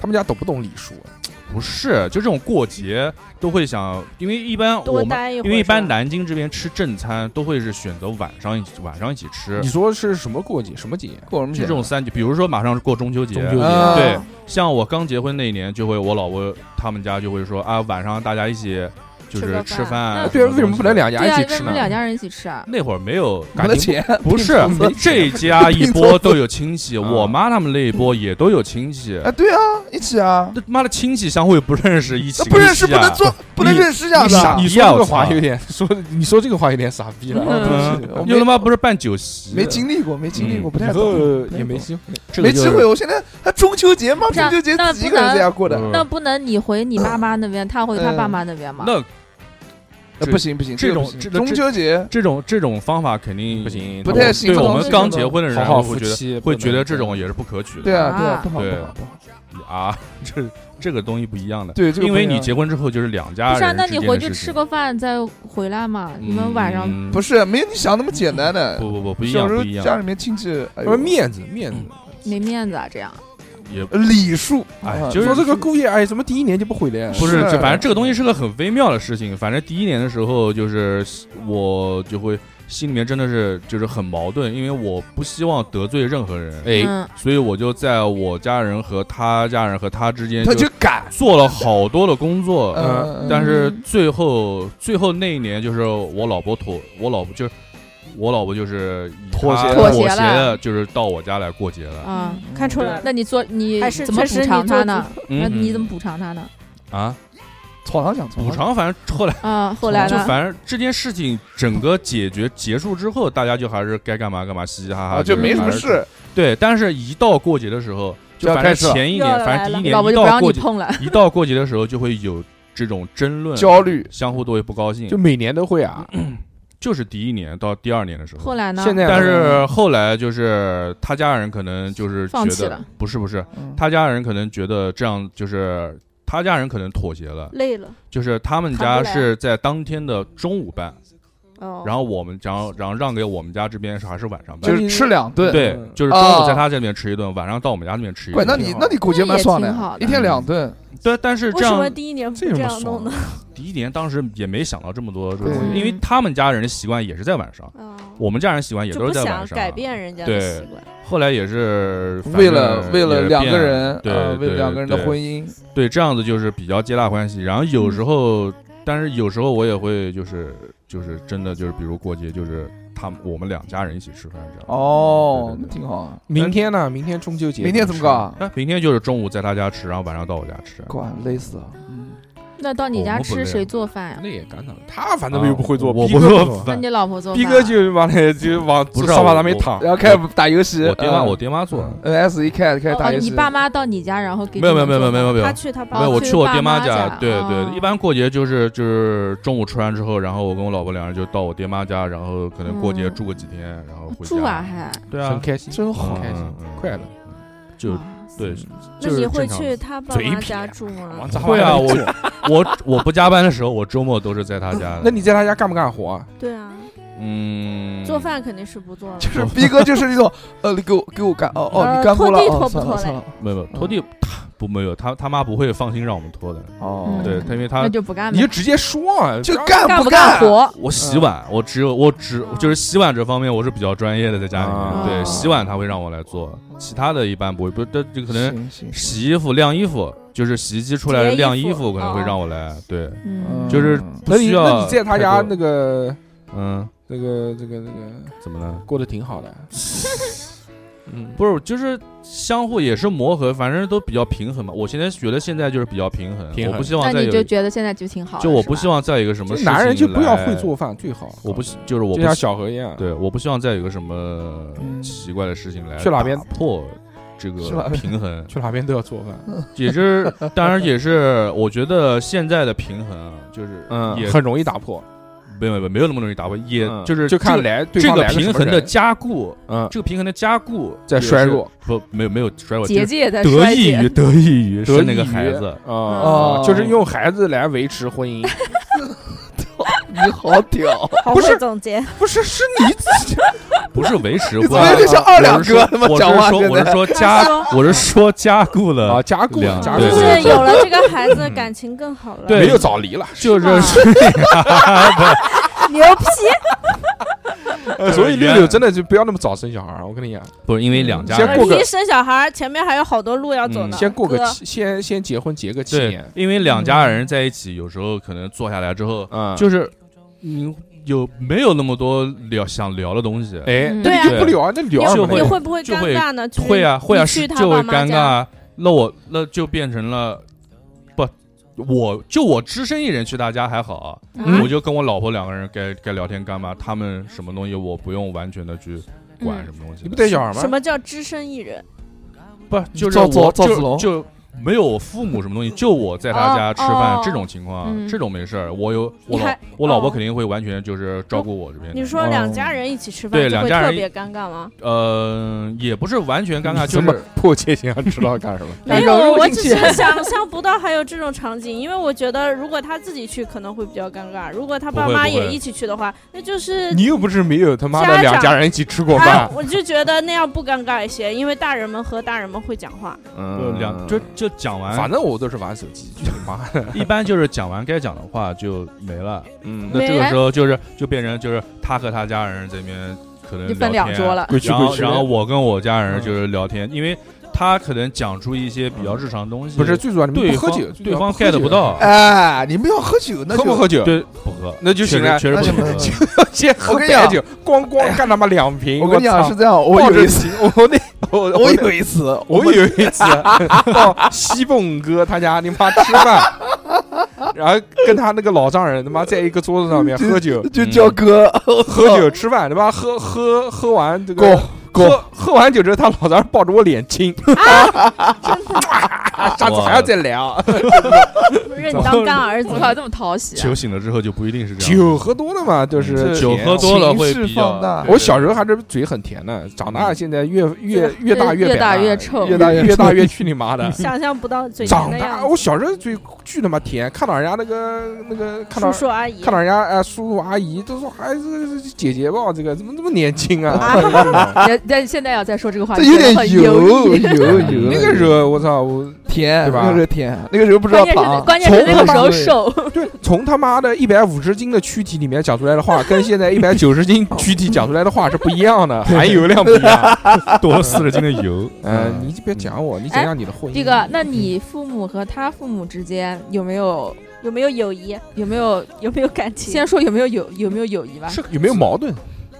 [SPEAKER 1] 他们家懂不懂礼数？啊
[SPEAKER 3] 不是就这种过节都会想，因为一般
[SPEAKER 4] 多
[SPEAKER 3] 我们
[SPEAKER 4] 待一会儿，
[SPEAKER 3] 因为一般
[SPEAKER 4] 是吧
[SPEAKER 3] 南京这边吃正餐都会是选择晚上一起晚上一起吃
[SPEAKER 1] 你，说是什么过节？什么节？
[SPEAKER 2] 过什么
[SPEAKER 3] 就
[SPEAKER 2] 节
[SPEAKER 3] 这？种三级，比如说马上过中秋节，
[SPEAKER 1] 中秋节
[SPEAKER 2] 啊
[SPEAKER 3] 对，像我刚结婚那一年，就会我老婆他们家就会说啊，晚上大家一起就
[SPEAKER 4] 吃
[SPEAKER 3] 是
[SPEAKER 4] 个
[SPEAKER 3] 吃
[SPEAKER 4] 饭
[SPEAKER 3] 饭啊
[SPEAKER 1] 那
[SPEAKER 3] 什么东西的。
[SPEAKER 1] 对啊，为什么不能两
[SPEAKER 5] 对
[SPEAKER 1] 家
[SPEAKER 5] 啊，
[SPEAKER 1] 一
[SPEAKER 5] 为
[SPEAKER 1] 起吃
[SPEAKER 5] 什
[SPEAKER 1] 呢
[SPEAKER 5] 么？两家人一起吃啊？
[SPEAKER 3] 那会儿没有
[SPEAKER 2] 没
[SPEAKER 3] 感
[SPEAKER 2] 了
[SPEAKER 3] 情
[SPEAKER 2] 钱，
[SPEAKER 3] 不是
[SPEAKER 2] *laughs* 拼凑
[SPEAKER 3] 这家一波都有亲
[SPEAKER 2] *laughs*
[SPEAKER 3] 戚，
[SPEAKER 1] 嗯
[SPEAKER 3] 我妈他们那一波也都有亲戚。
[SPEAKER 2] 哎，对啊，一起啊，
[SPEAKER 3] 那妈的亲戚相互也不认识，一起
[SPEAKER 2] 那不认识
[SPEAKER 3] 一起
[SPEAKER 2] 不
[SPEAKER 3] 啊
[SPEAKER 2] 能做，不能
[SPEAKER 1] 你
[SPEAKER 2] 认识呀
[SPEAKER 1] 你傻，
[SPEAKER 2] 的
[SPEAKER 1] 你说
[SPEAKER 3] 逼啊
[SPEAKER 1] 这
[SPEAKER 3] 我
[SPEAKER 1] 个
[SPEAKER 3] 操
[SPEAKER 1] 话有点说，你说这个话有点傻逼了。哦
[SPEAKER 2] 嗯
[SPEAKER 1] 对不起
[SPEAKER 2] 我
[SPEAKER 3] 又
[SPEAKER 2] 没
[SPEAKER 3] 他妈不是办酒席，
[SPEAKER 2] 没经历过，没经历过，
[SPEAKER 3] 嗯
[SPEAKER 2] 不
[SPEAKER 1] 以
[SPEAKER 2] 太
[SPEAKER 1] 后
[SPEAKER 2] 懂，
[SPEAKER 1] 呃也没机会。
[SPEAKER 3] 这个
[SPEAKER 2] 没
[SPEAKER 3] 就
[SPEAKER 2] 机
[SPEAKER 3] 是
[SPEAKER 2] 会。我现在他中秋节嘛，
[SPEAKER 5] 不是
[SPEAKER 2] 中
[SPEAKER 5] 啊
[SPEAKER 2] 秋节
[SPEAKER 5] 那
[SPEAKER 2] 自己一
[SPEAKER 5] 不
[SPEAKER 2] 个人在
[SPEAKER 5] 能
[SPEAKER 2] 家过的，
[SPEAKER 1] 嗯
[SPEAKER 5] 那不能你回你爸妈那边，他回他爸妈那边吗？
[SPEAKER 3] 那
[SPEAKER 2] 呃不行不行，
[SPEAKER 3] 这
[SPEAKER 2] 个
[SPEAKER 3] 种
[SPEAKER 2] 不行
[SPEAKER 3] 这个
[SPEAKER 2] 中秋节
[SPEAKER 3] 这种这种方法肯定
[SPEAKER 1] 不，行，
[SPEAKER 2] 不太行
[SPEAKER 3] 对
[SPEAKER 2] 不
[SPEAKER 3] 我
[SPEAKER 2] 能
[SPEAKER 3] 们
[SPEAKER 2] 这
[SPEAKER 3] 刚
[SPEAKER 2] 种
[SPEAKER 3] 结婚的人
[SPEAKER 1] 好好
[SPEAKER 3] 会
[SPEAKER 1] 夫
[SPEAKER 3] 觉得
[SPEAKER 1] 妻
[SPEAKER 3] 会觉得这种也是不可取的。
[SPEAKER 2] 对啊对啊
[SPEAKER 5] 啊，
[SPEAKER 2] 不好
[SPEAKER 3] 对
[SPEAKER 2] 不好不好，
[SPEAKER 3] 啊， *laughs* 这这个东西不一样的。
[SPEAKER 1] 对，这个
[SPEAKER 3] 因为
[SPEAKER 1] 不一
[SPEAKER 3] 你
[SPEAKER 1] 样
[SPEAKER 3] 结婚之后就是两家人
[SPEAKER 5] 不是、啊，那
[SPEAKER 3] 之
[SPEAKER 5] 你
[SPEAKER 3] 间
[SPEAKER 5] 回
[SPEAKER 3] 的
[SPEAKER 5] 去
[SPEAKER 3] 事
[SPEAKER 5] 吃
[SPEAKER 3] 情
[SPEAKER 5] 个饭再回来嘛？你们晚上
[SPEAKER 3] 嗯
[SPEAKER 2] 不是没有你想那么简单的。
[SPEAKER 3] 不不不不一
[SPEAKER 2] 小
[SPEAKER 3] 样
[SPEAKER 2] 时
[SPEAKER 3] 不
[SPEAKER 2] 候
[SPEAKER 3] 一
[SPEAKER 2] 家
[SPEAKER 3] 样，
[SPEAKER 2] 里面亲戚，哎
[SPEAKER 1] 不
[SPEAKER 2] 呦
[SPEAKER 3] 嗯
[SPEAKER 1] 是，面子面子。呃
[SPEAKER 5] 没面子啊？这样
[SPEAKER 3] 也
[SPEAKER 2] 礼数，
[SPEAKER 3] 哎
[SPEAKER 2] 啊
[SPEAKER 3] 就
[SPEAKER 1] 说
[SPEAKER 3] 是
[SPEAKER 1] 这个姑爷，哎，怎么第一年就不回来啊？
[SPEAKER 3] 不是，
[SPEAKER 2] 是
[SPEAKER 3] 这反正这个东西是个很微妙的事情。反正第一年的时候，就是我就会心里面真的是就是很矛盾，因为我不希望得罪任何人，
[SPEAKER 1] 哎，
[SPEAKER 5] 嗯，
[SPEAKER 3] 所以我就在我家人和他家人和他之间
[SPEAKER 2] 他
[SPEAKER 3] 就
[SPEAKER 2] 就敢，
[SPEAKER 3] 做了好多的工作，
[SPEAKER 2] 嗯，
[SPEAKER 3] 但是最后最后那一年就是我老婆妥，我老婆就是我老婆就是以她
[SPEAKER 2] 妥协了
[SPEAKER 3] 妥
[SPEAKER 5] 妥协了
[SPEAKER 3] 的，就是到我家来过节了。
[SPEAKER 5] 啊，
[SPEAKER 4] 嗯看出来了，
[SPEAKER 5] 那你做你
[SPEAKER 4] 还是
[SPEAKER 5] 怎么
[SPEAKER 4] 确实
[SPEAKER 5] 补偿
[SPEAKER 4] 你做
[SPEAKER 5] 他呢？那
[SPEAKER 3] 嗯
[SPEAKER 5] 你怎么补偿他呢？
[SPEAKER 3] 啊？
[SPEAKER 2] 草堂讲，草
[SPEAKER 3] 补
[SPEAKER 2] 堂
[SPEAKER 3] 偿反正后来。
[SPEAKER 5] 啊，后来
[SPEAKER 3] 就
[SPEAKER 5] 呢？
[SPEAKER 3] 反正这件事情整个解决结束之后，大家就还是该干嘛干嘛，嘻嘻哈
[SPEAKER 2] 啊，
[SPEAKER 3] 哈，
[SPEAKER 2] 就没什么
[SPEAKER 3] 是还是。
[SPEAKER 2] 事，
[SPEAKER 3] 对，但是一到过节的时候，
[SPEAKER 2] 就
[SPEAKER 3] 就
[SPEAKER 2] 要
[SPEAKER 3] 反
[SPEAKER 2] 开始
[SPEAKER 3] 正
[SPEAKER 2] 了
[SPEAKER 3] 前一
[SPEAKER 4] 又要
[SPEAKER 3] 年，
[SPEAKER 4] 来
[SPEAKER 3] 反正
[SPEAKER 4] 了
[SPEAKER 3] 第一
[SPEAKER 5] 老婆
[SPEAKER 3] 年一
[SPEAKER 5] 就不
[SPEAKER 3] 到
[SPEAKER 5] 让
[SPEAKER 3] 过
[SPEAKER 5] 你
[SPEAKER 3] 节，
[SPEAKER 5] 碰了。
[SPEAKER 3] 一到过节的时候就会有这种争论，
[SPEAKER 2] 焦虑，
[SPEAKER 3] 相互都会不高兴。
[SPEAKER 1] 就每年都会啊。
[SPEAKER 5] 嗯
[SPEAKER 3] 就是第一年到第二年的时
[SPEAKER 5] 后
[SPEAKER 3] 候，
[SPEAKER 5] 来呢？
[SPEAKER 1] 现在
[SPEAKER 3] 但是后来就是他家人可能就是
[SPEAKER 5] 放弃
[SPEAKER 3] 觉得
[SPEAKER 5] 了
[SPEAKER 3] 不是不是，
[SPEAKER 2] 嗯
[SPEAKER 3] 他家人可能觉得这样就是他家人可能妥协了，
[SPEAKER 4] 累了
[SPEAKER 3] 就是他们
[SPEAKER 4] 谈
[SPEAKER 3] 家
[SPEAKER 4] 不来
[SPEAKER 3] 是在当天的中午办。
[SPEAKER 4] 哦。
[SPEAKER 3] 然后我们然后然后让给我们家这边是还是晚上办
[SPEAKER 2] 就，是吃两顿，
[SPEAKER 3] 对
[SPEAKER 1] 嗯，
[SPEAKER 3] 就是中午在他这边吃一顿，晚上到我们家那边吃一
[SPEAKER 2] 喂，
[SPEAKER 3] 顿。
[SPEAKER 2] 那你那你过节蛮爽
[SPEAKER 5] 嗯那也挺好的
[SPEAKER 2] 一天两顿，
[SPEAKER 3] 对，但是
[SPEAKER 4] 为
[SPEAKER 3] 这
[SPEAKER 4] 什么
[SPEAKER 3] 样
[SPEAKER 4] 第一年不
[SPEAKER 1] 这有
[SPEAKER 4] 这
[SPEAKER 1] 什么
[SPEAKER 4] 样弄
[SPEAKER 1] 爽的
[SPEAKER 4] 呢？ *laughs*
[SPEAKER 3] 第一年当时也没想到这么多这个
[SPEAKER 2] 对
[SPEAKER 3] 东西，因为他们家人的习惯也是在晚上，
[SPEAKER 4] 啊，
[SPEAKER 3] 我们家人习惯也
[SPEAKER 4] 就
[SPEAKER 3] 都
[SPEAKER 4] 不
[SPEAKER 3] 是在
[SPEAKER 4] 想
[SPEAKER 3] 晚上。啊
[SPEAKER 4] 改变人家的
[SPEAKER 3] 对
[SPEAKER 4] 习惯。
[SPEAKER 3] 后来也是嗯反正
[SPEAKER 2] 为了为
[SPEAKER 3] 也
[SPEAKER 2] 了
[SPEAKER 3] 是
[SPEAKER 2] 两个
[SPEAKER 3] 变
[SPEAKER 2] 人，
[SPEAKER 3] 对
[SPEAKER 2] 啊，为了
[SPEAKER 3] 对
[SPEAKER 2] 两个人的
[SPEAKER 3] 对
[SPEAKER 2] 婚姻，
[SPEAKER 3] 对这样子就是比较皆大欢喜。然后有时
[SPEAKER 2] 嗯
[SPEAKER 3] 候，但是有时候我也会就是就是真的就是比如过节就是他们我们两家人一起吃饭这样。
[SPEAKER 2] 哦，那
[SPEAKER 3] 对对对
[SPEAKER 2] 挺好啊。
[SPEAKER 1] 明天呢？明天中秋节，
[SPEAKER 2] 明天怎么搞？啊？ *laughs*
[SPEAKER 3] 那明天就是中午在他家吃，然后晚上到我家吃。
[SPEAKER 2] 管累死了，嗯，
[SPEAKER 5] 那到你
[SPEAKER 3] 我
[SPEAKER 5] 家
[SPEAKER 3] 们不
[SPEAKER 5] 吃
[SPEAKER 3] 累
[SPEAKER 5] 谁做饭呀
[SPEAKER 1] 那？也赶上他，反正又不会做，
[SPEAKER 3] 啊我
[SPEAKER 1] 逼
[SPEAKER 3] 不
[SPEAKER 1] 哥
[SPEAKER 3] 做
[SPEAKER 1] 做
[SPEAKER 5] 那
[SPEAKER 3] 饭
[SPEAKER 5] 你老婆做饭啊？
[SPEAKER 1] 逼哥就完了，就往
[SPEAKER 3] 不是啊
[SPEAKER 1] 沙发上
[SPEAKER 3] 我
[SPEAKER 1] 面躺。
[SPEAKER 2] 然后开始呃打游戏，嗯
[SPEAKER 3] 我爹妈，我爹妈做的。
[SPEAKER 2] NS 一 E 开开始
[SPEAKER 5] 哦，
[SPEAKER 2] 打游戏，
[SPEAKER 5] 你爸妈到你家然后给
[SPEAKER 3] 没有
[SPEAKER 5] 你
[SPEAKER 3] 没有
[SPEAKER 5] 们
[SPEAKER 3] 没有没有
[SPEAKER 5] 做
[SPEAKER 3] 没有没有
[SPEAKER 4] 他，去他爸
[SPEAKER 3] 啊没有，
[SPEAKER 5] 哦
[SPEAKER 3] 我
[SPEAKER 5] 去
[SPEAKER 3] 去我
[SPEAKER 5] 爸
[SPEAKER 3] 爹
[SPEAKER 5] 妈
[SPEAKER 3] 家
[SPEAKER 5] 家。
[SPEAKER 3] 对
[SPEAKER 5] 哦
[SPEAKER 3] 对，一般过节就是就是中午吃完之后，然后我跟我老婆两人就到我爹妈家，然后可能过节
[SPEAKER 5] 嗯
[SPEAKER 3] 住个几天，然后
[SPEAKER 5] 饭
[SPEAKER 3] 回家。
[SPEAKER 5] 住啊还啊
[SPEAKER 3] 对
[SPEAKER 1] 很
[SPEAKER 3] 啊，
[SPEAKER 1] 开心，
[SPEAKER 2] 真
[SPEAKER 1] 很
[SPEAKER 2] 好，
[SPEAKER 1] 开心
[SPEAKER 3] 嗯嗯，嗯
[SPEAKER 1] 快乐。
[SPEAKER 3] 就对，
[SPEAKER 4] 嗯那
[SPEAKER 3] 就是
[SPEAKER 4] 你会
[SPEAKER 3] 正常
[SPEAKER 4] 去他爸
[SPEAKER 1] 嘴
[SPEAKER 4] 妈
[SPEAKER 1] 皮
[SPEAKER 4] 家
[SPEAKER 1] 啊
[SPEAKER 4] 住吗
[SPEAKER 2] 嗯
[SPEAKER 1] 往？沙发
[SPEAKER 2] *laughs*
[SPEAKER 3] 会啊，
[SPEAKER 1] 上面
[SPEAKER 3] 我
[SPEAKER 1] 坐
[SPEAKER 3] 我我不加班的时候，我周末都是在他
[SPEAKER 4] *laughs*
[SPEAKER 3] 家的。
[SPEAKER 1] 那你在他家干不干活啊？
[SPEAKER 4] 对啊，
[SPEAKER 3] 嗯，
[SPEAKER 4] 做饭肯定是不做了
[SPEAKER 2] 就。是逼哥就是那种，呃，你给我给我干，哦哦，
[SPEAKER 4] 呃
[SPEAKER 2] 你干过了，
[SPEAKER 4] 拖地
[SPEAKER 2] 哦
[SPEAKER 4] 拖不
[SPEAKER 2] 算了
[SPEAKER 4] 拖
[SPEAKER 2] 算了，
[SPEAKER 3] 没有没有拖地，他不没有他他妈不会放心让我们拖的。
[SPEAKER 2] 哦，
[SPEAKER 5] 嗯
[SPEAKER 3] 对他，因为
[SPEAKER 5] 那
[SPEAKER 3] 他
[SPEAKER 5] 就不干
[SPEAKER 1] 你就
[SPEAKER 5] 呗。
[SPEAKER 1] 直接说啊，
[SPEAKER 2] 就
[SPEAKER 1] 不要
[SPEAKER 2] 干
[SPEAKER 5] 不
[SPEAKER 2] 干
[SPEAKER 5] 干？活？
[SPEAKER 3] 我洗碗，我只有我只就是洗碗这方面我是比较专业的，在家里
[SPEAKER 1] 啊
[SPEAKER 3] 面对洗碗他会让我来做，其他的一般不会，不这这可能
[SPEAKER 2] 行行行
[SPEAKER 3] 洗衣服、晾衣服，就是洗衣机出来的
[SPEAKER 4] 叠衣
[SPEAKER 3] 晾衣
[SPEAKER 4] 服
[SPEAKER 3] 服，可能会
[SPEAKER 5] 啊
[SPEAKER 4] 哦
[SPEAKER 3] 让我来。对，
[SPEAKER 5] 嗯，
[SPEAKER 3] 就是
[SPEAKER 2] 嗯
[SPEAKER 3] 不
[SPEAKER 1] 那你
[SPEAKER 3] 需要
[SPEAKER 1] 那你在他
[SPEAKER 3] 太
[SPEAKER 1] 家
[SPEAKER 3] 多
[SPEAKER 1] 那个
[SPEAKER 3] 嗯，
[SPEAKER 1] 那个这个那个
[SPEAKER 3] 怎么了？
[SPEAKER 1] 过得挺好
[SPEAKER 3] *laughs*
[SPEAKER 1] 的，嗯，
[SPEAKER 3] 不是，就是相互也是磨合，反正都比较平衡嘛。我现在觉得现在就是比较平衡，
[SPEAKER 1] 平衡
[SPEAKER 3] 我不希望
[SPEAKER 5] 那
[SPEAKER 3] 再
[SPEAKER 5] 你
[SPEAKER 3] 有
[SPEAKER 5] 就觉得现在就挺好的。
[SPEAKER 3] 就我不
[SPEAKER 5] 是吧
[SPEAKER 3] 希望再有一个什么
[SPEAKER 1] 这
[SPEAKER 3] 事情
[SPEAKER 1] 男人就不要
[SPEAKER 3] 来
[SPEAKER 1] 会做，饭最好。
[SPEAKER 3] 我不希就是我
[SPEAKER 1] 就
[SPEAKER 3] 不
[SPEAKER 1] 像
[SPEAKER 3] 希
[SPEAKER 1] 小何一样，
[SPEAKER 3] 对，我不希望再有一个什么
[SPEAKER 2] 嗯
[SPEAKER 3] 奇怪的事情来
[SPEAKER 1] 去哪边
[SPEAKER 3] 打破这
[SPEAKER 2] 去哪
[SPEAKER 3] 个
[SPEAKER 2] 边
[SPEAKER 3] 平衡。
[SPEAKER 1] 去哪边都要做饭，
[SPEAKER 3] 也是，当然也是，我觉得现在的平衡啊，就是
[SPEAKER 1] 嗯
[SPEAKER 3] 也，
[SPEAKER 1] 很容易打破，
[SPEAKER 3] 没有没有没有那么容易打破，也
[SPEAKER 1] 嗯
[SPEAKER 3] 就是
[SPEAKER 1] 就看
[SPEAKER 3] 这个
[SPEAKER 1] 来对
[SPEAKER 3] 这
[SPEAKER 1] 方
[SPEAKER 3] 个
[SPEAKER 1] 来什
[SPEAKER 3] 平
[SPEAKER 1] 么
[SPEAKER 3] 衡的
[SPEAKER 1] 人，
[SPEAKER 3] 加固，
[SPEAKER 1] 嗯，
[SPEAKER 3] 这个平衡的加固
[SPEAKER 1] 在衰弱，
[SPEAKER 3] 不没有没有衰弱，
[SPEAKER 5] 结
[SPEAKER 3] 就是
[SPEAKER 5] 界在
[SPEAKER 3] 得
[SPEAKER 5] 衰
[SPEAKER 3] 益
[SPEAKER 5] 竭
[SPEAKER 3] 于得益于
[SPEAKER 1] 得
[SPEAKER 3] 生那
[SPEAKER 1] 益
[SPEAKER 3] 个
[SPEAKER 1] 于
[SPEAKER 3] 孩子，
[SPEAKER 1] 啊
[SPEAKER 2] 哦，
[SPEAKER 1] 就是用孩子来维持婚姻，
[SPEAKER 2] 你好屌，
[SPEAKER 4] 好
[SPEAKER 1] 不是
[SPEAKER 4] 会总结，
[SPEAKER 1] 不是是你 *laughs* 自己
[SPEAKER 3] 不是维持
[SPEAKER 2] 你怎
[SPEAKER 3] 婚
[SPEAKER 2] 么
[SPEAKER 1] 啊
[SPEAKER 2] 有
[SPEAKER 3] 姻。
[SPEAKER 2] 点像二两
[SPEAKER 3] 我是
[SPEAKER 2] 哥
[SPEAKER 3] 说
[SPEAKER 2] 他妈
[SPEAKER 3] 我
[SPEAKER 2] 讲话
[SPEAKER 3] 是
[SPEAKER 2] 现
[SPEAKER 3] 说我是
[SPEAKER 2] 在？
[SPEAKER 3] 说加
[SPEAKER 4] 说
[SPEAKER 3] 我是说加固
[SPEAKER 1] 啊，
[SPEAKER 3] 了，
[SPEAKER 1] 加固
[SPEAKER 3] 两
[SPEAKER 1] 加
[SPEAKER 4] 啊
[SPEAKER 1] 固
[SPEAKER 4] 就
[SPEAKER 3] 对
[SPEAKER 4] 是
[SPEAKER 3] 对对
[SPEAKER 4] 有了这个孩
[SPEAKER 3] *laughs*
[SPEAKER 4] 子，感情更好了。
[SPEAKER 3] 对
[SPEAKER 1] 没有早离了，
[SPEAKER 3] 就是
[SPEAKER 5] 啊
[SPEAKER 4] 是牛皮，
[SPEAKER 1] 呃所以六六真的就不要那么早生小孩儿，我跟你讲，
[SPEAKER 3] 不是因为两家
[SPEAKER 1] 先
[SPEAKER 3] 人
[SPEAKER 1] 过个
[SPEAKER 4] 离生小孩儿前面还有好多路要走
[SPEAKER 3] 嗯
[SPEAKER 4] 呢。
[SPEAKER 1] 先过个
[SPEAKER 4] 哥
[SPEAKER 1] 七，先先结婚结个七
[SPEAKER 3] 对
[SPEAKER 1] 年，，
[SPEAKER 3] 因为两家人在一起，有时候可能坐下来之后，
[SPEAKER 1] 嗯，
[SPEAKER 3] 就是你有没有那么多聊想聊的东西？
[SPEAKER 1] 哎，那
[SPEAKER 5] 嗯
[SPEAKER 4] 对
[SPEAKER 1] 你
[SPEAKER 4] 啊
[SPEAKER 1] 就不聊啊，那聊什
[SPEAKER 3] 就
[SPEAKER 1] 么
[SPEAKER 4] 你
[SPEAKER 1] 呀？
[SPEAKER 4] 会不会
[SPEAKER 3] 就
[SPEAKER 4] 尴
[SPEAKER 3] 会
[SPEAKER 4] 尬呢？就是
[SPEAKER 3] 会啊会啊，
[SPEAKER 4] 你
[SPEAKER 3] 是
[SPEAKER 4] 去他
[SPEAKER 3] 就会
[SPEAKER 4] 爸妈
[SPEAKER 3] 尴尬
[SPEAKER 4] 家，
[SPEAKER 3] 啊。那我那就变成了不，我就我只身一人去他家还好啊，
[SPEAKER 1] 嗯
[SPEAKER 3] 我就跟我老婆两个人该该聊天干嘛，他们什么东西我不用完全的去管
[SPEAKER 5] 嗯
[SPEAKER 3] 什么东西
[SPEAKER 1] 你
[SPEAKER 3] 的，
[SPEAKER 1] 不得小孩
[SPEAKER 4] 什
[SPEAKER 1] 吗？
[SPEAKER 4] 么叫只身一人？
[SPEAKER 3] 不就是
[SPEAKER 2] 造造
[SPEAKER 3] 我
[SPEAKER 2] 造子
[SPEAKER 3] 就
[SPEAKER 2] 龙
[SPEAKER 3] 就没有父母什么东西，就我在他家吃
[SPEAKER 4] 哦哦
[SPEAKER 3] 饭这种情况，
[SPEAKER 5] 嗯
[SPEAKER 3] 这种没事儿。我有我
[SPEAKER 4] 你
[SPEAKER 3] 老
[SPEAKER 4] 还
[SPEAKER 3] 我老婆
[SPEAKER 4] 哦
[SPEAKER 3] 肯定会完全就是照顾我这边
[SPEAKER 4] 你
[SPEAKER 3] 的，
[SPEAKER 4] 说
[SPEAKER 1] 哦
[SPEAKER 4] 两家人一起吃
[SPEAKER 3] 对
[SPEAKER 4] 饭就
[SPEAKER 3] 两
[SPEAKER 4] 会
[SPEAKER 3] 家人
[SPEAKER 4] 特
[SPEAKER 3] 一
[SPEAKER 4] 别尴尬吗？
[SPEAKER 3] 呃，也不是完全尴尬，就
[SPEAKER 1] 怎么
[SPEAKER 3] 是
[SPEAKER 1] 迫切想要知道干什么？
[SPEAKER 4] 没有，
[SPEAKER 2] 让肉
[SPEAKER 4] 我
[SPEAKER 2] 进
[SPEAKER 4] 只
[SPEAKER 2] 去
[SPEAKER 4] 是想象不到还有这种场景，因为我觉得如果他自己去可能会比较尴尬，如果他爸
[SPEAKER 3] 不会
[SPEAKER 4] 妈
[SPEAKER 3] 不会
[SPEAKER 4] 也一起去的话，那就是
[SPEAKER 1] 你又不是没有他妈
[SPEAKER 4] 家
[SPEAKER 1] 的
[SPEAKER 4] 长
[SPEAKER 1] 两家人一起吃过
[SPEAKER 4] 他
[SPEAKER 1] 饭，，
[SPEAKER 4] 我就觉得那样不尴尬一些，因为大人们和大人们会讲话。
[SPEAKER 3] 呃
[SPEAKER 1] 嗯，
[SPEAKER 3] 两就就讲
[SPEAKER 1] 反
[SPEAKER 3] 完，
[SPEAKER 1] 正我都是玩手机，去你妈的，
[SPEAKER 3] 一般就是讲完该讲的话就没了。
[SPEAKER 1] 嗯
[SPEAKER 3] 那
[SPEAKER 4] 没
[SPEAKER 3] 这个
[SPEAKER 5] 哎
[SPEAKER 3] 时候就是就变成就是他和他家人这边可能
[SPEAKER 5] 就分
[SPEAKER 3] 聊
[SPEAKER 5] 两
[SPEAKER 3] 天
[SPEAKER 5] 桌了。
[SPEAKER 1] 鬼去
[SPEAKER 3] 然
[SPEAKER 1] 鬼
[SPEAKER 3] 后
[SPEAKER 1] 去。哎嗯
[SPEAKER 3] 然后我跟我家人就是聊天，因为他可能讲出一些比较日常的东西，
[SPEAKER 1] 不是最主要你们
[SPEAKER 3] 对
[SPEAKER 1] 不喝
[SPEAKER 3] 方
[SPEAKER 1] 酒，最主
[SPEAKER 3] 对
[SPEAKER 1] 要
[SPEAKER 3] 方
[SPEAKER 1] 不喝
[SPEAKER 3] get
[SPEAKER 1] 酒
[SPEAKER 3] 不，到，
[SPEAKER 2] 哎，你们要喝酒，那
[SPEAKER 1] 喝不
[SPEAKER 2] 就
[SPEAKER 1] 喝酒？
[SPEAKER 3] 对，不喝，
[SPEAKER 1] 那就
[SPEAKER 3] 确
[SPEAKER 1] 行
[SPEAKER 3] 实
[SPEAKER 1] 了。
[SPEAKER 3] 确实
[SPEAKER 2] 那就
[SPEAKER 3] 不能
[SPEAKER 2] 没
[SPEAKER 3] 喝。
[SPEAKER 1] *laughs* 先喝
[SPEAKER 2] 我跟你讲哎
[SPEAKER 1] 白酒，咣咣干他妈两瓶。
[SPEAKER 2] 我跟你讲
[SPEAKER 1] 操
[SPEAKER 2] 是这样，我
[SPEAKER 1] 抱
[SPEAKER 2] 有
[SPEAKER 1] 着
[SPEAKER 2] 一次，
[SPEAKER 1] 瓶，我那 *laughs* 我
[SPEAKER 2] 我
[SPEAKER 1] 那
[SPEAKER 2] 有一次，
[SPEAKER 1] 我
[SPEAKER 2] 们
[SPEAKER 1] 有一次 *laughs* 到西凤哥他家，你妈吃饭，然后跟他那个老丈人他妈在一个桌子上面喝酒，
[SPEAKER 2] 就叫哥
[SPEAKER 1] 喝酒吃饭，他妈喝喝喝完这
[SPEAKER 2] 哥
[SPEAKER 1] 个。
[SPEAKER 2] 哥，
[SPEAKER 1] 喝喝完酒之后，他老丈人抱着我脸
[SPEAKER 2] *laughs*
[SPEAKER 1] 亲， *laughs* 啊，下次还要再来啊！
[SPEAKER 4] 认你当干儿子
[SPEAKER 5] 我，靠，这么讨喜啊！
[SPEAKER 3] 酒醒了之后就不一定是这样。
[SPEAKER 1] 酒喝多了嘛，就是
[SPEAKER 2] 嗯
[SPEAKER 3] 酒
[SPEAKER 1] 甜啊
[SPEAKER 3] 喝多了会
[SPEAKER 2] 情
[SPEAKER 3] 比
[SPEAKER 2] 绪
[SPEAKER 3] 较
[SPEAKER 2] 放大。
[SPEAKER 3] 对嗯
[SPEAKER 1] 我小时候还是嘴很甜的，长大现在越越越大
[SPEAKER 5] 越
[SPEAKER 1] 扁
[SPEAKER 5] 大
[SPEAKER 1] 了
[SPEAKER 5] 越
[SPEAKER 1] *laughs*
[SPEAKER 5] 臭
[SPEAKER 1] 越大
[SPEAKER 2] 越
[SPEAKER 1] 越大
[SPEAKER 2] 臭
[SPEAKER 1] 越去你妈的！
[SPEAKER 4] 想象不到嘴
[SPEAKER 1] 长
[SPEAKER 4] 甜的
[SPEAKER 1] 大，
[SPEAKER 4] 样
[SPEAKER 1] 我
[SPEAKER 4] 子。
[SPEAKER 1] 小时候嘴巨他妈甜，看到人家那个那个看到
[SPEAKER 4] 叔叔阿姨
[SPEAKER 1] 看，到人家哎叔叔阿姨都说还是姐姐吧，这个怎么这么年轻 *laughs* 啊？
[SPEAKER 5] 但但现在要再说这个话，
[SPEAKER 2] 这有点
[SPEAKER 5] 觉得很
[SPEAKER 2] 油
[SPEAKER 5] 油腻。
[SPEAKER 2] 油
[SPEAKER 3] 嗯
[SPEAKER 2] 油了，
[SPEAKER 1] 那个时候我操，我
[SPEAKER 2] 甜，
[SPEAKER 1] 对吧
[SPEAKER 2] 那个时候甜，那个时候不知道
[SPEAKER 5] 关键是
[SPEAKER 2] 糖，
[SPEAKER 5] 关键是那个时候瘦，
[SPEAKER 1] 对从他妈的一百五十斤的躯体里面讲出来的话，跟现在一百九十斤躯体讲出来的话是不一样 *laughs* 的，哎含油量不一样。，
[SPEAKER 3] *laughs* 多四十斤的油
[SPEAKER 1] 嗯，你就别讲我，你讲讲你的婚姻。
[SPEAKER 5] 这个，那你父母和他父母之间有没有
[SPEAKER 4] 有没有友谊？
[SPEAKER 5] 有没有？
[SPEAKER 4] 有没有感情？
[SPEAKER 5] 先说有没有友有没有友谊吧？
[SPEAKER 1] 是有没有矛盾？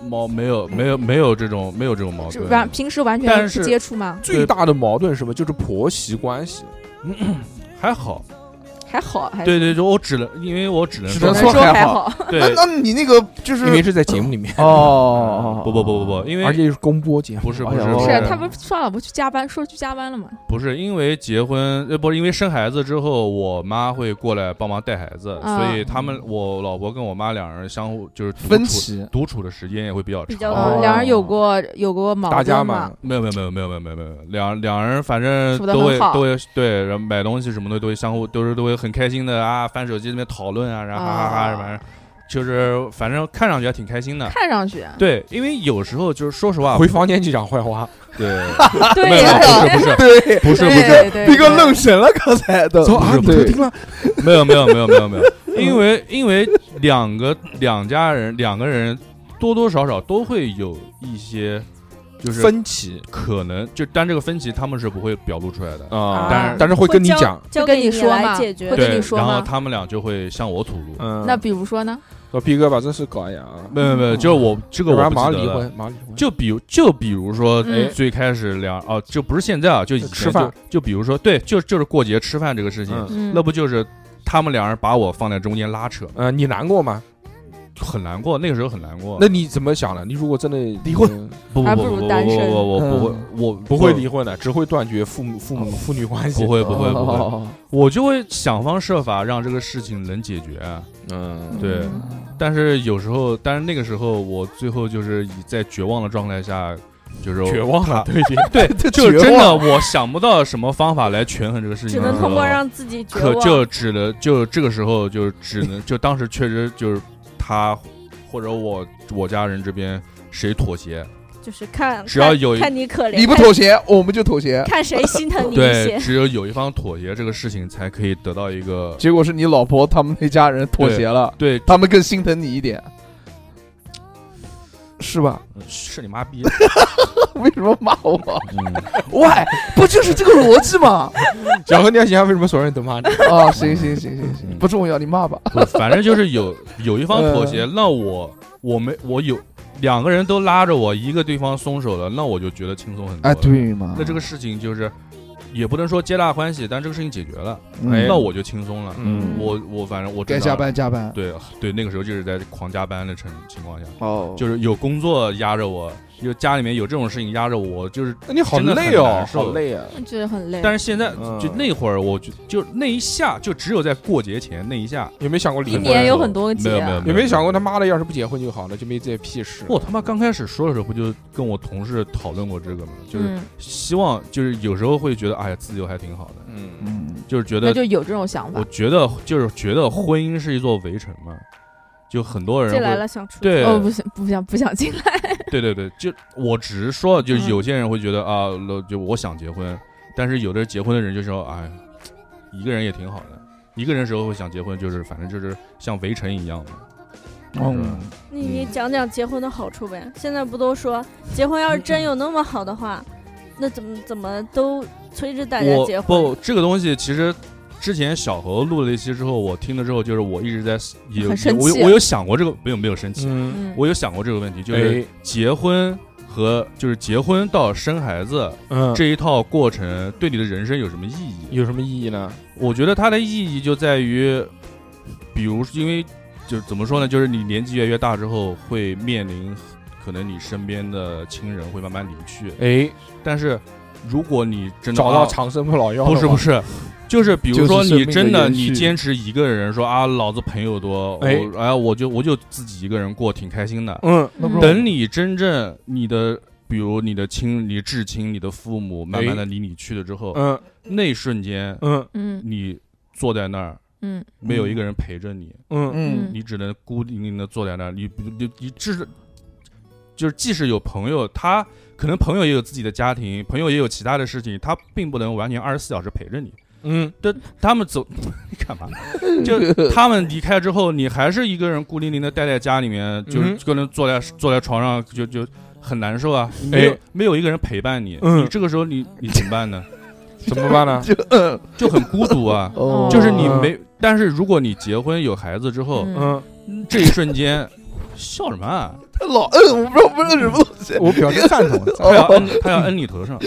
[SPEAKER 3] 毛没有没有没有这种没有这种矛
[SPEAKER 5] 是完
[SPEAKER 3] 盾，
[SPEAKER 5] 平时完全
[SPEAKER 3] 但
[SPEAKER 5] 不
[SPEAKER 3] 是
[SPEAKER 5] 接触吗？
[SPEAKER 1] 最大的矛盾是什么？就是婆媳关系。
[SPEAKER 3] 还好。
[SPEAKER 5] 还好，还
[SPEAKER 3] 对对对，我只能因为我只能
[SPEAKER 2] 只
[SPEAKER 5] 只能
[SPEAKER 2] 能说
[SPEAKER 5] *laughs* 说
[SPEAKER 2] 还
[SPEAKER 5] 还
[SPEAKER 2] 好
[SPEAKER 5] 好。
[SPEAKER 3] 对
[SPEAKER 2] 那，那你那个就是
[SPEAKER 1] 因为是在节目里面，
[SPEAKER 2] 哦，
[SPEAKER 3] 不不不不不，因为
[SPEAKER 1] 而且又是公播节目，
[SPEAKER 3] 不是
[SPEAKER 2] 哎
[SPEAKER 3] 不是
[SPEAKER 2] 呦
[SPEAKER 3] 不
[SPEAKER 5] 是啊
[SPEAKER 2] 哦
[SPEAKER 5] 他不是说老婆去加班，说去加班了吗？
[SPEAKER 3] 不是因为结婚，呃，不是因为生孩子之后，我妈会过来帮忙带孩子，
[SPEAKER 5] 啊
[SPEAKER 3] 所以他们我老婆跟我妈两人相互就是独
[SPEAKER 2] 分
[SPEAKER 3] 处
[SPEAKER 2] 歧，
[SPEAKER 3] 独处的时间也会比较
[SPEAKER 4] 比
[SPEAKER 3] 长。
[SPEAKER 4] 较
[SPEAKER 5] 嗯，
[SPEAKER 2] 哦
[SPEAKER 5] 两人有过有过矛
[SPEAKER 1] 大家
[SPEAKER 5] 盾
[SPEAKER 1] 嘛
[SPEAKER 5] 吗？，
[SPEAKER 3] 没有没有没有没有没有没有没有，两两人反正
[SPEAKER 5] 处得
[SPEAKER 3] 都
[SPEAKER 5] 很
[SPEAKER 3] 会
[SPEAKER 5] 好
[SPEAKER 3] 都会对，然后买东西什么的都会相互都是都会很开心的啊，翻手机那边讨论啊，然后哈哈哈，
[SPEAKER 5] 啊
[SPEAKER 3] 反正就是反正看上去还挺开心的。
[SPEAKER 5] 看上去
[SPEAKER 3] 对，因为有时候就是说实话，
[SPEAKER 1] 回房间就讲坏话，
[SPEAKER 3] *laughs* 对，
[SPEAKER 5] 对
[SPEAKER 3] 没有
[SPEAKER 5] 的，
[SPEAKER 3] 不是不是
[SPEAKER 2] 对，
[SPEAKER 3] 不是不是
[SPEAKER 5] 对对
[SPEAKER 2] 逼哥
[SPEAKER 5] 对
[SPEAKER 2] 愣神了，刚才都
[SPEAKER 1] 走啊，
[SPEAKER 3] 不是
[SPEAKER 1] 你
[SPEAKER 3] 不
[SPEAKER 1] 都
[SPEAKER 3] 是
[SPEAKER 1] 听了，
[SPEAKER 3] 没有没有没有没有没有，因为因为两个两家人两个人多多少少都会有一些，就是
[SPEAKER 1] 分歧
[SPEAKER 3] 可能就但这个分歧他们是不会表露出来的，
[SPEAKER 1] 啊
[SPEAKER 3] 但是
[SPEAKER 1] 但是会跟你
[SPEAKER 4] 交
[SPEAKER 1] 讲，
[SPEAKER 4] 交
[SPEAKER 5] 会跟
[SPEAKER 4] 给
[SPEAKER 5] 你说
[SPEAKER 4] 来
[SPEAKER 5] 嘛
[SPEAKER 4] 解决
[SPEAKER 5] 会。跟
[SPEAKER 3] 对
[SPEAKER 5] 你，说
[SPEAKER 3] 然后
[SPEAKER 5] 吗
[SPEAKER 3] 他们俩就会向我吐露。
[SPEAKER 1] 嗯，
[SPEAKER 5] 那比如说呢？
[SPEAKER 1] 说逼哥把这事搞一下啊，
[SPEAKER 3] 没有没有，就是我这个
[SPEAKER 1] 要不
[SPEAKER 3] 我
[SPEAKER 1] 然马
[SPEAKER 3] 不
[SPEAKER 1] 上
[SPEAKER 3] 记得
[SPEAKER 1] 离
[SPEAKER 3] 了
[SPEAKER 1] 婚，马上离婚。
[SPEAKER 3] 就比如就比如说
[SPEAKER 5] 嗯
[SPEAKER 3] 最开始两哦，就不是现在啊，就以前
[SPEAKER 1] 吃饭
[SPEAKER 3] 就，就比如说对，就就是过节吃饭这个事情，
[SPEAKER 1] 嗯
[SPEAKER 5] 嗯
[SPEAKER 3] 那不就是他们两人把我放在中间拉扯，
[SPEAKER 1] 呃，你难过吗？
[SPEAKER 3] 很难过，那个时候很难过。
[SPEAKER 1] 那你怎么想的？你如果真的哦离哦
[SPEAKER 2] 婚，
[SPEAKER 3] 不
[SPEAKER 5] 还
[SPEAKER 3] 不
[SPEAKER 5] 不
[SPEAKER 3] 不
[SPEAKER 5] 如
[SPEAKER 3] 不不
[SPEAKER 5] 单
[SPEAKER 3] 不
[SPEAKER 5] 身
[SPEAKER 3] 不不不会
[SPEAKER 2] 嗯，
[SPEAKER 3] 我
[SPEAKER 1] 不会离婚的，只会断绝父母父 *laughs* 母父女关系。
[SPEAKER 3] 不，会不会不会，
[SPEAKER 2] 哦
[SPEAKER 3] 我就会想方设法让这个事情能解决。
[SPEAKER 1] 嗯，
[SPEAKER 3] 对
[SPEAKER 5] 嗯
[SPEAKER 3] 但是有时候，但是那个时候我最后就是以在绝望的状态下，就是
[SPEAKER 1] 绝望 *laughs* 了，对哦
[SPEAKER 2] *laughs*
[SPEAKER 1] 对，
[SPEAKER 3] 对，
[SPEAKER 2] 这
[SPEAKER 3] 就是
[SPEAKER 2] 绝
[SPEAKER 3] 真的，
[SPEAKER 2] 望
[SPEAKER 3] 我想不到什么方法来权衡这个事情
[SPEAKER 4] 只
[SPEAKER 3] 的时候，
[SPEAKER 4] 能通过让自己
[SPEAKER 3] 嗯
[SPEAKER 4] 绝
[SPEAKER 3] 可
[SPEAKER 4] 望。
[SPEAKER 3] 就只能就这个时候就只能就当时确实就是他或者我我家人这边谁妥协，
[SPEAKER 4] 就是看，
[SPEAKER 3] 只要
[SPEAKER 4] 看
[SPEAKER 3] 有一
[SPEAKER 4] 看你可怜，
[SPEAKER 2] 你不
[SPEAKER 4] 看
[SPEAKER 2] 妥协，我们就妥协。
[SPEAKER 4] 看谁心疼你一
[SPEAKER 3] *laughs* 对，
[SPEAKER 4] 些。
[SPEAKER 3] 只有有一方妥协，这个事情才可以得到一个
[SPEAKER 2] 结果是你老婆他们那家人妥协了，
[SPEAKER 3] 对
[SPEAKER 2] 他们更心疼你一点，是吧？ *laughs*
[SPEAKER 3] 是你妈逼，
[SPEAKER 2] 为什么骂我？
[SPEAKER 3] 嗯，
[SPEAKER 2] *laughs* 喂，不就是这个逻
[SPEAKER 3] *laughs*
[SPEAKER 2] 辑吗？
[SPEAKER 1] 小何，你要想想为什么所有人都骂 *laughs* 你？
[SPEAKER 2] 啊，行行行行行，不重要，你骂吧。
[SPEAKER 3] 不是反正就是有有一方妥
[SPEAKER 2] 嗯
[SPEAKER 3] 协，那我我没我有两个人都拉着我，一个对方松手了，那我就觉得轻松很多。
[SPEAKER 2] 哎哎，，对嘛？
[SPEAKER 3] 那这个事情就是也不能说皆大欢喜，但这个事情解决了，
[SPEAKER 1] 哎
[SPEAKER 3] 那我就轻松了。
[SPEAKER 1] 嗯
[SPEAKER 2] 嗯
[SPEAKER 3] 我我反正我
[SPEAKER 2] 该
[SPEAKER 3] 正
[SPEAKER 2] 加
[SPEAKER 3] 常，
[SPEAKER 2] 班加班。
[SPEAKER 3] 对对，那个时候就是在狂加班的情情况下，
[SPEAKER 2] 哦，
[SPEAKER 3] 就是有工作压着我，就家里面有这种事情压着我，就是。
[SPEAKER 1] 那你好
[SPEAKER 3] 真的
[SPEAKER 1] 累
[SPEAKER 3] 很
[SPEAKER 1] 哦
[SPEAKER 3] 难，受
[SPEAKER 1] 好累啊！
[SPEAKER 5] 我觉得嗯很累。
[SPEAKER 3] 但是现在
[SPEAKER 1] 嗯
[SPEAKER 3] 就那会儿，我就就那一下，就只有在过节前那一下，
[SPEAKER 1] 有没有想过离
[SPEAKER 5] 一
[SPEAKER 1] 婚？
[SPEAKER 5] 年有很多个节
[SPEAKER 3] 没有
[SPEAKER 5] 啊
[SPEAKER 3] 没有，哦
[SPEAKER 1] 有没有想过他妈的，要是不结婚就好了，就没这些屁事。
[SPEAKER 3] 我他妈刚开始说的时候，不就跟我同事讨论过这个吗？就是
[SPEAKER 5] 嗯，
[SPEAKER 3] 希望，就是有时候会觉得，哎呀，自由还挺好的，
[SPEAKER 1] 嗯，
[SPEAKER 2] 嗯，
[SPEAKER 3] 就是觉
[SPEAKER 5] 那
[SPEAKER 3] 得，
[SPEAKER 5] 就有这种想法
[SPEAKER 3] 我。觉得就是觉得婚姻是一座围城嘛，就很多人
[SPEAKER 4] 进来
[SPEAKER 3] 会，
[SPEAKER 4] 了想出去
[SPEAKER 3] 对
[SPEAKER 5] 哦，不想不想不想进来。
[SPEAKER 3] 对对对，就我只是说，就
[SPEAKER 5] 嗯
[SPEAKER 3] 有些人会觉得啊，那就我想结婚，但是有的结婚的人就说，哎，一个人也挺好的，一个人时候会想结婚，就是反正就是像围城一样的，嗯
[SPEAKER 2] 哦，
[SPEAKER 4] 你你讲讲结婚的好处呗。现在不都说结婚要是真有那么好的话，那怎么怎么都催着大家
[SPEAKER 3] 我
[SPEAKER 4] 结婚？
[SPEAKER 3] 不，这个东西其实之前小猴录了一期之后，我听了之后，就是我一直在有
[SPEAKER 5] 很生
[SPEAKER 3] 我有
[SPEAKER 5] 气
[SPEAKER 3] 我有想过这个，没有没有生气，
[SPEAKER 1] 嗯，
[SPEAKER 5] 嗯，
[SPEAKER 3] 我有想过这个问题，就是
[SPEAKER 1] 哎，
[SPEAKER 3] 结婚和就是结婚到生孩子
[SPEAKER 1] 嗯，
[SPEAKER 3] 这一套过程对你的人生有什么意义？
[SPEAKER 1] 有什么意义呢？
[SPEAKER 3] 我觉得它的意义就在于，比如因为就是怎么说呢，就是你年纪越来越大之后，会面临 *laughs* 可能你身边的亲人会慢慢离去，
[SPEAKER 1] 哎，
[SPEAKER 3] 但是如果你真的
[SPEAKER 1] 找到
[SPEAKER 3] 啊
[SPEAKER 1] 长生不老药了
[SPEAKER 3] 不是
[SPEAKER 1] 吗
[SPEAKER 3] 不，是，就是比如
[SPEAKER 2] 就是
[SPEAKER 3] 说
[SPEAKER 2] 生
[SPEAKER 3] 你
[SPEAKER 2] 命的
[SPEAKER 3] 真的
[SPEAKER 2] 延
[SPEAKER 3] 你
[SPEAKER 2] 续
[SPEAKER 3] 坚持一个人说啊，老子朋友多，
[SPEAKER 1] 哎
[SPEAKER 3] 我哎我就我就自己一个人过挺开心的。
[SPEAKER 1] 嗯，
[SPEAKER 5] 那不是
[SPEAKER 3] 等你真正你的比如你的亲、你至亲、你的父母慢
[SPEAKER 1] 哎
[SPEAKER 3] 慢的离你去了之后，
[SPEAKER 1] 嗯
[SPEAKER 3] 那瞬间
[SPEAKER 1] 嗯
[SPEAKER 5] 嗯
[SPEAKER 3] 你坐在那儿。
[SPEAKER 5] 嗯
[SPEAKER 3] 没有一个人陪着你，
[SPEAKER 1] 嗯
[SPEAKER 2] 嗯，
[SPEAKER 3] 你只能孤零零的坐在那儿。你你你至就是即使有朋友，他可能朋友也有自己的家庭，朋友也有其他的事情，他并不能完全二十四小时陪着你。
[SPEAKER 1] 嗯，
[SPEAKER 3] 他们走， *laughs* 你干嘛？
[SPEAKER 1] *laughs*
[SPEAKER 3] 就他们离开之后，你还是一个人孤零零的待在家里面，就是
[SPEAKER 1] 嗯
[SPEAKER 3] 可能坐在坐在床上就就很难受啊，没有
[SPEAKER 1] 哎
[SPEAKER 3] 没有一个人陪伴你，
[SPEAKER 1] 嗯
[SPEAKER 3] 你这个时候你你怎么办呢？
[SPEAKER 1] 怎么办呢？ *laughs*
[SPEAKER 3] 就很孤独啊
[SPEAKER 2] 哦，
[SPEAKER 3] 嗯就是你没，但是如果你结婚有孩子之后，
[SPEAKER 5] 嗯
[SPEAKER 1] 嗯，
[SPEAKER 3] 这一瞬间笑什么啊？
[SPEAKER 2] 他老摁，我不知道不是什么东西。
[SPEAKER 1] 我 *laughs* 表示啊赞同。
[SPEAKER 3] *laughs* 他要摁他要摁你头上，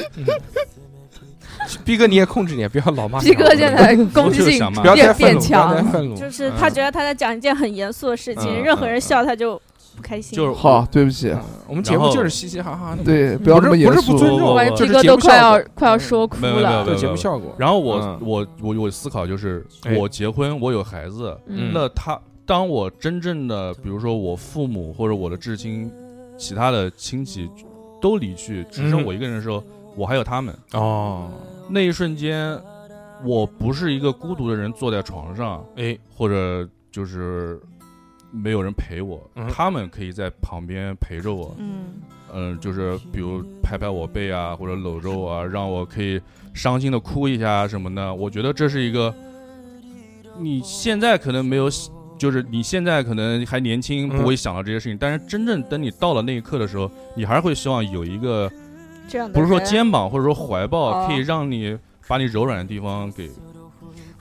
[SPEAKER 1] 逼哥，你也控制点，不要老骂。
[SPEAKER 5] 逼
[SPEAKER 1] *laughs*
[SPEAKER 5] 哥现在 *laughs* 攻击
[SPEAKER 3] 我就是
[SPEAKER 5] 性
[SPEAKER 3] 想骂
[SPEAKER 1] 不要
[SPEAKER 5] 变
[SPEAKER 1] 太愤
[SPEAKER 5] 变
[SPEAKER 1] 怒，不要太
[SPEAKER 5] 强，
[SPEAKER 1] 愤怒。嗯
[SPEAKER 4] 就是他觉得他在讲一件很严肃的事情，
[SPEAKER 3] 嗯
[SPEAKER 4] 任何人笑他就不开心。
[SPEAKER 3] 就是
[SPEAKER 2] *laughs* 好，对不起，
[SPEAKER 1] 嗯我们节目就是嘻嘻哈哈的，
[SPEAKER 2] 对，
[SPEAKER 3] 嗯
[SPEAKER 2] 不要这么严肃。
[SPEAKER 1] 不是不尊
[SPEAKER 3] 我
[SPEAKER 1] 重，
[SPEAKER 3] 我
[SPEAKER 5] 关
[SPEAKER 1] 就
[SPEAKER 5] 逼
[SPEAKER 1] 是
[SPEAKER 5] 哥
[SPEAKER 1] 节
[SPEAKER 5] 都
[SPEAKER 1] 目
[SPEAKER 5] 快
[SPEAKER 1] 效
[SPEAKER 5] 要
[SPEAKER 1] 果
[SPEAKER 5] 快要说哭
[SPEAKER 3] 没有没有没。
[SPEAKER 5] 了
[SPEAKER 1] 就
[SPEAKER 3] 有
[SPEAKER 1] 节目效果。
[SPEAKER 3] 然后我、
[SPEAKER 1] 嗯
[SPEAKER 3] 我我我思考就是，
[SPEAKER 1] 哎
[SPEAKER 3] 我结婚我有孩子，
[SPEAKER 1] 嗯
[SPEAKER 3] 那他当我真正的，比如说我父母或者我的至亲、其他的亲戚都离去，只剩
[SPEAKER 1] 嗯
[SPEAKER 3] 我一个人的时候，我还有他们。
[SPEAKER 1] 哦，
[SPEAKER 3] 那一瞬间，我不是一个孤独的人坐在床上，
[SPEAKER 1] 哎，
[SPEAKER 3] 或者就是没有人陪我，
[SPEAKER 1] 嗯
[SPEAKER 3] 他们可以在旁边陪着我。
[SPEAKER 4] 嗯，
[SPEAKER 3] 嗯、就是比如拍拍我背啊，或者搂着我啊，让我可以伤心的哭一下啊什么的。我觉得这是一个，你现在可能没有，就是你现在可能还年轻，
[SPEAKER 1] 嗯
[SPEAKER 3] 不会想到这些事情。但是真正等你到了那一刻的时候，你还是会希望有一个，
[SPEAKER 4] 这样的
[SPEAKER 3] 不是说
[SPEAKER 4] 人
[SPEAKER 3] 肩膀或者说怀抱，
[SPEAKER 4] 哦
[SPEAKER 3] 可以让你把你柔软的地方给
[SPEAKER 2] 包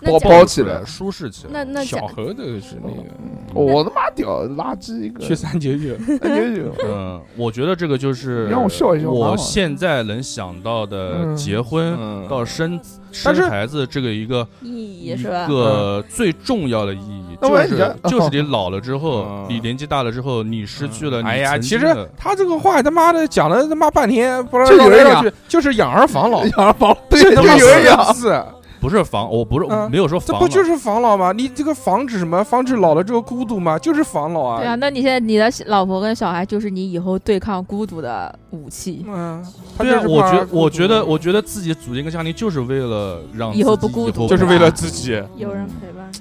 [SPEAKER 4] 那假
[SPEAKER 2] 包
[SPEAKER 3] 起
[SPEAKER 2] 起
[SPEAKER 3] 来，
[SPEAKER 2] 来哦
[SPEAKER 3] 舒适起来。
[SPEAKER 4] 那那假
[SPEAKER 1] 小何的是那
[SPEAKER 3] 嗯
[SPEAKER 1] 个
[SPEAKER 2] 我他妈屌，垃圾一个！
[SPEAKER 1] 去三九九，
[SPEAKER 2] 哎呦
[SPEAKER 3] 嗯，我觉得这个就是
[SPEAKER 2] 你让我笑一笑蛮好
[SPEAKER 3] 我
[SPEAKER 2] 的
[SPEAKER 3] 现在能想到的
[SPEAKER 2] 嗯
[SPEAKER 3] 结婚
[SPEAKER 1] 嗯
[SPEAKER 3] 到生生
[SPEAKER 1] 但是
[SPEAKER 3] 孩子这个一个
[SPEAKER 4] 意义
[SPEAKER 3] 一
[SPEAKER 4] 是吧？
[SPEAKER 1] 嗯
[SPEAKER 3] 个最重要的意义，
[SPEAKER 2] 那
[SPEAKER 3] 就
[SPEAKER 2] 我也觉
[SPEAKER 3] 是
[SPEAKER 2] 得
[SPEAKER 3] 就是你老了之后
[SPEAKER 1] 嗯，
[SPEAKER 3] 你年纪大了之后，你失去了你
[SPEAKER 1] 哎呀，
[SPEAKER 3] 曾
[SPEAKER 1] 其
[SPEAKER 3] 经
[SPEAKER 1] 实
[SPEAKER 3] 的
[SPEAKER 1] 他这个话他妈的讲了他妈半天，不知
[SPEAKER 2] 就
[SPEAKER 1] 道
[SPEAKER 2] 有人
[SPEAKER 1] 绕来
[SPEAKER 2] 养
[SPEAKER 1] 绕去，就是养儿防老，
[SPEAKER 2] 养儿防 *laughs*
[SPEAKER 1] *laughs*
[SPEAKER 2] 对，
[SPEAKER 1] 他
[SPEAKER 2] 就
[SPEAKER 1] 妈
[SPEAKER 2] 有人
[SPEAKER 1] 四个
[SPEAKER 2] 养。
[SPEAKER 1] 字，
[SPEAKER 3] *laughs* 不是防，我不是
[SPEAKER 1] 嗯
[SPEAKER 3] 没有说
[SPEAKER 1] 这
[SPEAKER 3] 防
[SPEAKER 1] 不
[SPEAKER 3] 老，
[SPEAKER 1] 就是防老吗？你这个防止什么？防止老了之后孤独吗？就是防老啊。
[SPEAKER 5] 对啊，那你现在你的老婆跟小孩就是你以后对抗孤独的武器，
[SPEAKER 1] 嗯，他
[SPEAKER 3] 对
[SPEAKER 1] 就
[SPEAKER 3] 啊，
[SPEAKER 1] 是
[SPEAKER 3] 我
[SPEAKER 1] 怕
[SPEAKER 3] 觉
[SPEAKER 1] 孤独
[SPEAKER 3] 我觉得我觉得自己组建一个家庭就是为了让
[SPEAKER 5] 以后
[SPEAKER 3] 自己
[SPEAKER 5] 不孤独
[SPEAKER 3] 以后
[SPEAKER 1] 就是
[SPEAKER 3] 不
[SPEAKER 1] 为了自己，
[SPEAKER 4] 有人陪伴，
[SPEAKER 3] 嗯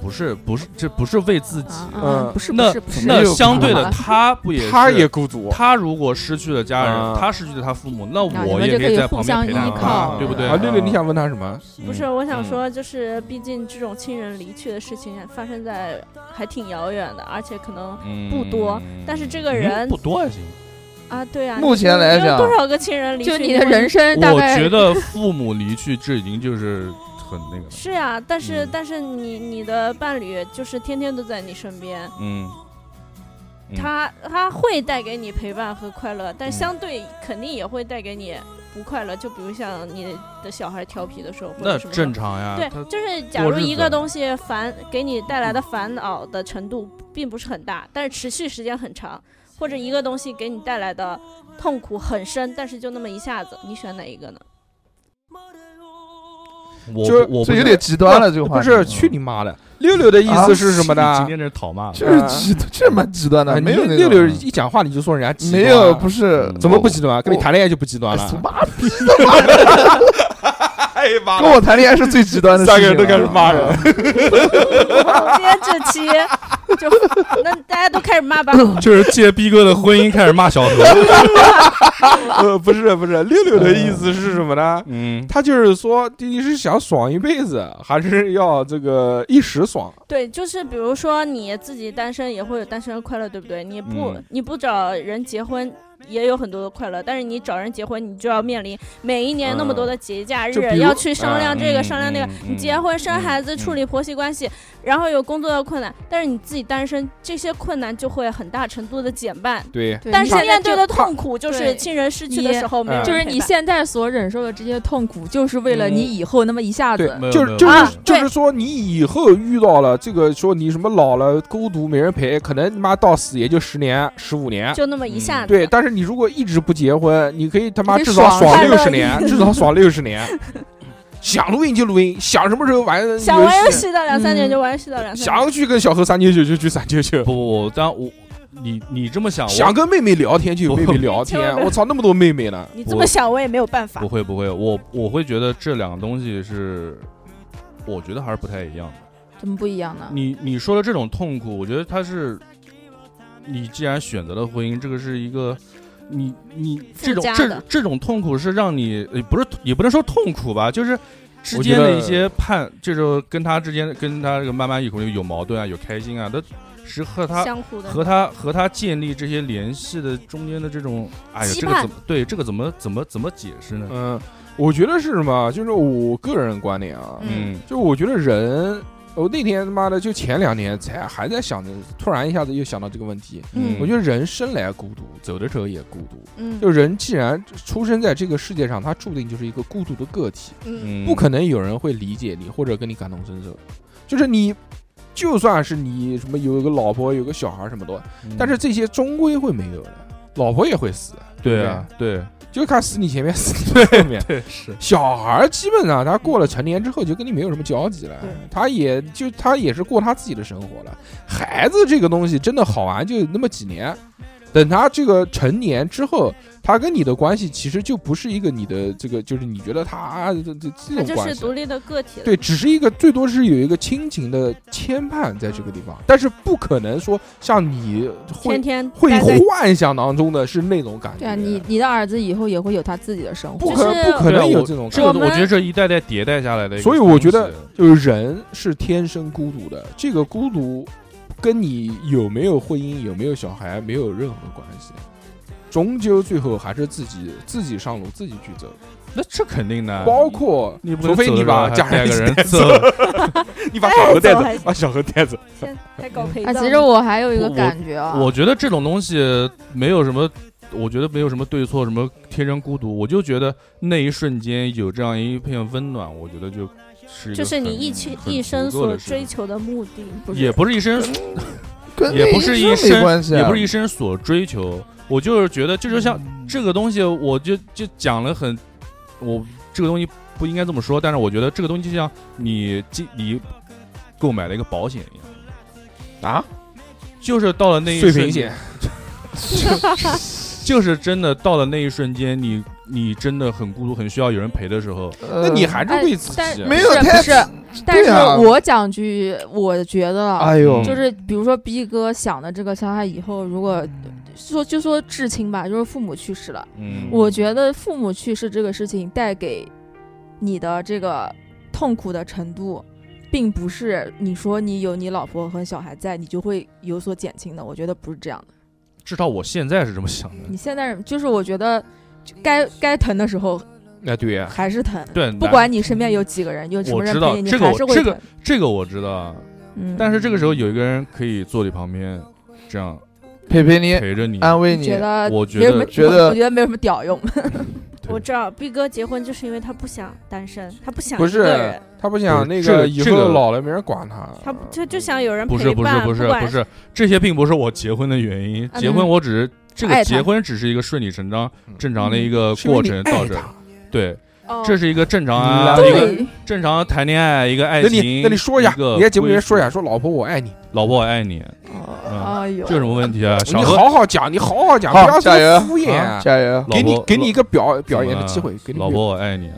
[SPEAKER 3] 不是不是这不是为自己，
[SPEAKER 5] 啊
[SPEAKER 1] 嗯
[SPEAKER 5] 啊，不是不
[SPEAKER 3] 那
[SPEAKER 5] 是不是，
[SPEAKER 3] 那相对
[SPEAKER 5] 好
[SPEAKER 3] 的
[SPEAKER 5] 吧
[SPEAKER 3] 他不也
[SPEAKER 1] 他
[SPEAKER 3] 是
[SPEAKER 1] 也孤独，
[SPEAKER 3] 他如果失去了家人，
[SPEAKER 1] 啊
[SPEAKER 3] 他失去了他父母，那
[SPEAKER 5] 啊你
[SPEAKER 3] 我
[SPEAKER 5] 们
[SPEAKER 3] 也
[SPEAKER 5] 就
[SPEAKER 3] 可
[SPEAKER 5] 可以
[SPEAKER 3] 在
[SPEAKER 5] 互
[SPEAKER 3] 旁边
[SPEAKER 5] 相
[SPEAKER 3] 陪
[SPEAKER 5] 依
[SPEAKER 3] 伴
[SPEAKER 5] 依
[SPEAKER 3] 他。
[SPEAKER 5] 靠
[SPEAKER 3] 对不对
[SPEAKER 1] 啊，六六，你想问他什么？
[SPEAKER 4] 不是，我想
[SPEAKER 1] 嗯
[SPEAKER 4] 说，就是毕竟这种亲人离去的事情发生在还挺遥远的，而且可能
[SPEAKER 3] 嗯
[SPEAKER 4] 不多但是这个人
[SPEAKER 3] 嗯不多还行。
[SPEAKER 4] 啊，对啊，
[SPEAKER 2] 目前来
[SPEAKER 4] 你有
[SPEAKER 2] 讲
[SPEAKER 4] 多少个亲人离去？
[SPEAKER 5] 就你的人生大
[SPEAKER 3] 我
[SPEAKER 5] 概
[SPEAKER 3] 觉得父母离去，这已经就是很那个了。
[SPEAKER 4] 是呀、但是、
[SPEAKER 3] 嗯
[SPEAKER 4] 但是你你的伴侣就是天天都在你身边，
[SPEAKER 3] 嗯，嗯
[SPEAKER 4] 他他会带给你陪伴和快乐，但
[SPEAKER 3] 嗯
[SPEAKER 4] 相对肯定也会带给你不快乐，就比如像你的小孩调皮的时候，或
[SPEAKER 3] 那
[SPEAKER 4] 者什么时候
[SPEAKER 3] 正常呀。
[SPEAKER 4] 对
[SPEAKER 3] 他，
[SPEAKER 4] 就是假如
[SPEAKER 3] 日
[SPEAKER 4] 一
[SPEAKER 3] 子嗯
[SPEAKER 4] 个东西烦给你带来的烦恼的程度并不是很大，但是持续时间很长，或者一个东西给你带来的痛苦很深，但是就那么一下子，你选哪一个呢？
[SPEAKER 3] 我
[SPEAKER 1] 就是
[SPEAKER 3] 不我
[SPEAKER 2] 这
[SPEAKER 3] 不
[SPEAKER 2] 有
[SPEAKER 3] 是
[SPEAKER 2] 点极端了，啊这个话
[SPEAKER 1] 不
[SPEAKER 2] 题
[SPEAKER 1] 是去你妈的！六六的意思是什么
[SPEAKER 3] 你
[SPEAKER 1] 呢
[SPEAKER 3] 今？天这是讨骂了，
[SPEAKER 2] 就是极，这蛮极端
[SPEAKER 1] 啊
[SPEAKER 2] 的，
[SPEAKER 1] 你
[SPEAKER 2] 没有那
[SPEAKER 1] 六六
[SPEAKER 2] 种
[SPEAKER 1] 一讲话你就说人家极端啊
[SPEAKER 2] 没有，不是
[SPEAKER 3] 嗯
[SPEAKER 1] 怎么不极端？啊跟你
[SPEAKER 2] 我
[SPEAKER 1] 谈恋爱就不极端
[SPEAKER 2] 哎
[SPEAKER 1] 了？
[SPEAKER 2] 他
[SPEAKER 1] 啊
[SPEAKER 2] 妈逼他妈的，
[SPEAKER 1] 哎呀妈
[SPEAKER 2] 跟我谈恋爱是最极端的事情啊
[SPEAKER 1] 三个人
[SPEAKER 2] 了，
[SPEAKER 1] 都开始骂人，
[SPEAKER 4] 今天这期就 *laughs* 那大家都开始骂吧，
[SPEAKER 3] 就是借逼哥的婚姻开始骂小何。
[SPEAKER 1] *laughs* 呃，不是不是，六六的意思是什么呢？
[SPEAKER 3] 嗯，
[SPEAKER 1] 他就是说，你是想爽一辈子，还是要这个一时爽？
[SPEAKER 4] 对，就是比如说你自己单身也会有单身的快乐，对不对？你不、
[SPEAKER 3] 嗯
[SPEAKER 4] 你不找人结婚也有很多的快乐，但是你找人结婚，你就要面临每一年那么多的节假日，
[SPEAKER 1] 就比如
[SPEAKER 4] 要去商量这个、
[SPEAKER 3] 嗯
[SPEAKER 4] 商量那个。
[SPEAKER 3] 嗯
[SPEAKER 4] 你结婚生孩子、
[SPEAKER 3] 嗯
[SPEAKER 4] 处理婆媳关系，然后有工作的困难，但是你自己单身，这些困难就会很大程度的减半。
[SPEAKER 1] 对，
[SPEAKER 5] 对
[SPEAKER 4] 但
[SPEAKER 5] 你
[SPEAKER 4] 是
[SPEAKER 5] 现在
[SPEAKER 4] 面对
[SPEAKER 5] 就
[SPEAKER 4] 的痛苦就是
[SPEAKER 5] 对
[SPEAKER 4] 亲人逝去的
[SPEAKER 5] 你
[SPEAKER 4] 时候没有人
[SPEAKER 1] 嗯
[SPEAKER 5] 就是
[SPEAKER 4] 陪
[SPEAKER 5] 你
[SPEAKER 4] 伴
[SPEAKER 5] 现在所忍受的这些痛苦，就是为了你以后那么一下子
[SPEAKER 1] 对，
[SPEAKER 3] 嗯没有
[SPEAKER 1] 就
[SPEAKER 3] 没
[SPEAKER 1] 是
[SPEAKER 3] 有
[SPEAKER 1] 就
[SPEAKER 4] 啊
[SPEAKER 1] 是就是
[SPEAKER 4] 对
[SPEAKER 1] 说，你以后遇到了这个，说你什么老了孤独没人陪，可能你妈到死也就十年十五年。
[SPEAKER 4] 就那么一
[SPEAKER 3] 嗯
[SPEAKER 4] 下子。
[SPEAKER 1] 对，但是你如果一直不结婚，你可以他妈
[SPEAKER 5] 你可以
[SPEAKER 1] 至少
[SPEAKER 5] 爽
[SPEAKER 1] 爽
[SPEAKER 4] 快乐
[SPEAKER 1] 六十
[SPEAKER 4] 一
[SPEAKER 1] 年，
[SPEAKER 4] 点
[SPEAKER 1] 至少爽六十年。
[SPEAKER 4] *laughs*
[SPEAKER 1] 想录音就录音，想什么时候玩游戏，
[SPEAKER 4] 想玩游戏到两三点
[SPEAKER 5] 嗯
[SPEAKER 4] 就玩游戏到两三点。
[SPEAKER 1] 想去跟小何三九九就去三九九
[SPEAKER 3] 不，不不，但我你你这么啊想，我
[SPEAKER 1] 想跟妹妹聊天就有妹妹聊
[SPEAKER 4] 千
[SPEAKER 1] 天
[SPEAKER 4] 万。不要
[SPEAKER 1] 我操，那么多妹妹呢！
[SPEAKER 4] 你这么想我也没有办法
[SPEAKER 3] 不。会不会，我我会觉得这两个东西是，我觉得还是不太一样的。
[SPEAKER 5] 怎么不一样呢？
[SPEAKER 4] 嗯
[SPEAKER 3] 你你说的这种痛苦，我觉得它是，你既然选择了婚姻，这个是一个，你你这种
[SPEAKER 4] 附加
[SPEAKER 3] 这
[SPEAKER 4] 的
[SPEAKER 3] 这种痛苦是让你呃不是也不能说痛苦吧，就是之间
[SPEAKER 1] 我觉
[SPEAKER 3] 的
[SPEAKER 1] 得
[SPEAKER 3] 一些判，这种跟他之间跟他这个慢慢以后有矛盾啊，有开心啊，他是和他
[SPEAKER 4] 相互的
[SPEAKER 3] 和他和他建立这些联系的中间的这种，哎呀，
[SPEAKER 4] 羁
[SPEAKER 3] 这个
[SPEAKER 4] 绊
[SPEAKER 3] 怎么对这个怎么怎么怎么解释呢？
[SPEAKER 1] *laughs* 嗯，我觉得是什么？就是我个人观点啊，
[SPEAKER 5] 嗯
[SPEAKER 3] 嗯
[SPEAKER 1] 就我觉得人，我那天他妈的就前两天才还在想着，突然一下子又想到这个问题。
[SPEAKER 5] 嗯
[SPEAKER 1] 我觉得人生来孤独，走的时候也孤独。
[SPEAKER 4] 嗯
[SPEAKER 1] 就人既然出生在这个世界上，他注定就是一个孤独的个体，
[SPEAKER 4] 嗯
[SPEAKER 3] 嗯
[SPEAKER 1] 不可能有人会理解你或者跟你感同身受。就是你，就算是你什么有一个老婆、有个小孩什么的，
[SPEAKER 3] 嗯
[SPEAKER 1] 但是这些终归会没有的，老婆也会死，
[SPEAKER 3] 对啊
[SPEAKER 1] *laughs*
[SPEAKER 3] 对
[SPEAKER 1] 就看死你前面，死你后面。
[SPEAKER 3] 对是
[SPEAKER 1] 小孩儿基本上他过了成年之后就跟你没有什么交集了
[SPEAKER 4] 对，
[SPEAKER 1] 他也就他也是过他自己的生活了。孩子这个东西真的好玩就那么几年，等他这个成年之后，他跟你的关系其实就不是一个你的这个，就是你觉得他这这
[SPEAKER 4] 他
[SPEAKER 1] 这种
[SPEAKER 4] 就
[SPEAKER 1] 关
[SPEAKER 4] 是
[SPEAKER 1] 系
[SPEAKER 4] 独。立的个体了。
[SPEAKER 1] 对，只是一个最多是有一个亲情的牵绊在这个地方，但是不可能说像你会
[SPEAKER 4] 天天
[SPEAKER 1] 会
[SPEAKER 4] 待在
[SPEAKER 1] 幻想当中的是那种感觉。
[SPEAKER 5] 对啊，你你的儿子以后也会有他自己的生活，
[SPEAKER 1] 不
[SPEAKER 4] 就
[SPEAKER 1] 可
[SPEAKER 4] 是
[SPEAKER 1] 不可
[SPEAKER 3] 对啊
[SPEAKER 1] 能有
[SPEAKER 3] 我
[SPEAKER 1] 这种
[SPEAKER 3] 这
[SPEAKER 1] 感觉。
[SPEAKER 3] 个
[SPEAKER 4] 我
[SPEAKER 3] 我
[SPEAKER 4] 们
[SPEAKER 3] 觉得这一代代迭代下来的一个东西，
[SPEAKER 1] 所以我觉得就是人是天生孤独的，这个孤独跟你有没有婚姻、有没有小孩没有任何关系，终究最后还是自己自己上路、自己去走。
[SPEAKER 3] 那这肯定的，
[SPEAKER 1] 包括
[SPEAKER 3] 哎你不
[SPEAKER 1] 除非你把家
[SPEAKER 3] 带
[SPEAKER 1] 人
[SPEAKER 3] 个人
[SPEAKER 1] 带
[SPEAKER 3] 走，
[SPEAKER 1] *laughs* 你把小何带
[SPEAKER 4] 哎走还
[SPEAKER 1] 走，把小何带走。
[SPEAKER 4] 先还搞陪
[SPEAKER 5] 哎，
[SPEAKER 4] 葬。
[SPEAKER 5] 其实我还有一个
[SPEAKER 3] 我
[SPEAKER 5] 感觉啊，
[SPEAKER 3] 我觉得这种东西没有什么，我觉得没有什么对错，什么天生孤独，我就觉得那一瞬间有这样一片温暖，我觉得就是一个
[SPEAKER 4] 就是你
[SPEAKER 3] 很
[SPEAKER 4] 一期
[SPEAKER 3] 很
[SPEAKER 4] 一生
[SPEAKER 3] 足够
[SPEAKER 4] 所
[SPEAKER 3] 的事情
[SPEAKER 4] 追求的目的，
[SPEAKER 5] 不
[SPEAKER 3] 也不是一生，
[SPEAKER 2] *laughs* 跟
[SPEAKER 3] 也
[SPEAKER 2] 那
[SPEAKER 3] 不是一
[SPEAKER 2] 生没
[SPEAKER 3] 生
[SPEAKER 2] 关系啊，嗯
[SPEAKER 3] 也不是一生所追求。我就是觉得，这就像这个东西，我就就讲了很，我这个东西不应该这么说，但是我觉得这个东西就像你进你购买了一个保险一样
[SPEAKER 1] 啊，
[SPEAKER 3] 就是到了那一
[SPEAKER 1] 碎
[SPEAKER 3] 瞬
[SPEAKER 1] 屏
[SPEAKER 3] 间
[SPEAKER 1] 险，
[SPEAKER 3] 就是真的到了那一瞬间，你你真的很孤独，很需要有人陪的时候，
[SPEAKER 2] 呃，
[SPEAKER 1] 那你还是
[SPEAKER 5] 哎
[SPEAKER 1] 为自
[SPEAKER 4] 呃
[SPEAKER 5] 但
[SPEAKER 1] 己。啊
[SPEAKER 2] 没有
[SPEAKER 5] 不是
[SPEAKER 2] 太
[SPEAKER 5] 不是，但
[SPEAKER 2] 对
[SPEAKER 5] 是
[SPEAKER 2] 啊
[SPEAKER 5] 我讲句，我觉得啊，
[SPEAKER 2] 哎
[SPEAKER 3] 嗯
[SPEAKER 2] 呦，
[SPEAKER 5] 就是呃比如说逼哥想的这个，像他以后如果说就说至亲吧，就是父母去世了，
[SPEAKER 3] 嗯，
[SPEAKER 5] 我觉得父母去世这个事情带给你的这个痛苦的程度，并不是你说你有你老婆和小孩在，你就会有所减轻的。我觉得不是这样的。
[SPEAKER 3] 至少我现在是这么想的。
[SPEAKER 5] 你现在就是我觉得该该疼的时候
[SPEAKER 1] 哎，对呀，
[SPEAKER 5] 还是疼，
[SPEAKER 3] 对，嗯
[SPEAKER 5] 不管你身边有几个人，有什么
[SPEAKER 3] 我
[SPEAKER 5] 人
[SPEAKER 3] 知道
[SPEAKER 5] 陪你，你
[SPEAKER 3] 这个
[SPEAKER 5] 还
[SPEAKER 3] 我
[SPEAKER 5] 是会
[SPEAKER 3] 这个
[SPEAKER 5] 疼。
[SPEAKER 3] 这个我知道啊，
[SPEAKER 5] 嗯，
[SPEAKER 3] 但是这个时候有一个人可以坐你旁边，这样
[SPEAKER 5] 嗯
[SPEAKER 2] 陪陪你，
[SPEAKER 3] 陪着你，
[SPEAKER 2] 安慰你
[SPEAKER 5] 觉，得
[SPEAKER 3] 我觉
[SPEAKER 5] 没什么，
[SPEAKER 3] 得
[SPEAKER 2] 觉得
[SPEAKER 5] 我觉得没有什么屌用。 *laughs*
[SPEAKER 3] 对
[SPEAKER 4] 我知道毕哥结婚就是因为他不想单身，他不想
[SPEAKER 1] 不
[SPEAKER 4] 一个
[SPEAKER 1] 是
[SPEAKER 4] 人，
[SPEAKER 1] 他不想
[SPEAKER 3] 不
[SPEAKER 1] 那
[SPEAKER 3] 是这个
[SPEAKER 1] 以
[SPEAKER 3] 这个
[SPEAKER 1] 后老了没人管他，
[SPEAKER 4] 他不就就想有人
[SPEAKER 3] 呃不
[SPEAKER 4] 陪
[SPEAKER 3] 是
[SPEAKER 4] 伴，
[SPEAKER 3] 不是不是
[SPEAKER 4] 管
[SPEAKER 3] 不是，这些并不是我结婚的原因，
[SPEAKER 4] 嗯
[SPEAKER 3] 结婚我只是这
[SPEAKER 5] 爱
[SPEAKER 3] 个
[SPEAKER 5] 他
[SPEAKER 3] 结婚只是一个顺理成章
[SPEAKER 1] 嗯
[SPEAKER 3] 正常的一个
[SPEAKER 1] 是因为
[SPEAKER 3] 过
[SPEAKER 1] 你
[SPEAKER 3] 程
[SPEAKER 1] 爱
[SPEAKER 3] 到这儿
[SPEAKER 1] 他，
[SPEAKER 3] 对，
[SPEAKER 4] 哦
[SPEAKER 3] 这是一个正常啊，
[SPEAKER 1] 嗯
[SPEAKER 3] 一个
[SPEAKER 5] 对，
[SPEAKER 3] 正常谈恋爱一个爱
[SPEAKER 1] 那
[SPEAKER 3] 情，
[SPEAKER 1] 你那你说一下，
[SPEAKER 3] 个
[SPEAKER 1] 你在节目里面
[SPEAKER 3] 归属
[SPEAKER 1] 说一下，，说老婆我爱你，
[SPEAKER 3] 老婆我爱你，
[SPEAKER 5] 哦哎呦，
[SPEAKER 3] 这有什么问题啊？
[SPEAKER 1] 你
[SPEAKER 3] 小何，啊
[SPEAKER 1] 好好讲，你好好讲，不
[SPEAKER 2] 好
[SPEAKER 1] 要这
[SPEAKER 2] 加
[SPEAKER 1] 么
[SPEAKER 2] 油
[SPEAKER 1] 敷衍，啊
[SPEAKER 2] 加油！
[SPEAKER 1] 给
[SPEAKER 3] 老
[SPEAKER 1] 你
[SPEAKER 3] 婆
[SPEAKER 1] 给你一个表表
[SPEAKER 3] 怎么
[SPEAKER 1] 演的
[SPEAKER 3] 了
[SPEAKER 1] 机会，给你
[SPEAKER 3] 老
[SPEAKER 1] 表
[SPEAKER 3] 婆我爱你，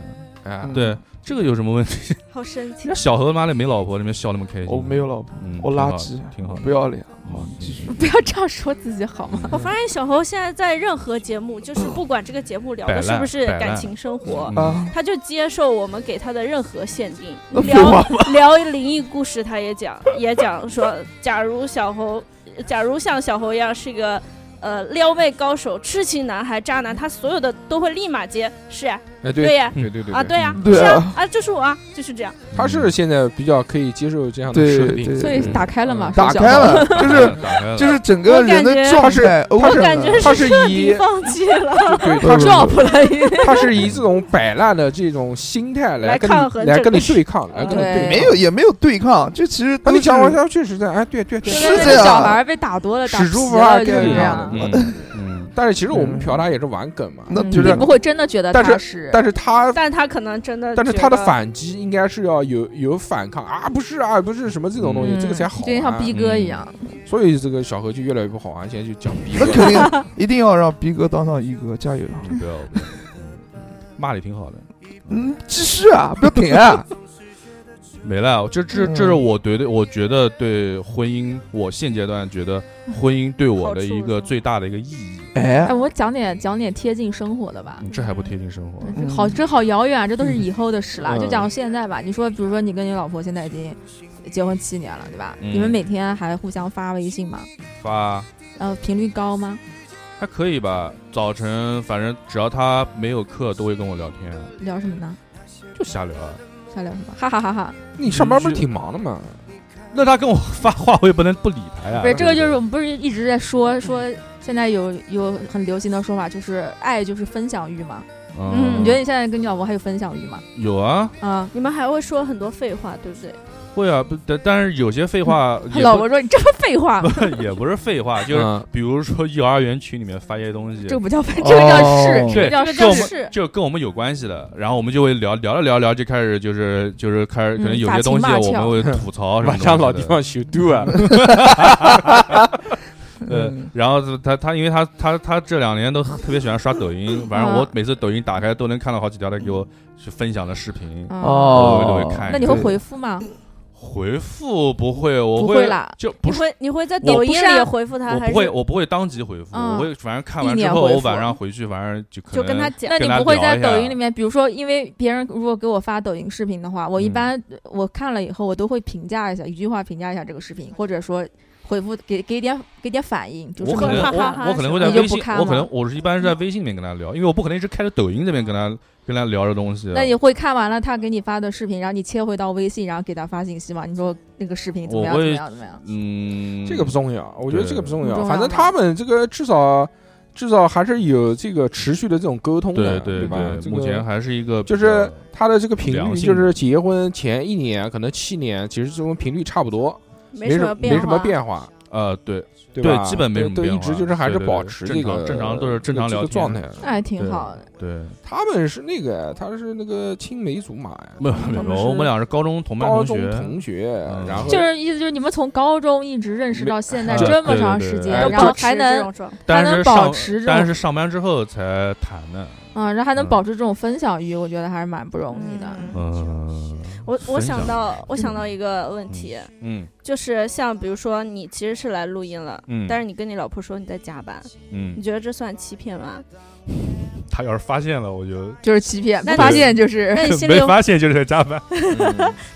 [SPEAKER 1] 哎
[SPEAKER 2] 嗯，
[SPEAKER 3] 对这个有什么问题？
[SPEAKER 4] 好生气
[SPEAKER 3] 人家。小何妈的没老婆，你们笑那么开心，
[SPEAKER 2] 我没有老婆，
[SPEAKER 3] 嗯，
[SPEAKER 2] 我
[SPEAKER 3] 挺好
[SPEAKER 2] 垃
[SPEAKER 3] 的
[SPEAKER 2] 圾，
[SPEAKER 3] 挺好的，
[SPEAKER 2] 不要脸。
[SPEAKER 3] 好继续。
[SPEAKER 5] 不要这样说自己好吗？
[SPEAKER 4] 我发现小侯现在在任何节目，就是不管这个节目聊
[SPEAKER 3] 摆
[SPEAKER 4] 的
[SPEAKER 3] 烂
[SPEAKER 4] 是不是
[SPEAKER 3] 摆烂
[SPEAKER 4] 感情生活，
[SPEAKER 3] 嗯
[SPEAKER 2] 啊，
[SPEAKER 4] 他就接受我们给他的任何限
[SPEAKER 3] *laughs*
[SPEAKER 4] 定，
[SPEAKER 2] 那废
[SPEAKER 4] 聊
[SPEAKER 2] 话
[SPEAKER 4] 聊灵异故事，他也讲，也讲说，假如小猴，假如像小猴一样是个呃撩妹高手、痴情男孩、渣男，他所有的都会立马接，是呀、
[SPEAKER 1] 哎
[SPEAKER 4] 对
[SPEAKER 1] 对
[SPEAKER 4] 呀、
[SPEAKER 1] 对对对嗯
[SPEAKER 4] 啊，对呀、
[SPEAKER 2] 对
[SPEAKER 4] 是
[SPEAKER 2] 啊
[SPEAKER 4] 啊，啊，就是我啊，就是这样。
[SPEAKER 1] 他
[SPEAKER 3] 嗯
[SPEAKER 1] 是现在比较可以接受这样的
[SPEAKER 2] 对
[SPEAKER 1] 设
[SPEAKER 2] 对嗯
[SPEAKER 1] 定，
[SPEAKER 5] 所以打开了嘛，
[SPEAKER 2] 打
[SPEAKER 5] 手
[SPEAKER 2] 开
[SPEAKER 5] 脚
[SPEAKER 2] 了，
[SPEAKER 1] 嗯
[SPEAKER 2] 就是
[SPEAKER 3] 打开了
[SPEAKER 2] 就是整个人的状态，
[SPEAKER 1] 我
[SPEAKER 4] 我
[SPEAKER 1] 是
[SPEAKER 4] 感觉
[SPEAKER 1] 他
[SPEAKER 4] 是
[SPEAKER 1] 是
[SPEAKER 4] 彻
[SPEAKER 1] 以
[SPEAKER 4] 底放弃了，
[SPEAKER 1] 对
[SPEAKER 2] 不
[SPEAKER 1] 他是
[SPEAKER 5] ，drop 了一个，
[SPEAKER 1] 他是以这种摆烂的这种心态
[SPEAKER 4] 来
[SPEAKER 1] 来跟
[SPEAKER 4] 抗衡
[SPEAKER 1] 你来
[SPEAKER 4] 这
[SPEAKER 1] 跟
[SPEAKER 4] 个
[SPEAKER 1] 你对抗，来跟你
[SPEAKER 5] 对
[SPEAKER 1] 对抗
[SPEAKER 2] 没有也没有对抗，就其实
[SPEAKER 1] 那
[SPEAKER 2] 都
[SPEAKER 1] 你
[SPEAKER 2] 是
[SPEAKER 1] 讲完他确实在，哎，对对对，
[SPEAKER 5] 就
[SPEAKER 2] 对是
[SPEAKER 5] 跟那
[SPEAKER 2] 这
[SPEAKER 5] 个
[SPEAKER 2] 样
[SPEAKER 5] 小孩儿被打多了，打
[SPEAKER 1] 史
[SPEAKER 5] 皮
[SPEAKER 1] 书不二
[SPEAKER 5] 了就是
[SPEAKER 1] 跟
[SPEAKER 5] 这
[SPEAKER 1] 一
[SPEAKER 5] 样
[SPEAKER 1] 样
[SPEAKER 5] 的。
[SPEAKER 1] 的
[SPEAKER 3] 嗯嗯，
[SPEAKER 1] 但是其实我们嫖他也是玩梗嘛，
[SPEAKER 2] 那
[SPEAKER 5] 嗯
[SPEAKER 2] 就
[SPEAKER 5] 你
[SPEAKER 2] 是
[SPEAKER 5] 不会真的觉得
[SPEAKER 1] 但
[SPEAKER 5] 他是
[SPEAKER 1] 但是他
[SPEAKER 4] 但他可能真的，
[SPEAKER 1] 但是他的。反击应该是要有有反抗啊，不是啊，不是什么这种东西，
[SPEAKER 5] 嗯
[SPEAKER 1] 这个才好
[SPEAKER 5] 就像
[SPEAKER 1] 玩。
[SPEAKER 5] 逼哥一样，
[SPEAKER 1] 所以这个小何就越来越不好玩，现在就讲逼
[SPEAKER 2] 那
[SPEAKER 1] 了。
[SPEAKER 2] 肯定
[SPEAKER 5] *laughs*
[SPEAKER 2] 一定要让逼哥当上一哥，加油！
[SPEAKER 3] 不要不要，嗯骂的挺好的，
[SPEAKER 2] 嗯，继续啊，不要停啊！
[SPEAKER 3] 没了。这这
[SPEAKER 2] 嗯
[SPEAKER 3] 这是我对对，我觉得对婚姻，我现阶段觉得婚姻对我的一
[SPEAKER 4] 好
[SPEAKER 3] 个
[SPEAKER 4] 处
[SPEAKER 3] 最大的一个意义。
[SPEAKER 2] 哎
[SPEAKER 5] *laughs* 哎，，我讲点讲点贴近生活的吧。
[SPEAKER 3] 嗯这还不贴近生活？
[SPEAKER 2] 嗯
[SPEAKER 5] 好，这好遥远啊，这都是以后的事了。
[SPEAKER 2] 嗯
[SPEAKER 5] 就讲现在吧，你说，比如说你跟你老婆现在已经结婚七年了，对吧？
[SPEAKER 3] 嗯
[SPEAKER 5] 你们每天还互相发微信吗？
[SPEAKER 3] 发
[SPEAKER 5] 然后频率高吗？
[SPEAKER 3] 还可以吧，早晨反正只要他没有课，都会跟我聊天，
[SPEAKER 5] 聊什么呢？
[SPEAKER 3] 就瞎聊啊。
[SPEAKER 5] 瞎聊什么？哈哈哈哈！
[SPEAKER 1] 你上班不是挺忙的吗？
[SPEAKER 3] 那他跟我发话，我也不能不理他呀。
[SPEAKER 5] 不是，这个就是我们不是一直在说说，现在有有很流行的说法，就是爱就是分享欲嘛。
[SPEAKER 3] 哦
[SPEAKER 4] 嗯
[SPEAKER 5] 你觉得你现在跟你老婆还有分享欲吗？
[SPEAKER 3] 有啊？
[SPEAKER 5] 啊，
[SPEAKER 4] 你们还会说很多废话，对不对？
[SPEAKER 3] 会啊，不但但是有些废话也不
[SPEAKER 5] 嗯老婆说你这不废话吗，
[SPEAKER 3] *laughs* 不也不是废话，就是
[SPEAKER 1] 嗯
[SPEAKER 3] 比如说幼儿园群里面发一些东西
[SPEAKER 5] 这，不叫分，这个叫是，这
[SPEAKER 3] 哦对
[SPEAKER 5] 个叫
[SPEAKER 4] 这个叫
[SPEAKER 5] 是。 *laughs*
[SPEAKER 4] 是
[SPEAKER 3] 就跟我们有关系的，然后我们就会聊聊着聊着聊，就开始就是就是开始可能有些东西啊
[SPEAKER 5] 嗯打
[SPEAKER 3] 我
[SPEAKER 5] 情骂俏
[SPEAKER 3] 们会吐槽什么 *laughs*
[SPEAKER 1] 晚上老
[SPEAKER 3] 东
[SPEAKER 1] 地
[SPEAKER 3] 西
[SPEAKER 1] 方修
[SPEAKER 3] 的，
[SPEAKER 1] 度啊，
[SPEAKER 3] 呃，然后他他因为他他他这两年都特别喜欢刷抖音，反正我
[SPEAKER 5] 啊
[SPEAKER 3] 每次抖音打开都能看到好几条他给我去分享的视频，
[SPEAKER 5] 嗯，
[SPEAKER 3] 我都会
[SPEAKER 2] 哦，
[SPEAKER 3] 看。
[SPEAKER 5] 那你会回复吗？
[SPEAKER 3] 回复不会，我
[SPEAKER 5] 不会啦
[SPEAKER 3] 就不
[SPEAKER 4] 你
[SPEAKER 3] 是。
[SPEAKER 4] 会你会在
[SPEAKER 3] 我
[SPEAKER 4] 抖
[SPEAKER 5] 不
[SPEAKER 4] 音
[SPEAKER 5] 是啊
[SPEAKER 4] 里回复他，
[SPEAKER 3] 我
[SPEAKER 4] 还
[SPEAKER 3] 不会，
[SPEAKER 4] 是
[SPEAKER 3] 我不会当即回复，
[SPEAKER 5] 嗯
[SPEAKER 3] 我会反正看
[SPEAKER 5] 意
[SPEAKER 3] 完之
[SPEAKER 5] 念
[SPEAKER 3] 后，
[SPEAKER 5] 回
[SPEAKER 3] 我
[SPEAKER 5] 复
[SPEAKER 3] 晚上回去，反正就可能
[SPEAKER 4] 就跟他讲
[SPEAKER 5] 那？你
[SPEAKER 3] 跟他
[SPEAKER 5] 不会
[SPEAKER 3] 聊
[SPEAKER 5] 在
[SPEAKER 3] 一
[SPEAKER 5] 抖
[SPEAKER 3] 下
[SPEAKER 5] 音里面，比如说，因为别人如果给我发抖音视频的话，我一
[SPEAKER 3] 嗯
[SPEAKER 5] 般我看了以后，我都会评价一下，一句话评价一下这个视频，或者说回复给给点给点反应，就是
[SPEAKER 3] 我可能
[SPEAKER 4] 哈哈
[SPEAKER 3] 我
[SPEAKER 4] 哈
[SPEAKER 3] 我可能会在
[SPEAKER 5] 你
[SPEAKER 3] 微
[SPEAKER 5] 就不
[SPEAKER 3] 信
[SPEAKER 5] 看，嗯
[SPEAKER 3] 我可
[SPEAKER 5] 吗
[SPEAKER 3] 能我是一般是在微信里面跟他聊，因为我不可能一直开着抖音这边跟他跟他聊这东西。啊
[SPEAKER 5] 那你会看完了他给你发的视频，然后你切回到微信，然后给他发信息吗？你说那个视频怎么样？
[SPEAKER 3] 我
[SPEAKER 5] 怎
[SPEAKER 3] 会
[SPEAKER 5] 么样？怎么样？
[SPEAKER 3] 嗯，
[SPEAKER 1] 这个不重要，我觉得这个不重
[SPEAKER 5] 不重
[SPEAKER 1] 要。
[SPEAKER 5] 要
[SPEAKER 1] 反正他们这个至少至少还是有这个持续的这种沟通
[SPEAKER 3] 对
[SPEAKER 1] 的，
[SPEAKER 3] 对
[SPEAKER 1] 吧？这个
[SPEAKER 3] 对，目前还是一个
[SPEAKER 1] 就
[SPEAKER 3] 比较
[SPEAKER 1] 是他的这个频
[SPEAKER 3] 良
[SPEAKER 1] 率，
[SPEAKER 3] 性
[SPEAKER 1] 就是结婚前一年可能七年，其实这种频率差不多，
[SPEAKER 4] 没
[SPEAKER 1] 没什么
[SPEAKER 4] 么变
[SPEAKER 1] 没什么
[SPEAKER 4] 化，
[SPEAKER 1] 变化，
[SPEAKER 3] 呃对
[SPEAKER 1] 对吧？
[SPEAKER 3] 基本没什么
[SPEAKER 1] 对
[SPEAKER 3] 变
[SPEAKER 1] 一
[SPEAKER 3] 化
[SPEAKER 1] 直就是还是
[SPEAKER 3] 对对对
[SPEAKER 1] 保持这
[SPEAKER 3] 正常
[SPEAKER 1] 个
[SPEAKER 3] 正常都是正常
[SPEAKER 1] 这
[SPEAKER 3] 聊
[SPEAKER 1] 个
[SPEAKER 3] 天哎
[SPEAKER 1] 状态。
[SPEAKER 5] 那还哎挺好的。
[SPEAKER 3] 对，
[SPEAKER 1] 他们是那个，他是那个青梅竹马呀，
[SPEAKER 3] 没有没
[SPEAKER 1] 他
[SPEAKER 3] 有没
[SPEAKER 1] 们
[SPEAKER 3] 有，
[SPEAKER 1] 是
[SPEAKER 3] 我们俩是高中同班
[SPEAKER 1] 高
[SPEAKER 3] 同
[SPEAKER 1] 中
[SPEAKER 3] 学，
[SPEAKER 1] 同学
[SPEAKER 3] 嗯，
[SPEAKER 1] 然后
[SPEAKER 5] 就是意思就是你们从高中一直认识
[SPEAKER 1] 没
[SPEAKER 5] 到现在
[SPEAKER 3] 啊
[SPEAKER 5] 这么
[SPEAKER 3] 对对
[SPEAKER 5] 长
[SPEAKER 3] 对
[SPEAKER 5] 时
[SPEAKER 3] 对
[SPEAKER 5] 间，
[SPEAKER 1] 哎
[SPEAKER 5] 然后
[SPEAKER 4] 保持
[SPEAKER 5] 还
[SPEAKER 4] 这
[SPEAKER 5] 能
[SPEAKER 4] 种状态
[SPEAKER 3] 但
[SPEAKER 5] 能
[SPEAKER 3] 是
[SPEAKER 5] 保
[SPEAKER 3] 上
[SPEAKER 5] 持这
[SPEAKER 3] 但
[SPEAKER 5] 种
[SPEAKER 3] 是上班之后才谈的，
[SPEAKER 5] 嗯，然后还能
[SPEAKER 3] 嗯
[SPEAKER 5] 保持这种分享欲，我觉得还是蛮不容易的。
[SPEAKER 4] 嗯
[SPEAKER 3] 嗯
[SPEAKER 4] 我我
[SPEAKER 3] 分
[SPEAKER 4] 想
[SPEAKER 3] 享
[SPEAKER 4] 到我想到一个问题，
[SPEAKER 3] 嗯
[SPEAKER 4] 就是像比如说你其实是来录音了，
[SPEAKER 3] 嗯，
[SPEAKER 4] 但
[SPEAKER 3] 是
[SPEAKER 4] 是你跟你老婆说你在加班，你
[SPEAKER 3] 嗯，
[SPEAKER 4] 觉得这算欺骗
[SPEAKER 3] *laughs*
[SPEAKER 4] 吗？
[SPEAKER 3] 他要是发现了，我就
[SPEAKER 5] 就是欺骗，
[SPEAKER 4] 那
[SPEAKER 5] 不
[SPEAKER 4] 你
[SPEAKER 5] 发现就是
[SPEAKER 4] 那你心里
[SPEAKER 3] *laughs* 没发现就是在加班，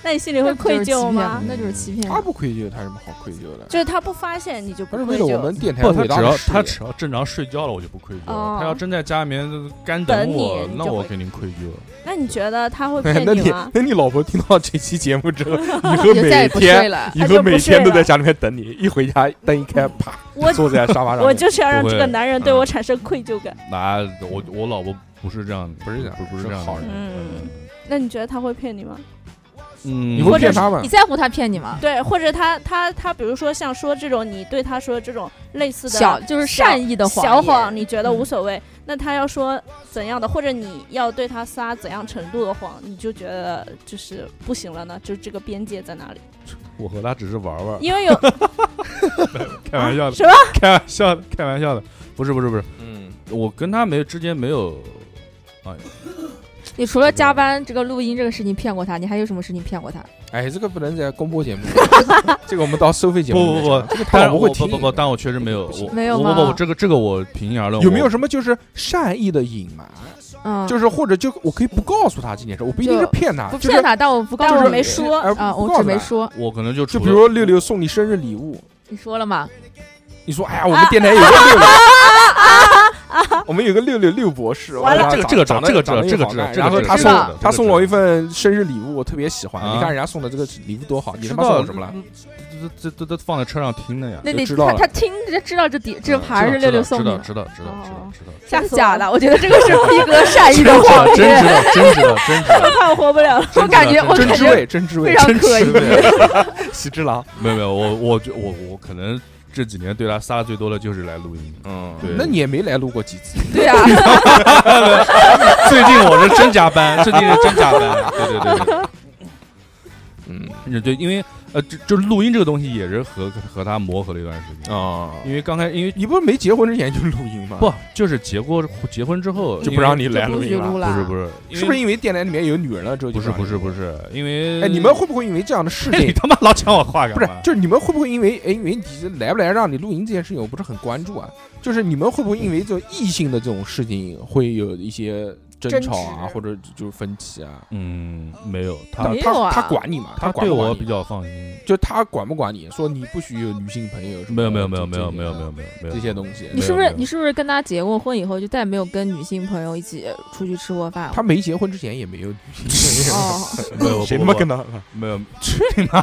[SPEAKER 4] 那你心
[SPEAKER 5] *laughs*
[SPEAKER 4] 里会愧疚吗？
[SPEAKER 5] 那就是欺骗
[SPEAKER 1] 他。不愧疚，他有什么好愧疚的？
[SPEAKER 4] 嗯就是他不发现你就不
[SPEAKER 1] 他是
[SPEAKER 4] 愧
[SPEAKER 1] 为了我们
[SPEAKER 4] 疚，
[SPEAKER 1] 电台
[SPEAKER 3] 不，他 *laughs*
[SPEAKER 1] 伟大
[SPEAKER 3] 只要
[SPEAKER 1] 的事
[SPEAKER 3] 他
[SPEAKER 1] 业。
[SPEAKER 4] *laughs*
[SPEAKER 3] 只要正常睡觉了，我就不愧疚
[SPEAKER 4] 哦
[SPEAKER 3] 了。他要真在家里面干
[SPEAKER 4] 等你
[SPEAKER 3] 我
[SPEAKER 4] 你，
[SPEAKER 3] 那
[SPEAKER 4] 就
[SPEAKER 3] 我
[SPEAKER 4] 会
[SPEAKER 3] 肯定愧疚。
[SPEAKER 4] 那你觉得
[SPEAKER 1] *laughs*
[SPEAKER 4] 他会骗
[SPEAKER 1] 那
[SPEAKER 4] 你
[SPEAKER 1] 你
[SPEAKER 4] 吗？
[SPEAKER 1] 那你老婆听到这期节目
[SPEAKER 4] *laughs*
[SPEAKER 1] 之后，以后
[SPEAKER 5] 你
[SPEAKER 1] 每
[SPEAKER 5] 就再也不睡
[SPEAKER 1] 天
[SPEAKER 3] *laughs*
[SPEAKER 5] 了，
[SPEAKER 1] 以
[SPEAKER 4] 他
[SPEAKER 1] 后
[SPEAKER 4] 就不
[SPEAKER 1] 每
[SPEAKER 4] 睡
[SPEAKER 1] 天都
[SPEAKER 4] 了
[SPEAKER 1] 在家里面等你，一回家灯一开，啪，
[SPEAKER 4] 我
[SPEAKER 1] 坐在沙发上面。
[SPEAKER 4] 我就是要让
[SPEAKER 3] 不会啊
[SPEAKER 4] 这个男人对我产生愧疚感。
[SPEAKER 3] 那我我老婆不是这样的，
[SPEAKER 1] 不是这样
[SPEAKER 3] 不不是这样的，
[SPEAKER 1] 是好人
[SPEAKER 4] 嗯，那你觉得他会骗你吗？
[SPEAKER 3] 嗯，
[SPEAKER 1] 你
[SPEAKER 3] 或
[SPEAKER 1] 会
[SPEAKER 3] 者
[SPEAKER 1] 骗他吗
[SPEAKER 5] 你？在乎他骗你吗？
[SPEAKER 4] 对，或者他他他，比如说像说这种你对他说这种类似的
[SPEAKER 5] 小就是善意的谎
[SPEAKER 4] 小
[SPEAKER 5] 言嗯
[SPEAKER 4] 谎，你觉得无所谓？那他要说怎样的，或者你要对他撒怎样程度的谎，你就觉得就是不行了呢？就是这个边界在哪里？
[SPEAKER 3] 我和他只是玩玩，
[SPEAKER 5] *laughs*
[SPEAKER 4] 因为有
[SPEAKER 3] 开玩笑的，
[SPEAKER 4] 啊什么？
[SPEAKER 3] 开玩笑的，开玩笑的，不是不是不是，
[SPEAKER 1] 嗯，
[SPEAKER 3] 我跟他没之间没有，哎呀，
[SPEAKER 5] 你除了加班这个录音这个事情骗过他，你还有什么事情骗过他？
[SPEAKER 1] 哎，这个不能在公播节目，
[SPEAKER 4] *laughs*
[SPEAKER 1] 这个我们到收费节目
[SPEAKER 3] 不不不
[SPEAKER 1] 里面讲这个他
[SPEAKER 3] 但
[SPEAKER 1] 老婆
[SPEAKER 3] 是我
[SPEAKER 1] 会
[SPEAKER 3] 不
[SPEAKER 1] 听。
[SPEAKER 3] 不不，但我确实没有，
[SPEAKER 1] 不行
[SPEAKER 3] 我
[SPEAKER 5] 没有
[SPEAKER 3] 我
[SPEAKER 5] 吗
[SPEAKER 3] 不不，这个这个我平心而论，
[SPEAKER 1] 有没有
[SPEAKER 3] 呃我
[SPEAKER 1] 什么就是善意的隐瞒，
[SPEAKER 5] 嗯，
[SPEAKER 1] 就是或者就我可以不告诉他这件事，我不一定是
[SPEAKER 5] 啊就
[SPEAKER 1] 骗他，
[SPEAKER 5] 不
[SPEAKER 1] 就
[SPEAKER 5] 骗
[SPEAKER 1] 是
[SPEAKER 5] 他，但我不告
[SPEAKER 4] 但
[SPEAKER 5] 诉
[SPEAKER 4] 我
[SPEAKER 5] 你
[SPEAKER 4] 没说
[SPEAKER 1] 哎
[SPEAKER 5] 啊，
[SPEAKER 1] 不
[SPEAKER 5] 我
[SPEAKER 1] 告
[SPEAKER 5] 只
[SPEAKER 1] 诉
[SPEAKER 5] 没
[SPEAKER 1] 他
[SPEAKER 5] 说。
[SPEAKER 3] 我可能就
[SPEAKER 1] 就比
[SPEAKER 3] 除了
[SPEAKER 1] 如说六六送你生日礼物，
[SPEAKER 5] 你说了吗？
[SPEAKER 1] 你说哎呀，我们电台有个六
[SPEAKER 5] 啊
[SPEAKER 1] 六，我们有个六六六博士，
[SPEAKER 4] 完了
[SPEAKER 1] 哇
[SPEAKER 3] 这个这个
[SPEAKER 1] 长
[SPEAKER 3] 这个
[SPEAKER 1] 长得
[SPEAKER 3] 这个
[SPEAKER 1] 长
[SPEAKER 3] 知
[SPEAKER 1] 得也
[SPEAKER 3] 道
[SPEAKER 1] 好看然
[SPEAKER 3] 这个
[SPEAKER 1] 后
[SPEAKER 3] 知
[SPEAKER 1] 他
[SPEAKER 5] 道
[SPEAKER 1] 送
[SPEAKER 5] 这个知
[SPEAKER 1] 他送了我一份
[SPEAKER 3] 份。
[SPEAKER 1] 生日礼物，我特别喜欢，
[SPEAKER 3] 啊
[SPEAKER 1] 你看人家送的这个礼物多好，你
[SPEAKER 3] 知
[SPEAKER 1] 他妈送
[SPEAKER 3] 道
[SPEAKER 1] 我什么了？？
[SPEAKER 5] 嗯
[SPEAKER 3] 这这这都放在车上听的呀。啊
[SPEAKER 5] 那
[SPEAKER 1] 就
[SPEAKER 5] 得
[SPEAKER 1] 知道
[SPEAKER 5] 他
[SPEAKER 1] 了
[SPEAKER 5] 他听着知道这底这牌是六六送
[SPEAKER 3] 嗯知
[SPEAKER 5] 你
[SPEAKER 3] 道
[SPEAKER 5] 的，
[SPEAKER 3] 知道知道知道
[SPEAKER 4] 哦
[SPEAKER 3] 知道。
[SPEAKER 4] 吓
[SPEAKER 5] 真
[SPEAKER 4] 死
[SPEAKER 5] 的
[SPEAKER 4] 我
[SPEAKER 5] 假
[SPEAKER 4] 了
[SPEAKER 5] 的？我觉得 *laughs* 这个是逼哥善意
[SPEAKER 3] 真
[SPEAKER 5] 的
[SPEAKER 3] 知
[SPEAKER 5] 谎
[SPEAKER 3] 道，真
[SPEAKER 5] 言
[SPEAKER 3] 知。道，真知道，真知道， *laughs*
[SPEAKER 4] 怕我活不了。
[SPEAKER 5] *laughs* 我感觉我
[SPEAKER 3] 真
[SPEAKER 1] 真
[SPEAKER 5] 感
[SPEAKER 1] 知
[SPEAKER 5] 觉 *laughs*
[SPEAKER 1] 味，真知味
[SPEAKER 5] 非，常
[SPEAKER 3] 真
[SPEAKER 5] 可
[SPEAKER 3] 知
[SPEAKER 5] 疑。
[SPEAKER 3] 道 *laughs*
[SPEAKER 1] 喜之郎。
[SPEAKER 3] 没有没有，我我觉我我可能这几年对他撒的最多的就是来录音。 *laughs*
[SPEAKER 1] 嗯
[SPEAKER 3] 对
[SPEAKER 1] 那你也没来录过几次，
[SPEAKER 5] 对
[SPEAKER 3] *laughs*
[SPEAKER 5] 啊， *laughs*
[SPEAKER 3] 最近我是真加班，最近是真加班。对对对对
[SPEAKER 1] 嗯
[SPEAKER 3] 对，对，因为呃，就就是录音这个东西也是和和他磨合了一段时间。
[SPEAKER 1] 啊，
[SPEAKER 3] 因为刚开因为
[SPEAKER 1] 你不是没结婚之前就录音吗？
[SPEAKER 3] 不就是结过结婚之后
[SPEAKER 1] 就不让你来
[SPEAKER 5] 不
[SPEAKER 1] 录
[SPEAKER 5] 许
[SPEAKER 1] 音
[SPEAKER 5] 录
[SPEAKER 1] 了，
[SPEAKER 5] 了。
[SPEAKER 3] 不是不是
[SPEAKER 1] 是不是因为电台里面有女人了之后就
[SPEAKER 3] 不是
[SPEAKER 1] 让你
[SPEAKER 3] 不是不是因为哎
[SPEAKER 1] 哎，你
[SPEAKER 3] *laughs*
[SPEAKER 1] 们会不会因为这样的事
[SPEAKER 3] 你
[SPEAKER 1] 情？
[SPEAKER 3] 他妈老抢我话干
[SPEAKER 1] 不是
[SPEAKER 3] 嘛？，
[SPEAKER 1] 就是你们会不会因为哎，因为你来不来让你录音这件事情，我不是很关注啊。就是你们会不会因为这种异性的这种事情，会有一些争吵啊，
[SPEAKER 4] 争执
[SPEAKER 1] 或者就就分歧啊？
[SPEAKER 3] *laughs* 嗯，没有他
[SPEAKER 1] 他
[SPEAKER 5] 没有
[SPEAKER 1] 他
[SPEAKER 5] 啊
[SPEAKER 1] 他管你吗？
[SPEAKER 3] 他
[SPEAKER 1] 管
[SPEAKER 3] 对
[SPEAKER 1] 不管
[SPEAKER 3] 我
[SPEAKER 1] 你啊
[SPEAKER 3] 比较放心。
[SPEAKER 1] 就他管不管你？说你不许有女性朋友什么的？
[SPEAKER 3] 没有没有没
[SPEAKER 1] 这
[SPEAKER 3] 有没有没有没
[SPEAKER 5] 哦
[SPEAKER 3] 有没有没有
[SPEAKER 1] 这些东西
[SPEAKER 5] 你。是
[SPEAKER 3] 没有
[SPEAKER 5] 不是
[SPEAKER 3] 没有
[SPEAKER 5] 你是不是跟他结过婚以后就再也没有跟女性朋友一起出去吃过饭？
[SPEAKER 1] 他没结婚之前也没有女性朋友，
[SPEAKER 5] 哦， *laughs*
[SPEAKER 3] 没有
[SPEAKER 1] 谁
[SPEAKER 3] 不
[SPEAKER 1] 他妈
[SPEAKER 3] 不
[SPEAKER 1] 跟他？
[SPEAKER 3] 没有去你妈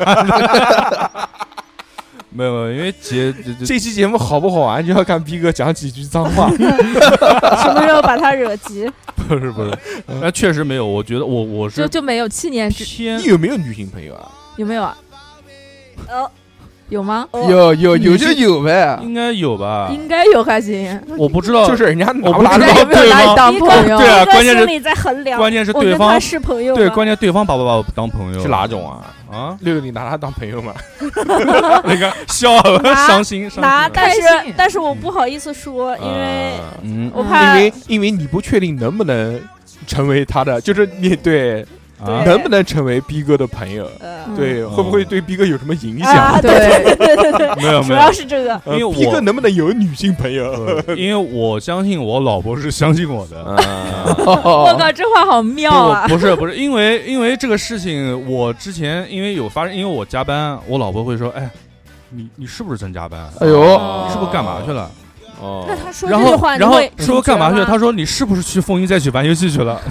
[SPEAKER 3] 的！ *laughs* 没有没有，因为结这
[SPEAKER 1] *laughs*
[SPEAKER 3] 这
[SPEAKER 1] 这期节目好不好玩，就要看逼哥讲几句脏话。
[SPEAKER 4] 什么时候把他
[SPEAKER 5] *laughs*
[SPEAKER 4] 惹急？
[SPEAKER 3] *laughs* 不是不是，那确实没有。我觉得我我
[SPEAKER 5] 就是就没有七年之
[SPEAKER 3] 偏
[SPEAKER 1] 你有没有女性朋友啊？
[SPEAKER 5] 有没有啊？呃
[SPEAKER 4] 哦，
[SPEAKER 5] 有吗？
[SPEAKER 4] 哦
[SPEAKER 2] 有有有
[SPEAKER 3] 你
[SPEAKER 2] 就是有呗，
[SPEAKER 3] 应该有吧？
[SPEAKER 5] 应该有还行。
[SPEAKER 3] 我不知道，
[SPEAKER 1] 就是人家拿
[SPEAKER 3] 我不
[SPEAKER 1] 拿
[SPEAKER 3] 知
[SPEAKER 1] 着
[SPEAKER 3] 道
[SPEAKER 5] 人家有没有拿你当
[SPEAKER 4] 逼哥
[SPEAKER 5] 朋友？
[SPEAKER 3] 对啊
[SPEAKER 4] 逼哥
[SPEAKER 3] 关键是
[SPEAKER 4] 心里在衡量，
[SPEAKER 3] 关键是
[SPEAKER 4] 我
[SPEAKER 3] 对
[SPEAKER 4] 跟
[SPEAKER 3] 方
[SPEAKER 4] 他是朋友吗
[SPEAKER 3] 对，关键对方把不把我当朋友
[SPEAKER 1] 是哪种啊？
[SPEAKER 3] 啊？
[SPEAKER 1] 六六，你拿他当朋友吗？
[SPEAKER 3] 那个笑
[SPEAKER 4] 拿
[SPEAKER 3] 伤心伤
[SPEAKER 4] 拿，
[SPEAKER 3] 心。
[SPEAKER 4] 但是
[SPEAKER 5] 开心
[SPEAKER 4] 但是我不好意思说， *laughs* 因为
[SPEAKER 1] 啊
[SPEAKER 3] 嗯
[SPEAKER 4] 我
[SPEAKER 5] 嗯
[SPEAKER 1] 因
[SPEAKER 4] 怕
[SPEAKER 1] 为因为你不确定能不能成为他的，就是你对
[SPEAKER 3] 啊
[SPEAKER 4] 对
[SPEAKER 1] 能不能成为逼哥的朋友，
[SPEAKER 4] 呃
[SPEAKER 5] 嗯
[SPEAKER 1] 对会不会对逼哥有什么影
[SPEAKER 4] 啊
[SPEAKER 1] 响？
[SPEAKER 5] 对，
[SPEAKER 4] 对对对，
[SPEAKER 3] 没有啊
[SPEAKER 4] 主
[SPEAKER 3] 没
[SPEAKER 4] 要
[SPEAKER 3] 有，
[SPEAKER 4] 是这个。
[SPEAKER 1] 呃
[SPEAKER 3] 因为我
[SPEAKER 1] 逼哥能不能有女性朋友？
[SPEAKER 3] 因为我相信我老婆是相信我
[SPEAKER 1] 嗯 *laughs*
[SPEAKER 3] 的。
[SPEAKER 1] 啊
[SPEAKER 2] *laughs*
[SPEAKER 5] 我靠，这话好妙啊！
[SPEAKER 3] 不不是不是，因为因为这个事情，我之前因为有发生，因为我加班，我老婆会说：“哎，你你是不是真加班？
[SPEAKER 2] 哎呦，
[SPEAKER 3] 你是不是干嘛去了？”
[SPEAKER 1] 哦
[SPEAKER 4] 那他说这
[SPEAKER 3] 然
[SPEAKER 4] 句
[SPEAKER 3] 后
[SPEAKER 4] 话，你
[SPEAKER 3] 然后
[SPEAKER 4] 会
[SPEAKER 3] 说干嘛去？了？他
[SPEAKER 4] 说
[SPEAKER 3] 说你是不是去风云再起玩游戏去了？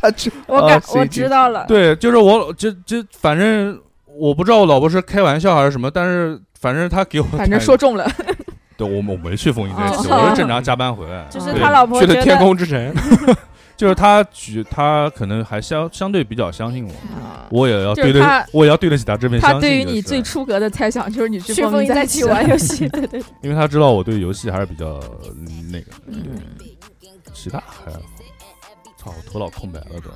[SPEAKER 2] 他这
[SPEAKER 4] 我
[SPEAKER 2] 啊
[SPEAKER 4] 感
[SPEAKER 2] 随
[SPEAKER 4] 我
[SPEAKER 2] 机
[SPEAKER 4] 知道了，
[SPEAKER 3] 对，就是我就就反正我不知道我老婆是开玩笑还是什么，但是反正他给我
[SPEAKER 5] 反正
[SPEAKER 3] 看
[SPEAKER 5] 说中了，
[SPEAKER 3] 对我我没去风云再起，
[SPEAKER 4] 哦
[SPEAKER 3] 我是正常加班回来。
[SPEAKER 4] 就是
[SPEAKER 3] 对
[SPEAKER 4] 他老婆
[SPEAKER 1] 去
[SPEAKER 4] 觉
[SPEAKER 1] 了
[SPEAKER 4] 得
[SPEAKER 1] 天空之城，
[SPEAKER 3] 就是他举他可能还相相对比较相信我，
[SPEAKER 5] 啊
[SPEAKER 3] 我也要
[SPEAKER 5] 就是
[SPEAKER 3] 对得
[SPEAKER 5] 他
[SPEAKER 3] 我也要对得起他这份
[SPEAKER 5] 他
[SPEAKER 3] 相信。
[SPEAKER 5] 对于你最，出格的猜想就是你去
[SPEAKER 4] 去风
[SPEAKER 5] 风
[SPEAKER 4] 云
[SPEAKER 5] 在
[SPEAKER 4] 再
[SPEAKER 5] 一
[SPEAKER 4] 起玩
[SPEAKER 3] *laughs*
[SPEAKER 4] 游戏，
[SPEAKER 3] 因为他知道我对游戏还是比较嗯那个，
[SPEAKER 5] 嗯，
[SPEAKER 3] 其他还好。操，我头脑空白了，都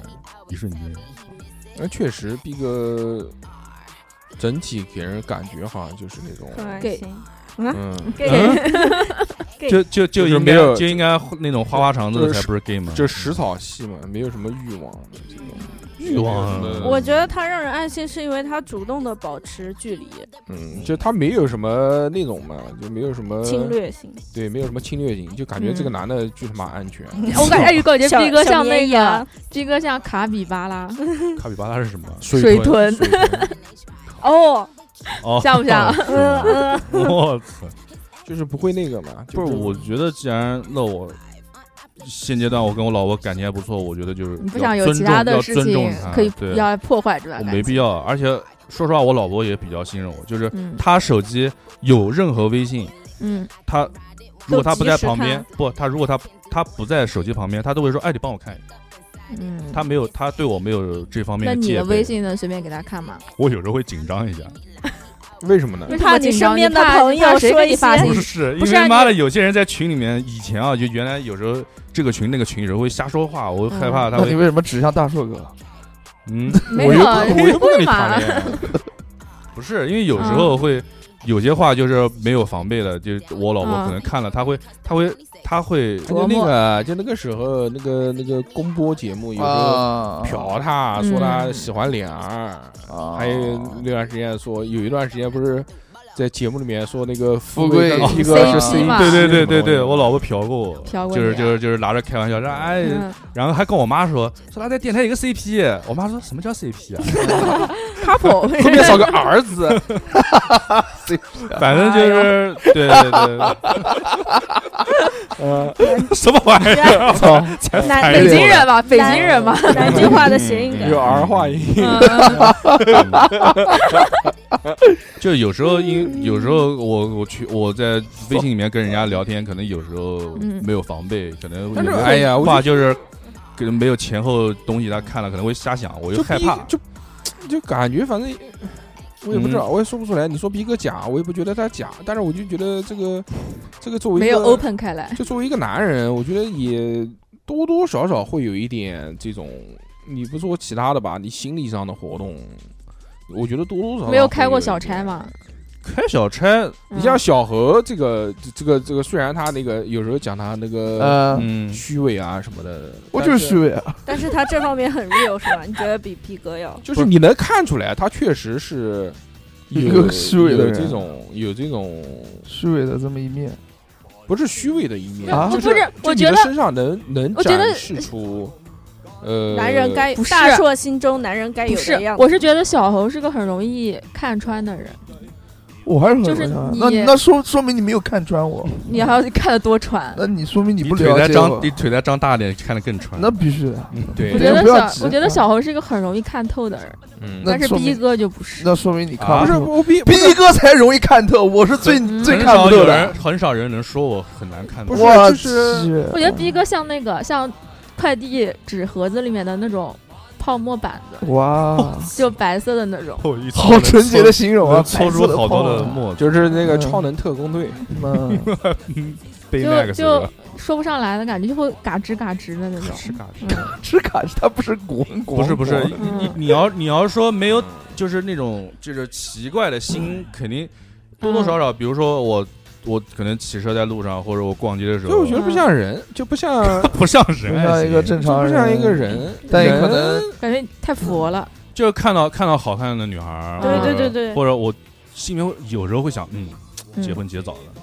[SPEAKER 3] 一瞬间。
[SPEAKER 1] 那确实逼哥整体给人感觉好像就是那种，
[SPEAKER 5] 给
[SPEAKER 1] 嗯，
[SPEAKER 5] *laughs*
[SPEAKER 4] 给
[SPEAKER 3] 嗯
[SPEAKER 4] 对
[SPEAKER 3] 就就就
[SPEAKER 1] 就是
[SPEAKER 3] 应该
[SPEAKER 1] 没有
[SPEAKER 3] 就应该那种花花肠子的
[SPEAKER 1] 就是
[SPEAKER 3] 才不是 gay 嘛，
[SPEAKER 1] *laughs* 就食草系嘛，没有什么欲望，
[SPEAKER 3] 欲望
[SPEAKER 1] 没有什么
[SPEAKER 4] 我觉得他让人安心，是因为他主动的保持距离、
[SPEAKER 1] 嗯，就他没有什么那种嘛，就没有什么
[SPEAKER 4] 侵略性。
[SPEAKER 1] 对，没有什么侵略性，就感觉这个男的就他妈安全。
[SPEAKER 5] 我感觉我觉得
[SPEAKER 4] 小
[SPEAKER 5] 逼哥
[SPEAKER 4] 小
[SPEAKER 5] 像那
[SPEAKER 4] 绵
[SPEAKER 5] 个 *laughs*
[SPEAKER 4] 羊
[SPEAKER 5] 逼哥像卡比巴拉，
[SPEAKER 3] 嗯卡比巴拉是什么？
[SPEAKER 5] 水
[SPEAKER 1] 豚， *laughs* 水豚 *laughs*
[SPEAKER 4] 哦，
[SPEAKER 3] 哦，
[SPEAKER 5] 像
[SPEAKER 3] *laughs*
[SPEAKER 5] 不像？
[SPEAKER 4] 嗯
[SPEAKER 3] 我操！
[SPEAKER 1] 就是不会那个嘛。就
[SPEAKER 3] *laughs* 不是，我觉得既然那我现阶段我跟我老婆感情还不错，我觉得就是
[SPEAKER 5] 你不
[SPEAKER 3] 要
[SPEAKER 5] 想有
[SPEAKER 3] 尊
[SPEAKER 5] 其
[SPEAKER 3] 重
[SPEAKER 5] 他
[SPEAKER 3] 要
[SPEAKER 5] 的事
[SPEAKER 3] 尊重
[SPEAKER 5] 情
[SPEAKER 3] 她
[SPEAKER 5] 可以不
[SPEAKER 3] 对，
[SPEAKER 5] 要破坏这
[SPEAKER 3] 我
[SPEAKER 5] 段
[SPEAKER 3] 没
[SPEAKER 5] 感情？
[SPEAKER 3] 必要。而且说实话，我老婆也比较信任我，就是
[SPEAKER 5] 嗯
[SPEAKER 3] 她手机有任何微信，
[SPEAKER 5] 嗯，
[SPEAKER 3] 她如果她不在旁
[SPEAKER 4] 都
[SPEAKER 3] 边
[SPEAKER 4] 及，
[SPEAKER 3] 不，她如果她他不在手机旁边，他都会说：“哎，你帮我看一下。
[SPEAKER 5] 嗯”
[SPEAKER 3] 他没有，他对我没有这方面
[SPEAKER 5] 那你
[SPEAKER 3] 戒
[SPEAKER 5] 的
[SPEAKER 3] 备
[SPEAKER 5] 微，信呢？随便给他看嘛。
[SPEAKER 3] 我有时候会紧张一下。
[SPEAKER 1] 为什么呢？
[SPEAKER 5] 为什
[SPEAKER 4] 怕
[SPEAKER 5] 么
[SPEAKER 4] 你
[SPEAKER 5] 紧
[SPEAKER 4] 身
[SPEAKER 5] 张
[SPEAKER 4] 边的
[SPEAKER 5] 怕
[SPEAKER 4] 朋
[SPEAKER 5] 怕
[SPEAKER 4] 友
[SPEAKER 5] 谁
[SPEAKER 4] 说
[SPEAKER 5] 给
[SPEAKER 4] 一
[SPEAKER 5] 你发
[SPEAKER 4] 些
[SPEAKER 5] 信
[SPEAKER 3] 不
[SPEAKER 5] 息？
[SPEAKER 3] 是，
[SPEAKER 4] 不
[SPEAKER 3] 因
[SPEAKER 4] 是啊
[SPEAKER 3] 为妈
[SPEAKER 4] 你
[SPEAKER 3] 的，有些人在群里面，以前啊，就原来有时候这个群那个群，有时候会瞎说话，我害怕他
[SPEAKER 2] 那 *laughs* 你
[SPEAKER 3] 会
[SPEAKER 2] 为什么指向大硕哥？
[SPEAKER 3] 嗯，
[SPEAKER 5] 嗯没
[SPEAKER 3] 我
[SPEAKER 5] 有啊
[SPEAKER 3] 又不我又不跟你
[SPEAKER 5] 为嘛
[SPEAKER 3] 谈恋爱，不是因为有时候会有些话就是没有防备的，就是我老婆可能
[SPEAKER 5] 嗯
[SPEAKER 3] 看了，她会她会她会
[SPEAKER 1] 他就那个，就那个时候，那个那个公播节目有时候
[SPEAKER 2] 啊
[SPEAKER 1] 嫖他，说他
[SPEAKER 5] 嗯
[SPEAKER 1] 喜欢脸儿，
[SPEAKER 2] 啊
[SPEAKER 3] 哦
[SPEAKER 1] 还有那段时间说，有一段时间不是在节目里面说那个富
[SPEAKER 2] 富贵
[SPEAKER 1] 跟
[SPEAKER 2] 哦
[SPEAKER 1] 一哥是
[SPEAKER 5] CP 嘛
[SPEAKER 3] 对对对对
[SPEAKER 1] 嗯
[SPEAKER 3] 对，我老婆嫖过我，
[SPEAKER 5] 嫖过
[SPEAKER 3] 就
[SPEAKER 5] 你
[SPEAKER 3] 是
[SPEAKER 5] 啊
[SPEAKER 3] 就是就是拿着开玩笑，说哎，
[SPEAKER 5] 嗯
[SPEAKER 3] 然后还跟我妈说说她在电台有个 CP，我妈说什么叫 CP 啊？
[SPEAKER 1] 后面
[SPEAKER 5] ，couple，
[SPEAKER 1] 找个儿
[SPEAKER 2] *laughs*
[SPEAKER 1] 子，
[SPEAKER 3] 反
[SPEAKER 4] 哎
[SPEAKER 3] 正就是对对对，
[SPEAKER 4] *laughs*
[SPEAKER 3] *laughs* 什么玩意儿啊？
[SPEAKER 1] 操，
[SPEAKER 4] 呃南
[SPEAKER 3] 哎
[SPEAKER 5] 北
[SPEAKER 3] 呦
[SPEAKER 5] 京人吧，北京人吧。
[SPEAKER 4] 南京话的谐音
[SPEAKER 1] 有
[SPEAKER 4] 梗，
[SPEAKER 1] 儿化音，
[SPEAKER 5] 嗯
[SPEAKER 3] *laughs* 就有时候因有时候我我去我在微信里面跟人家聊天，可能有时候
[SPEAKER 5] 嗯
[SPEAKER 3] 没有防备，可能
[SPEAKER 1] 但是
[SPEAKER 3] 有的
[SPEAKER 1] 哎呀我
[SPEAKER 3] 话就是可能没有前后东西，他看了可能会瞎想，我又
[SPEAKER 1] 就
[SPEAKER 3] 害
[SPEAKER 1] 逼
[SPEAKER 3] 怕。
[SPEAKER 1] 就就感觉反正。我也不知道，我也说不出来。你说逼哥假，我也不觉得他假，但是我就觉得这个，这个作为一
[SPEAKER 5] 没有
[SPEAKER 1] 个
[SPEAKER 5] open 开来，
[SPEAKER 1] 就作为一个男人，我觉得也多多少少会有一点这种，你不说其他的吧，你心理上的活动，我觉得多多少少
[SPEAKER 5] 没有
[SPEAKER 1] 会
[SPEAKER 5] 开过小
[SPEAKER 1] 一点
[SPEAKER 5] 差嘛。
[SPEAKER 3] 开小差，
[SPEAKER 5] 嗯
[SPEAKER 1] 你像小何这个这个这个，虽然他那个有时候讲他那个
[SPEAKER 2] 呃，
[SPEAKER 3] 嗯，
[SPEAKER 1] 虚伪啊什么的，
[SPEAKER 2] 我就是
[SPEAKER 1] 但
[SPEAKER 2] 虚伪啊，
[SPEAKER 4] 但是他这方面很 real 是吧？你觉得比 P 哥要？
[SPEAKER 1] 就是你能看出来，他确实是
[SPEAKER 2] 一
[SPEAKER 1] 有
[SPEAKER 2] 个虚伪的
[SPEAKER 1] 有
[SPEAKER 2] 人
[SPEAKER 1] 这种有这种
[SPEAKER 2] 虚伪的这么一面。
[SPEAKER 1] 不是虚伪的一面，
[SPEAKER 2] 啊
[SPEAKER 1] 就
[SPEAKER 4] 不是，
[SPEAKER 1] 就
[SPEAKER 4] 我
[SPEAKER 1] 你
[SPEAKER 4] 觉
[SPEAKER 1] 的
[SPEAKER 4] 得
[SPEAKER 1] 身上能能
[SPEAKER 5] 我觉得
[SPEAKER 1] 展示出呃
[SPEAKER 4] 男人该
[SPEAKER 5] 不是
[SPEAKER 4] 大硕心中男人该
[SPEAKER 5] 不
[SPEAKER 4] 哎有
[SPEAKER 5] 是
[SPEAKER 4] 的样，子。
[SPEAKER 5] 我是觉得小猴是个很容易看穿的人，
[SPEAKER 2] 我还是很
[SPEAKER 5] 就是
[SPEAKER 2] 喜欢
[SPEAKER 5] 你
[SPEAKER 2] 那那说说明你没有看穿我，
[SPEAKER 5] 你还要看得多穿。
[SPEAKER 2] 嗯那你说明你
[SPEAKER 3] 你
[SPEAKER 2] 不
[SPEAKER 3] 腿
[SPEAKER 2] 了
[SPEAKER 3] 再
[SPEAKER 2] 解我
[SPEAKER 3] 张，，你腿再张大点，看得更穿。
[SPEAKER 2] 那必须的。
[SPEAKER 1] 嗯
[SPEAKER 5] 我
[SPEAKER 1] 对，
[SPEAKER 5] 觉得
[SPEAKER 2] 不要
[SPEAKER 5] 小，
[SPEAKER 2] 急
[SPEAKER 5] 我觉得
[SPEAKER 2] 啊
[SPEAKER 5] 小猴是一个很容易看透的人，
[SPEAKER 1] 嗯
[SPEAKER 2] 那
[SPEAKER 5] 但是
[SPEAKER 2] 说明
[SPEAKER 5] 逼哥就不是。
[SPEAKER 2] 那说明你看
[SPEAKER 3] 啊
[SPEAKER 1] 不是
[SPEAKER 2] 透
[SPEAKER 1] 我逼不是
[SPEAKER 2] *laughs* 逼哥才容易看透，我是最
[SPEAKER 5] 嗯
[SPEAKER 2] 最
[SPEAKER 3] 很
[SPEAKER 2] 看
[SPEAKER 3] 少
[SPEAKER 2] 不透
[SPEAKER 3] 有
[SPEAKER 2] 的
[SPEAKER 3] 人。很少人能说我很难看
[SPEAKER 1] 不
[SPEAKER 3] 透。
[SPEAKER 1] 是
[SPEAKER 2] 我
[SPEAKER 1] 就是
[SPEAKER 2] 去
[SPEAKER 5] 我觉得逼哥像那个像快递纸盒子里面的那种泡沫板
[SPEAKER 2] 嗯
[SPEAKER 5] 子， *laughs*
[SPEAKER 2] 哇，
[SPEAKER 5] 就白色的那种。
[SPEAKER 3] 我一
[SPEAKER 2] 好纯洁的形容啊，
[SPEAKER 3] *laughs* 能搓出好多的沫，就
[SPEAKER 1] 就是那个
[SPEAKER 2] 嗯
[SPEAKER 1] 超能特工队，
[SPEAKER 2] 嗯， *laughs*
[SPEAKER 3] 背那
[SPEAKER 5] 就
[SPEAKER 3] 个
[SPEAKER 5] 就说不上来的感觉，就会嘎吱嘎吱的那种。嗯
[SPEAKER 2] 吃卡它不是滚滚，
[SPEAKER 3] 不是不是，
[SPEAKER 5] 嗯
[SPEAKER 3] 你你要你要说没有，就是那种就是奇怪的心，肯定多多少少，比如说我我可能骑车在路上，或者我逛街的时
[SPEAKER 1] 所以
[SPEAKER 3] 候
[SPEAKER 1] 我觉，得不
[SPEAKER 5] 嗯
[SPEAKER 1] 像人，就不
[SPEAKER 3] *laughs*
[SPEAKER 1] 像
[SPEAKER 3] 不像
[SPEAKER 2] 不
[SPEAKER 3] 人还
[SPEAKER 2] 像
[SPEAKER 3] 行，
[SPEAKER 2] 一个正
[SPEAKER 1] 就
[SPEAKER 2] 常
[SPEAKER 1] 不
[SPEAKER 2] 人，
[SPEAKER 1] 像一个，人，
[SPEAKER 2] 但也
[SPEAKER 1] 人
[SPEAKER 2] 可能
[SPEAKER 5] 感觉太佛
[SPEAKER 2] 嗯
[SPEAKER 5] 了。
[SPEAKER 3] 就是看到看到好看的女孩儿，
[SPEAKER 5] 对
[SPEAKER 3] 或者
[SPEAKER 4] 对对对
[SPEAKER 3] 或者我心里面会有时候会想，嗯，结婚结早了，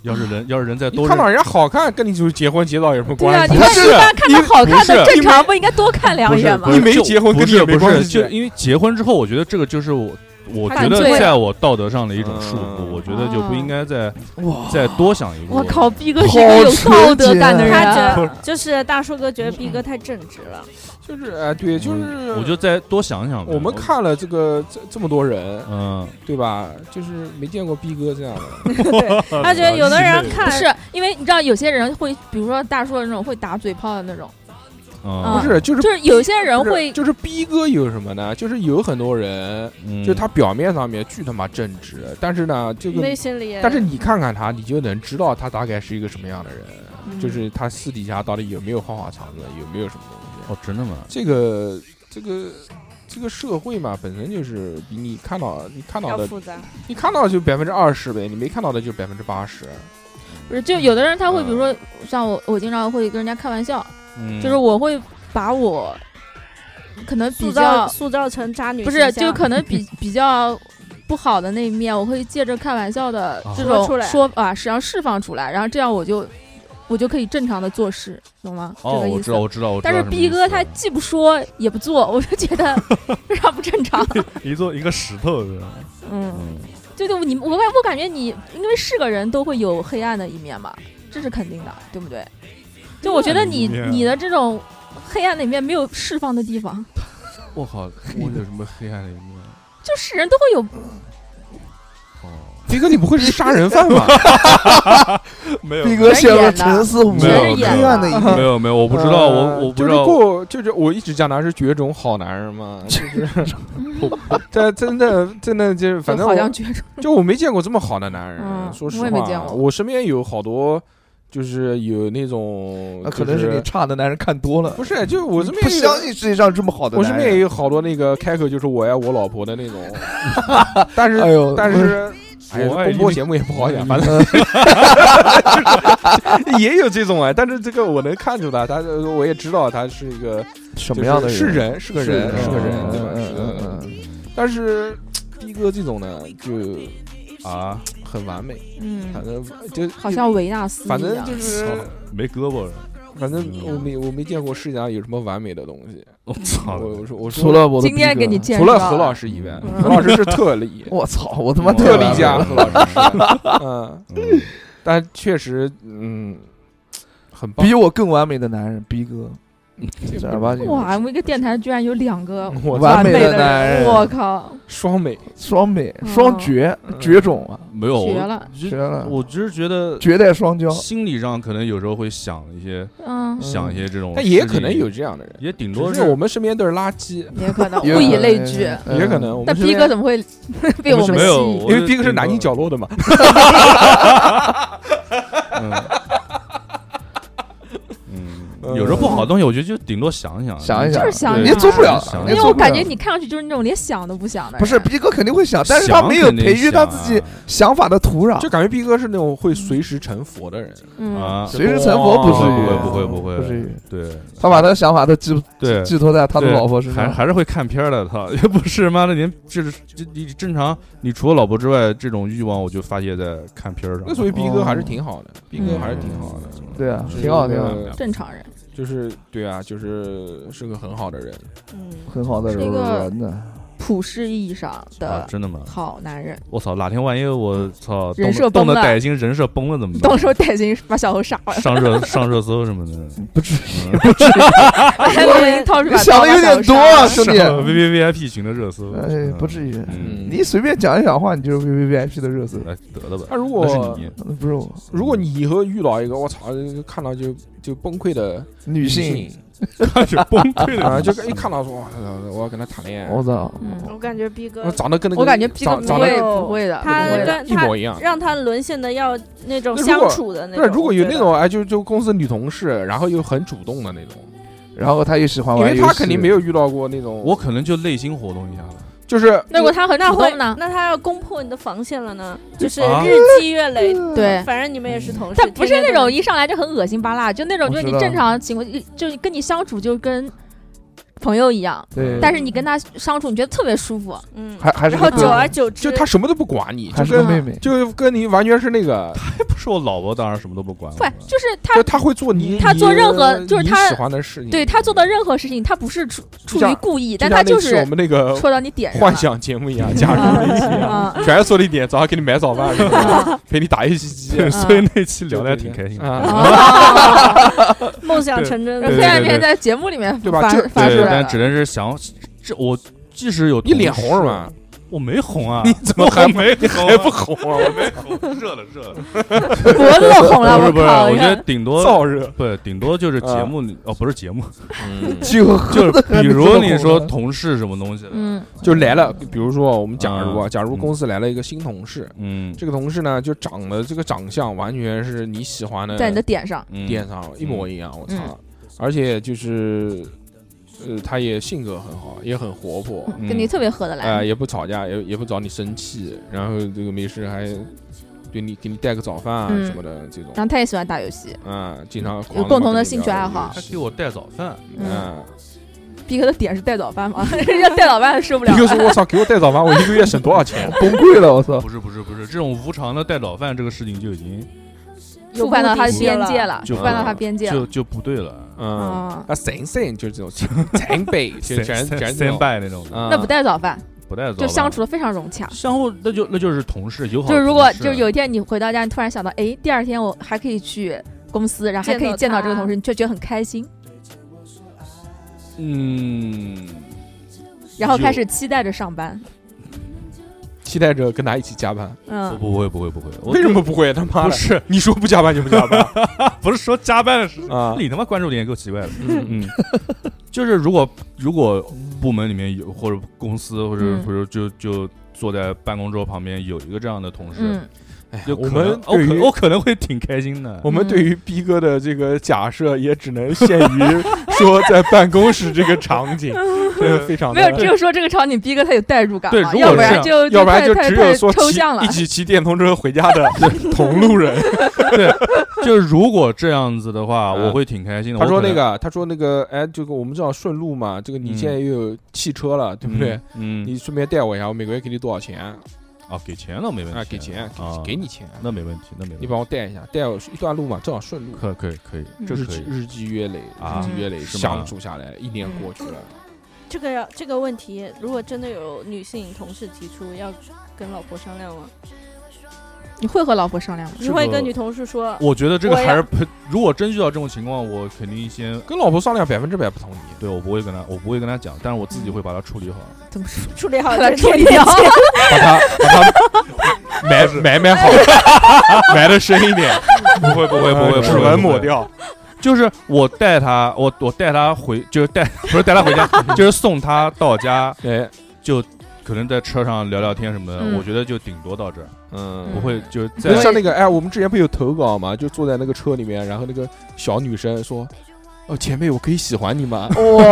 [SPEAKER 3] 要是人要是人再
[SPEAKER 1] 你
[SPEAKER 3] 多
[SPEAKER 1] 看
[SPEAKER 3] 认
[SPEAKER 1] 到人家好看，跟你就是结婚结到有什么
[SPEAKER 5] 对啊，
[SPEAKER 1] 关
[SPEAKER 5] 你
[SPEAKER 1] 系？
[SPEAKER 5] 看一般看到好看
[SPEAKER 3] 不
[SPEAKER 5] 的
[SPEAKER 3] 是
[SPEAKER 5] 正常，不应该多看两眼吗
[SPEAKER 3] 不？是
[SPEAKER 1] 你没
[SPEAKER 3] 就
[SPEAKER 1] 结婚
[SPEAKER 3] 不
[SPEAKER 1] 跟你
[SPEAKER 3] 是
[SPEAKER 1] 也没
[SPEAKER 3] 不是
[SPEAKER 1] 关系
[SPEAKER 3] 就因为结婚之后，我觉得这个就是我，我觉
[SPEAKER 5] 犯罪
[SPEAKER 3] 得
[SPEAKER 5] 了
[SPEAKER 3] 在我道德上的一种束缚，
[SPEAKER 1] 嗯
[SPEAKER 3] 我觉得就不应该再
[SPEAKER 2] 哇，
[SPEAKER 3] 再多想一步。
[SPEAKER 5] 我靠，逼哥是一个有道德感的人
[SPEAKER 4] 他觉
[SPEAKER 5] 啊。
[SPEAKER 4] 得就是大硕哥觉得 B 哥太正直了，
[SPEAKER 1] 就是哎，对，就是
[SPEAKER 3] 嗯我就再多想想呗。
[SPEAKER 1] 我们，看了这个这这么多人，
[SPEAKER 3] 嗯，
[SPEAKER 1] 对吧？就是没见过逼哥这样的，嗯
[SPEAKER 4] 对，他觉得有的人看
[SPEAKER 5] 不是
[SPEAKER 3] 哎
[SPEAKER 5] 因为你知道，有些人会，比如说大叔的那种会打嘴炮的那种，
[SPEAKER 3] 嗯
[SPEAKER 1] 不是，就是
[SPEAKER 5] 就是有些人
[SPEAKER 1] 就是
[SPEAKER 5] 会，
[SPEAKER 1] 就是逼哥有什么呢？就是有很多人，
[SPEAKER 3] 嗯
[SPEAKER 1] 就他表面上面巨他妈正直，但是呢，这个
[SPEAKER 4] 内心里也，
[SPEAKER 1] 但是你看看他，你就能知道他大概是一个什么样的人，
[SPEAKER 5] 嗯
[SPEAKER 1] 就是他私底下到底有没有花花肠子，有没有什么东西。
[SPEAKER 3] 哦，真的吗？
[SPEAKER 1] 这个这个这个社会嘛，本身就是比你看到你看到
[SPEAKER 4] 要
[SPEAKER 1] 的，
[SPEAKER 4] 复杂，
[SPEAKER 1] 你看到的就百分之二十呗，你没看到的就百分之八十。
[SPEAKER 5] 不是就有的人他会，比如说像我，我经常会跟人家开玩笑，
[SPEAKER 3] 嗯，
[SPEAKER 5] 就是我会把我可能比
[SPEAKER 4] 塑造
[SPEAKER 5] 较
[SPEAKER 4] 塑造成渣女
[SPEAKER 5] 不
[SPEAKER 4] 形象，
[SPEAKER 5] 是
[SPEAKER 3] *laughs*
[SPEAKER 5] 就可能比比较不好的那一面，我会借着开玩笑的
[SPEAKER 3] 啊
[SPEAKER 5] 这
[SPEAKER 4] 说出
[SPEAKER 5] 种
[SPEAKER 4] 来
[SPEAKER 5] 说法，实际上释放出来，然后这样我就我就可以正常的做事，懂吗？
[SPEAKER 3] 哦，
[SPEAKER 5] 这个
[SPEAKER 3] 我
[SPEAKER 5] 意
[SPEAKER 3] 知道，
[SPEAKER 5] 思。
[SPEAKER 3] 我知道，我知道
[SPEAKER 5] 但
[SPEAKER 3] 什
[SPEAKER 5] 是
[SPEAKER 3] 么意思。
[SPEAKER 5] 逼哥他既不说也不做，我就觉得 *laughs* 非常不正常。
[SPEAKER 3] 一座一个石头 *laughs* 是吧？
[SPEAKER 5] 嗯，
[SPEAKER 3] 嗯，
[SPEAKER 5] 就就你我感我感觉你，因为是个人都会有黑暗的一面嘛，这是肯定的，对不对？就我觉得你
[SPEAKER 3] 黑暗的一面
[SPEAKER 5] 你的这种黑暗的一面没有释放的地方，
[SPEAKER 3] 啊
[SPEAKER 1] *laughs*
[SPEAKER 3] 我靠，我有什么黑暗的一面？
[SPEAKER 5] 就是人都会有
[SPEAKER 1] *laughs* 飞哥，你不会是杀人犯吧？
[SPEAKER 3] 没有
[SPEAKER 2] 毕哥陷入沉思无
[SPEAKER 3] 没有没有
[SPEAKER 2] 黑暗的一
[SPEAKER 3] *laughs*
[SPEAKER 2] *laughs*
[SPEAKER 3] 没
[SPEAKER 2] 面。
[SPEAKER 3] 有没有，我不知道，
[SPEAKER 1] 呃
[SPEAKER 3] 我我不
[SPEAKER 1] *laughs* 就
[SPEAKER 3] 知
[SPEAKER 1] 是
[SPEAKER 3] 道，
[SPEAKER 1] 过，就是我一直讲他是绝种好男人 *laughs* 嘛，就是这真的真的就是反正
[SPEAKER 5] 好
[SPEAKER 1] 我
[SPEAKER 5] 像觉着 *laughs*
[SPEAKER 1] 就我没见过这么好的男人，
[SPEAKER 5] 嗯
[SPEAKER 1] 说实
[SPEAKER 5] 我
[SPEAKER 1] 话，啊
[SPEAKER 5] 也没见过
[SPEAKER 1] 我身边有好多就是有那种，
[SPEAKER 2] 那
[SPEAKER 1] 就
[SPEAKER 2] 可能是你差的男人看多了，
[SPEAKER 1] 不是，就是我身边
[SPEAKER 2] 不
[SPEAKER 1] 也有
[SPEAKER 2] 相信世界上这么好的
[SPEAKER 1] 我身
[SPEAKER 2] 男
[SPEAKER 1] 边也
[SPEAKER 2] 人。
[SPEAKER 1] 有好多那个开口就是我爱我老婆的
[SPEAKER 2] *laughs*
[SPEAKER 1] 那种，但是、
[SPEAKER 2] 哎呦，
[SPEAKER 1] *laughs* 但是。哎呀
[SPEAKER 3] 我爱
[SPEAKER 1] 公播
[SPEAKER 3] 你
[SPEAKER 1] 节目也不好讲，
[SPEAKER 3] 嗯
[SPEAKER 1] 反
[SPEAKER 2] *laughs*
[SPEAKER 1] 正也有这种哎，但是这个我能看出他，他我也知道他是一个
[SPEAKER 2] 什么样的
[SPEAKER 1] 就是是人，是个
[SPEAKER 2] 是
[SPEAKER 1] 人，是个人，
[SPEAKER 2] 嗯
[SPEAKER 1] 对吧？是
[SPEAKER 2] 嗯
[SPEAKER 1] 个人
[SPEAKER 2] 嗯嗯，
[SPEAKER 1] 但是逼哥这种呢，就
[SPEAKER 3] 啊，
[SPEAKER 1] 很完美，反
[SPEAKER 5] 嗯，
[SPEAKER 1] 正就
[SPEAKER 5] 好像维纳斯一样，
[SPEAKER 1] 反正就是
[SPEAKER 3] 操，没胳膊了，
[SPEAKER 1] 反正我没我没见过世界上有什么完美的东西。
[SPEAKER 3] 我操，
[SPEAKER 1] 我我说我
[SPEAKER 2] 除
[SPEAKER 1] 说
[SPEAKER 2] 了我的
[SPEAKER 5] 今天
[SPEAKER 2] 逼
[SPEAKER 5] 给
[SPEAKER 2] 哥，
[SPEAKER 5] 你，介绍
[SPEAKER 1] 除了何老师以外，
[SPEAKER 5] 嗯
[SPEAKER 1] 何老师是特例
[SPEAKER 2] 我操，我他妈
[SPEAKER 1] 特啊
[SPEAKER 2] 完
[SPEAKER 1] 例
[SPEAKER 3] 啊
[SPEAKER 2] 美
[SPEAKER 1] 加
[SPEAKER 2] 了
[SPEAKER 1] 何老师是，嗯，
[SPEAKER 3] 嗯
[SPEAKER 1] 但确实嗯很棒，
[SPEAKER 2] 比我更完美的男人，逼哥，正儿八
[SPEAKER 1] 嗯
[SPEAKER 2] 经
[SPEAKER 5] 哇，我们一个电台居然有两个
[SPEAKER 1] 我
[SPEAKER 2] 完美
[SPEAKER 5] 美
[SPEAKER 2] 的
[SPEAKER 5] 的
[SPEAKER 2] 男人
[SPEAKER 5] 我靠，
[SPEAKER 1] 双美，
[SPEAKER 2] 双美
[SPEAKER 5] 嗯
[SPEAKER 2] 双绝
[SPEAKER 1] 嗯
[SPEAKER 2] 绝种啊，
[SPEAKER 3] 没有，
[SPEAKER 5] 绝
[SPEAKER 3] 我
[SPEAKER 5] 了，
[SPEAKER 3] 就
[SPEAKER 2] 绝了，
[SPEAKER 3] 我只是觉得
[SPEAKER 2] 绝代双骄。
[SPEAKER 3] 心理上可能有时候会想一些
[SPEAKER 5] 嗯，
[SPEAKER 3] 想一些这种事情，
[SPEAKER 1] 但也可能有这样的人，
[SPEAKER 3] 也顶多
[SPEAKER 1] 只是我嗯们身边都是垃圾，
[SPEAKER 5] 也
[SPEAKER 2] *laughs*
[SPEAKER 5] 可能
[SPEAKER 2] 也
[SPEAKER 5] 物以类聚。
[SPEAKER 1] 也可能我
[SPEAKER 5] 但
[SPEAKER 1] 们身
[SPEAKER 5] 逼
[SPEAKER 1] 边
[SPEAKER 5] 哥怎么会 *laughs* 被我
[SPEAKER 3] 是
[SPEAKER 5] 们
[SPEAKER 3] 没有，
[SPEAKER 5] 吸
[SPEAKER 3] 我
[SPEAKER 5] 引？
[SPEAKER 1] 因为
[SPEAKER 3] 是
[SPEAKER 1] 逼哥是南京
[SPEAKER 3] 顶多
[SPEAKER 1] 角落的嘛，
[SPEAKER 3] 嗯，嗯，有时候不好的东西，我觉得就顶多想想，
[SPEAKER 2] 想一想，
[SPEAKER 5] 就是想
[SPEAKER 2] 你
[SPEAKER 5] 一
[SPEAKER 2] 也
[SPEAKER 5] 想
[SPEAKER 2] 做不了
[SPEAKER 3] 想，
[SPEAKER 2] 你也
[SPEAKER 5] 因为
[SPEAKER 2] 做
[SPEAKER 5] 我
[SPEAKER 2] 不了
[SPEAKER 5] 感觉你看上去就是那种连想都不想的人。
[SPEAKER 2] 不是逼哥肯定会想，但是他
[SPEAKER 3] 想
[SPEAKER 2] 没有
[SPEAKER 3] 肯定
[SPEAKER 2] 培育他
[SPEAKER 3] 想
[SPEAKER 2] 自己想法的土壤
[SPEAKER 1] 就，感觉逼哥是那种会随时成佛的人，
[SPEAKER 5] 嗯，
[SPEAKER 3] 啊，
[SPEAKER 2] 随时成佛不至于，
[SPEAKER 3] 不会
[SPEAKER 2] 不
[SPEAKER 3] 不会不会
[SPEAKER 2] 至于。
[SPEAKER 3] 对
[SPEAKER 2] 他把他的想法都寄
[SPEAKER 3] 对。
[SPEAKER 2] 寄托在他的
[SPEAKER 3] 对
[SPEAKER 2] 老婆身
[SPEAKER 3] 还
[SPEAKER 2] 上，
[SPEAKER 3] 还是会看片儿的，操， *laughs* 也不是妈的，连就是这你正常，你除了老婆之外，这种欲望我就发泄在看片儿上。
[SPEAKER 1] 那所以逼哥还是挺好的，逼哥还是挺好的，
[SPEAKER 2] 对啊，
[SPEAKER 3] 嗯
[SPEAKER 1] 是
[SPEAKER 2] 挺好
[SPEAKER 1] 一
[SPEAKER 2] 挺
[SPEAKER 1] 个
[SPEAKER 2] 好，
[SPEAKER 5] 正常人。
[SPEAKER 1] 就是对啊，就是是个很好的人，
[SPEAKER 4] 嗯，
[SPEAKER 2] 很好的
[SPEAKER 5] 是一个
[SPEAKER 2] 人呢。
[SPEAKER 5] 普世意义上
[SPEAKER 3] 啊，
[SPEAKER 5] 的
[SPEAKER 3] 真的吗？
[SPEAKER 5] 好男人，
[SPEAKER 3] 我操，哪天万一我操
[SPEAKER 5] 人
[SPEAKER 3] 动
[SPEAKER 5] 设
[SPEAKER 3] 得动
[SPEAKER 5] 崩
[SPEAKER 3] 的
[SPEAKER 5] 了
[SPEAKER 3] 歹心人设崩了怎么办？，
[SPEAKER 5] 到时候戴金把小猴杀了
[SPEAKER 3] 上热上热搜什么的，
[SPEAKER 2] 不至于，
[SPEAKER 5] *laughs* 我已经掏出把
[SPEAKER 2] *laughs*
[SPEAKER 5] 刀
[SPEAKER 2] 想的有
[SPEAKER 5] 把小
[SPEAKER 2] 点
[SPEAKER 5] 猴
[SPEAKER 2] 多
[SPEAKER 5] 杀
[SPEAKER 2] 啊，
[SPEAKER 5] 了
[SPEAKER 2] 兄弟。
[SPEAKER 3] 上 V V V I P 群的热搜，
[SPEAKER 2] 哎，不至于，
[SPEAKER 3] 嗯，
[SPEAKER 2] 你随便讲一讲话，你就是 V V V I P 的热搜，
[SPEAKER 3] 来得了吧
[SPEAKER 1] 那，如
[SPEAKER 3] 那是
[SPEAKER 1] 果
[SPEAKER 3] 你，
[SPEAKER 2] 嗯不是我
[SPEAKER 1] 如果你以后遇到一个我操，看到就就崩溃的
[SPEAKER 2] 女
[SPEAKER 1] 女
[SPEAKER 2] 性。
[SPEAKER 3] 他就崩溃 *laughs* 了
[SPEAKER 1] 啊，就一看到说，哇我要跟她谈恋爱
[SPEAKER 2] 我，操，
[SPEAKER 5] 嗯，
[SPEAKER 4] 我感觉逼哥
[SPEAKER 1] 我长得跟那个
[SPEAKER 5] 我感觉逼哥
[SPEAKER 1] 长
[SPEAKER 5] 不
[SPEAKER 1] 长
[SPEAKER 4] 得
[SPEAKER 5] 会
[SPEAKER 1] 得
[SPEAKER 5] 不会的，
[SPEAKER 4] 他
[SPEAKER 5] 不会的
[SPEAKER 4] 跟
[SPEAKER 1] 一
[SPEAKER 4] 他
[SPEAKER 1] 模一样。
[SPEAKER 4] 让他沦陷的要那种
[SPEAKER 1] 那如
[SPEAKER 4] 相
[SPEAKER 1] 果
[SPEAKER 4] 处的那
[SPEAKER 1] 不
[SPEAKER 4] 种。
[SPEAKER 1] 是，如果有
[SPEAKER 4] 我觉
[SPEAKER 1] 那
[SPEAKER 4] 得
[SPEAKER 1] 种哎，就就公司女同事，然后又很主动的那种，
[SPEAKER 2] 然后他又喜欢
[SPEAKER 1] 因
[SPEAKER 2] 玩游
[SPEAKER 1] 为她
[SPEAKER 2] 戏，
[SPEAKER 1] 肯定没有遇到过那种，
[SPEAKER 3] 我可能就内心活动一下了。
[SPEAKER 1] 就是
[SPEAKER 5] 那如果他很
[SPEAKER 4] 那
[SPEAKER 5] 主
[SPEAKER 4] 会
[SPEAKER 5] 动呢？
[SPEAKER 4] 那他要攻破你的防线了呢？就是
[SPEAKER 3] 啊
[SPEAKER 4] 日积月累，
[SPEAKER 5] 对。
[SPEAKER 4] 反正你们也是同事，
[SPEAKER 5] 但不是
[SPEAKER 4] 天
[SPEAKER 5] 那
[SPEAKER 4] 天都
[SPEAKER 5] 种一上来就很恶心巴拉，就那种
[SPEAKER 2] 我
[SPEAKER 5] 就是你
[SPEAKER 2] 知道
[SPEAKER 5] 正常情况，就是跟你相处就跟朋友一样，
[SPEAKER 2] 对，
[SPEAKER 5] 但是你跟他相处，你觉得特别舒服，
[SPEAKER 4] 嗯，
[SPEAKER 2] 还还是
[SPEAKER 4] 然后
[SPEAKER 2] 个
[SPEAKER 4] 久而久之，
[SPEAKER 1] 就她什么都不管你，
[SPEAKER 2] 还
[SPEAKER 1] 就是
[SPEAKER 2] 个
[SPEAKER 1] 跟
[SPEAKER 2] 妹妹，
[SPEAKER 1] 就跟你完全是那个，
[SPEAKER 3] 不是我老婆，当然什么都不管我
[SPEAKER 5] 不
[SPEAKER 3] 了。
[SPEAKER 5] 就是他
[SPEAKER 1] 就她会做你
[SPEAKER 5] 她做任何
[SPEAKER 1] 你
[SPEAKER 5] 就是
[SPEAKER 1] 你
[SPEAKER 5] 她
[SPEAKER 1] 喜欢的事情，
[SPEAKER 5] 对他做的任何事情，他不是出出于故意，但
[SPEAKER 1] 像
[SPEAKER 5] 他
[SPEAKER 1] 那
[SPEAKER 5] 就
[SPEAKER 1] 次我
[SPEAKER 5] 是
[SPEAKER 1] 们那个
[SPEAKER 5] 戳到你点上了。
[SPEAKER 1] 幻想节目一样，
[SPEAKER 5] *laughs*
[SPEAKER 1] 假如那期啊，
[SPEAKER 5] 啊
[SPEAKER 1] 全是说了一点，早上给你买早
[SPEAKER 5] *laughs*
[SPEAKER 1] 饭，
[SPEAKER 5] 啊
[SPEAKER 1] 陪你打游戏机，
[SPEAKER 5] 嗯
[SPEAKER 3] 对， *laughs* 所以那期聊
[SPEAKER 1] 聊
[SPEAKER 3] 的还挺开心。
[SPEAKER 1] 啊。
[SPEAKER 5] 啊！
[SPEAKER 4] 梦想成真
[SPEAKER 5] 然
[SPEAKER 4] 的
[SPEAKER 3] 对
[SPEAKER 5] 后突
[SPEAKER 3] 对
[SPEAKER 5] 然变在节目里面
[SPEAKER 1] 对吧
[SPEAKER 5] 发
[SPEAKER 1] 就
[SPEAKER 5] 发
[SPEAKER 3] 对
[SPEAKER 5] 出
[SPEAKER 3] 对，
[SPEAKER 5] 来
[SPEAKER 3] 但
[SPEAKER 5] 了
[SPEAKER 3] 只，能是想，这我即使有
[SPEAKER 1] 你脸
[SPEAKER 3] 同
[SPEAKER 1] 红是
[SPEAKER 3] 事
[SPEAKER 1] 吗？
[SPEAKER 3] 我没红啊，
[SPEAKER 1] 你怎么还
[SPEAKER 3] 我没红啊？
[SPEAKER 1] 还不红啊？
[SPEAKER 3] 我没红，热了热
[SPEAKER 5] *laughs*
[SPEAKER 3] 了。
[SPEAKER 5] 脖子都红了，
[SPEAKER 3] 不是不是，
[SPEAKER 5] 靠！
[SPEAKER 3] 我
[SPEAKER 5] 你
[SPEAKER 3] 觉得
[SPEAKER 5] 看
[SPEAKER 3] 顶
[SPEAKER 1] 我
[SPEAKER 3] 多
[SPEAKER 1] 燥热，
[SPEAKER 3] 不顶多就是节目里哦，不是节目，
[SPEAKER 2] *laughs* 就
[SPEAKER 1] *laughs*
[SPEAKER 3] 就是比如
[SPEAKER 2] *laughs*
[SPEAKER 3] 你说同事什么东西的，
[SPEAKER 5] 嗯，
[SPEAKER 1] 就来了。比如说，我们假如啊，
[SPEAKER 3] 嗯
[SPEAKER 1] 假如公司来了一个新同事，
[SPEAKER 3] 嗯
[SPEAKER 1] 这个同事呢，就长得这个长相完全是你喜欢的
[SPEAKER 5] 在你的点上，
[SPEAKER 3] 嗯
[SPEAKER 1] 点上一模一样，我
[SPEAKER 5] 嗯
[SPEAKER 1] 操！而且就是，呃，他也性格很好，也很活泼，
[SPEAKER 3] 嗯哎
[SPEAKER 5] 跟你特别合得
[SPEAKER 1] 啊、
[SPEAKER 5] 来。
[SPEAKER 1] 也不吵架，也也不找你生气，然后这个没事还对你给你带个早饭啊
[SPEAKER 5] 嗯
[SPEAKER 1] 什么的、这种，
[SPEAKER 5] 然后他也喜欢打游戏，
[SPEAKER 1] 啊，经常
[SPEAKER 5] 有共同的兴趣爱好
[SPEAKER 3] 还给我带早饭，
[SPEAKER 5] 嗯，
[SPEAKER 1] 啊，
[SPEAKER 5] 逼哥的点是带早 *laughs* 饭嘛，人家带早饭受不了
[SPEAKER 1] 一。个说我操，给我带早饭，我一个月省多少
[SPEAKER 3] *laughs*
[SPEAKER 1] 钱？
[SPEAKER 2] 崩溃了，我操！
[SPEAKER 3] 不是不是不是，这种无偿的带早饭这个事情就已经
[SPEAKER 5] 触犯到他的边界
[SPEAKER 4] 了。
[SPEAKER 5] 了，
[SPEAKER 3] 就
[SPEAKER 5] 触犯到他边界
[SPEAKER 3] 就
[SPEAKER 5] 了。
[SPEAKER 3] 就不对了，
[SPEAKER 1] 嗯，
[SPEAKER 5] 嗯，
[SPEAKER 1] 啊，神神就是这种 *laughs* 前辈，就
[SPEAKER 3] 三
[SPEAKER 1] 全全全这
[SPEAKER 3] 三
[SPEAKER 1] 种，
[SPEAKER 3] 拜那种，
[SPEAKER 1] 啊
[SPEAKER 5] 那不带早饭，
[SPEAKER 3] 不带早
[SPEAKER 5] 就
[SPEAKER 3] 饭
[SPEAKER 5] 相处的非常融洽。
[SPEAKER 3] 相互那就那就是同事友好的同
[SPEAKER 5] 就是
[SPEAKER 3] 事，
[SPEAKER 5] 如果就是有一天你回到家，你突然想到，哎，第二天我还可以去公司，然后还可以见到这个同事，你就觉得很开心，
[SPEAKER 3] 嗯，
[SPEAKER 5] 然后开始期待着上班。
[SPEAKER 1] 期待着跟他一起加班。
[SPEAKER 5] 嗯，
[SPEAKER 3] 不会不会不会，我
[SPEAKER 1] 为什么不会？他妈
[SPEAKER 3] 不
[SPEAKER 1] 的，
[SPEAKER 3] 是
[SPEAKER 1] 你 *laughs* 说不加班就不加
[SPEAKER 3] *laughs*
[SPEAKER 1] 班
[SPEAKER 3] 不是说加班的事？
[SPEAKER 1] 啊？
[SPEAKER 3] 你他妈关注点也够奇怪的。
[SPEAKER 1] 嗯
[SPEAKER 3] 嗯， *laughs* 就是如果如果部门里面有或者公司或者
[SPEAKER 5] 嗯
[SPEAKER 3] 或者就就坐在办公桌旁边有一个这样的同事，
[SPEAKER 5] 嗯，
[SPEAKER 1] 哎呀
[SPEAKER 3] 就
[SPEAKER 1] 我
[SPEAKER 3] 可能
[SPEAKER 1] 们
[SPEAKER 3] 我
[SPEAKER 1] 对
[SPEAKER 3] 可
[SPEAKER 1] 于
[SPEAKER 3] 我可能会挺开心的。
[SPEAKER 1] 我们
[SPEAKER 5] 嗯
[SPEAKER 1] 对于逼哥的这个假设，也只能限于说在办公室这个场景，这个非常
[SPEAKER 5] 没有，
[SPEAKER 1] 的
[SPEAKER 5] 只有说这个场景逼哥他有代入感
[SPEAKER 3] 对
[SPEAKER 5] 嘛，
[SPEAKER 3] 如
[SPEAKER 5] 要
[SPEAKER 1] 果
[SPEAKER 5] 不
[SPEAKER 1] 这
[SPEAKER 5] 然
[SPEAKER 3] 样
[SPEAKER 5] 就
[SPEAKER 1] 要不然
[SPEAKER 5] 太
[SPEAKER 1] 就
[SPEAKER 5] 太
[SPEAKER 1] 只
[SPEAKER 5] 太
[SPEAKER 1] 有说
[SPEAKER 5] 抽
[SPEAKER 1] 骑
[SPEAKER 5] 象了
[SPEAKER 1] 一。起骑电动车回家的同路
[SPEAKER 3] *laughs*
[SPEAKER 1] 人。
[SPEAKER 3] 就是如果这样子的话，
[SPEAKER 1] 嗯
[SPEAKER 3] 我会挺开心的。
[SPEAKER 1] 他说
[SPEAKER 3] *laughs* 我可
[SPEAKER 1] 那
[SPEAKER 3] 能
[SPEAKER 1] 个，他说那个，哎，这个我们正好顺路嘛，这个你
[SPEAKER 3] 嗯
[SPEAKER 1] 现在又有汽车了，对不对？？
[SPEAKER 3] 嗯，
[SPEAKER 1] 你顺便带我一下，我每个月给你多少钱啊？
[SPEAKER 3] 啊，给钱了没问题，
[SPEAKER 1] 给钱，
[SPEAKER 3] 啊
[SPEAKER 1] 给给你钱，
[SPEAKER 3] 那没问题，那没问题，
[SPEAKER 1] 你帮我嗯带一下，带我一段路嘛，正好顺路。
[SPEAKER 3] 可可以可以，这
[SPEAKER 1] 日
[SPEAKER 3] 可
[SPEAKER 1] 积
[SPEAKER 3] 以。
[SPEAKER 1] 日积月累，
[SPEAKER 3] 啊
[SPEAKER 1] 日积月累，
[SPEAKER 3] 是吗
[SPEAKER 1] 相处下来，一年过去了，
[SPEAKER 4] 这个要这个问题，如果真的有女性同事提出，要跟老婆商量吗？
[SPEAKER 5] 你会和老婆商量吗？
[SPEAKER 4] 你会
[SPEAKER 3] 这个
[SPEAKER 4] 跟女同事说，
[SPEAKER 3] 我觉得这个
[SPEAKER 4] 我要
[SPEAKER 3] 还是不，如果真遇到这种情况，我肯定先
[SPEAKER 1] 跟老婆商量，百分之百不同意。
[SPEAKER 3] 对我不会跟他，我不会跟他讲，但是我自己会把它处理 *laughs* 好，
[SPEAKER 5] 怎么说？
[SPEAKER 4] 处理
[SPEAKER 1] *laughs*
[SPEAKER 4] 好
[SPEAKER 5] 来
[SPEAKER 4] 这
[SPEAKER 5] 处
[SPEAKER 4] 个
[SPEAKER 5] 理
[SPEAKER 4] 点
[SPEAKER 5] 掉。 *laughs*
[SPEAKER 1] 把它把它埋埋埋
[SPEAKER 3] *laughs*
[SPEAKER 1] 好，埋的深一点，
[SPEAKER 3] 不会不会
[SPEAKER 1] 呃指纹抹。掉。
[SPEAKER 3] 就是我带他，我我带他回，就是带不是带他 *laughs* 回家，就是送他到家，
[SPEAKER 1] 哎，
[SPEAKER 3] 就可能在车上聊聊天什么的。
[SPEAKER 5] 嗯
[SPEAKER 3] 我觉得就顶多到这儿，不
[SPEAKER 1] 嗯
[SPEAKER 5] 嗯。
[SPEAKER 3] 会就是
[SPEAKER 1] 就
[SPEAKER 3] 在
[SPEAKER 1] 像那个，哎，我们之前不有投稿嘛？就坐在那个车里面，然后那个小女生说：“哦，前辈，我可以喜欢你吗
[SPEAKER 2] 我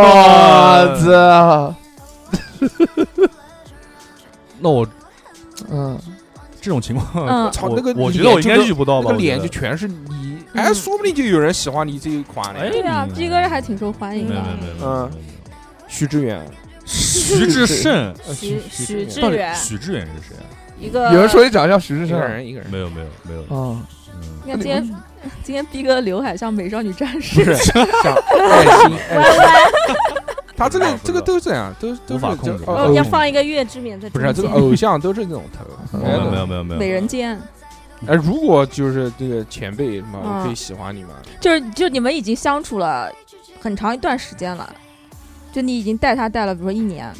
[SPEAKER 2] 操，
[SPEAKER 3] 那我
[SPEAKER 2] 嗯，
[SPEAKER 3] 这种情况，
[SPEAKER 5] 嗯
[SPEAKER 3] 我
[SPEAKER 1] 操那个
[SPEAKER 3] 我觉得
[SPEAKER 1] 脸
[SPEAKER 3] 我应该
[SPEAKER 1] 就
[SPEAKER 3] 遇不？”到
[SPEAKER 1] 那
[SPEAKER 3] 吧，
[SPEAKER 1] 个
[SPEAKER 3] 我觉
[SPEAKER 1] 脸
[SPEAKER 3] 得
[SPEAKER 1] 就全是泥，
[SPEAKER 5] 嗯
[SPEAKER 1] 哎，说不定就有人喜欢你这一款
[SPEAKER 3] 哎
[SPEAKER 1] 呢。
[SPEAKER 5] 对啊
[SPEAKER 3] 嗯
[SPEAKER 5] 逼哥还挺受欢迎
[SPEAKER 3] 没有
[SPEAKER 5] 的
[SPEAKER 3] 没有。没有没
[SPEAKER 1] 嗯
[SPEAKER 3] 有，没有
[SPEAKER 1] 徐志远，
[SPEAKER 3] 嗯徐志胜，
[SPEAKER 1] 呃
[SPEAKER 4] 许许志
[SPEAKER 3] 到底
[SPEAKER 4] 远
[SPEAKER 3] 许志远是谁啊？
[SPEAKER 4] 一个
[SPEAKER 2] 有人说你长得像徐志
[SPEAKER 1] 一个
[SPEAKER 2] 胜，
[SPEAKER 1] 人一个人，
[SPEAKER 3] 没有没有没有，
[SPEAKER 2] 嗯，
[SPEAKER 3] 嗯，
[SPEAKER 5] 你看今天，今天逼哥刘海像美少女战士，
[SPEAKER 1] 像爱心爱心，他这
[SPEAKER 3] 不知
[SPEAKER 1] 个
[SPEAKER 3] 道
[SPEAKER 1] 这个都这样，都都是
[SPEAKER 3] 无法
[SPEAKER 1] 这
[SPEAKER 3] 控制
[SPEAKER 1] 哦
[SPEAKER 5] *laughs*
[SPEAKER 4] 哦，要放一个月之冕在
[SPEAKER 1] 不是啊
[SPEAKER 5] 嗯
[SPEAKER 4] 中
[SPEAKER 1] 这
[SPEAKER 4] 间
[SPEAKER 1] 个。偶像都是这种头，
[SPEAKER 2] 嗯
[SPEAKER 3] 没
[SPEAKER 1] 哎
[SPEAKER 3] 有没有没有没有，
[SPEAKER 5] 美人尖，
[SPEAKER 1] 哎，如果就是这个前辈嘛，
[SPEAKER 5] 嗯
[SPEAKER 1] 我可以喜欢你嘛，
[SPEAKER 5] 就是就你们已经相处了很长一段时间了，就你已经带他带了，比如说一年，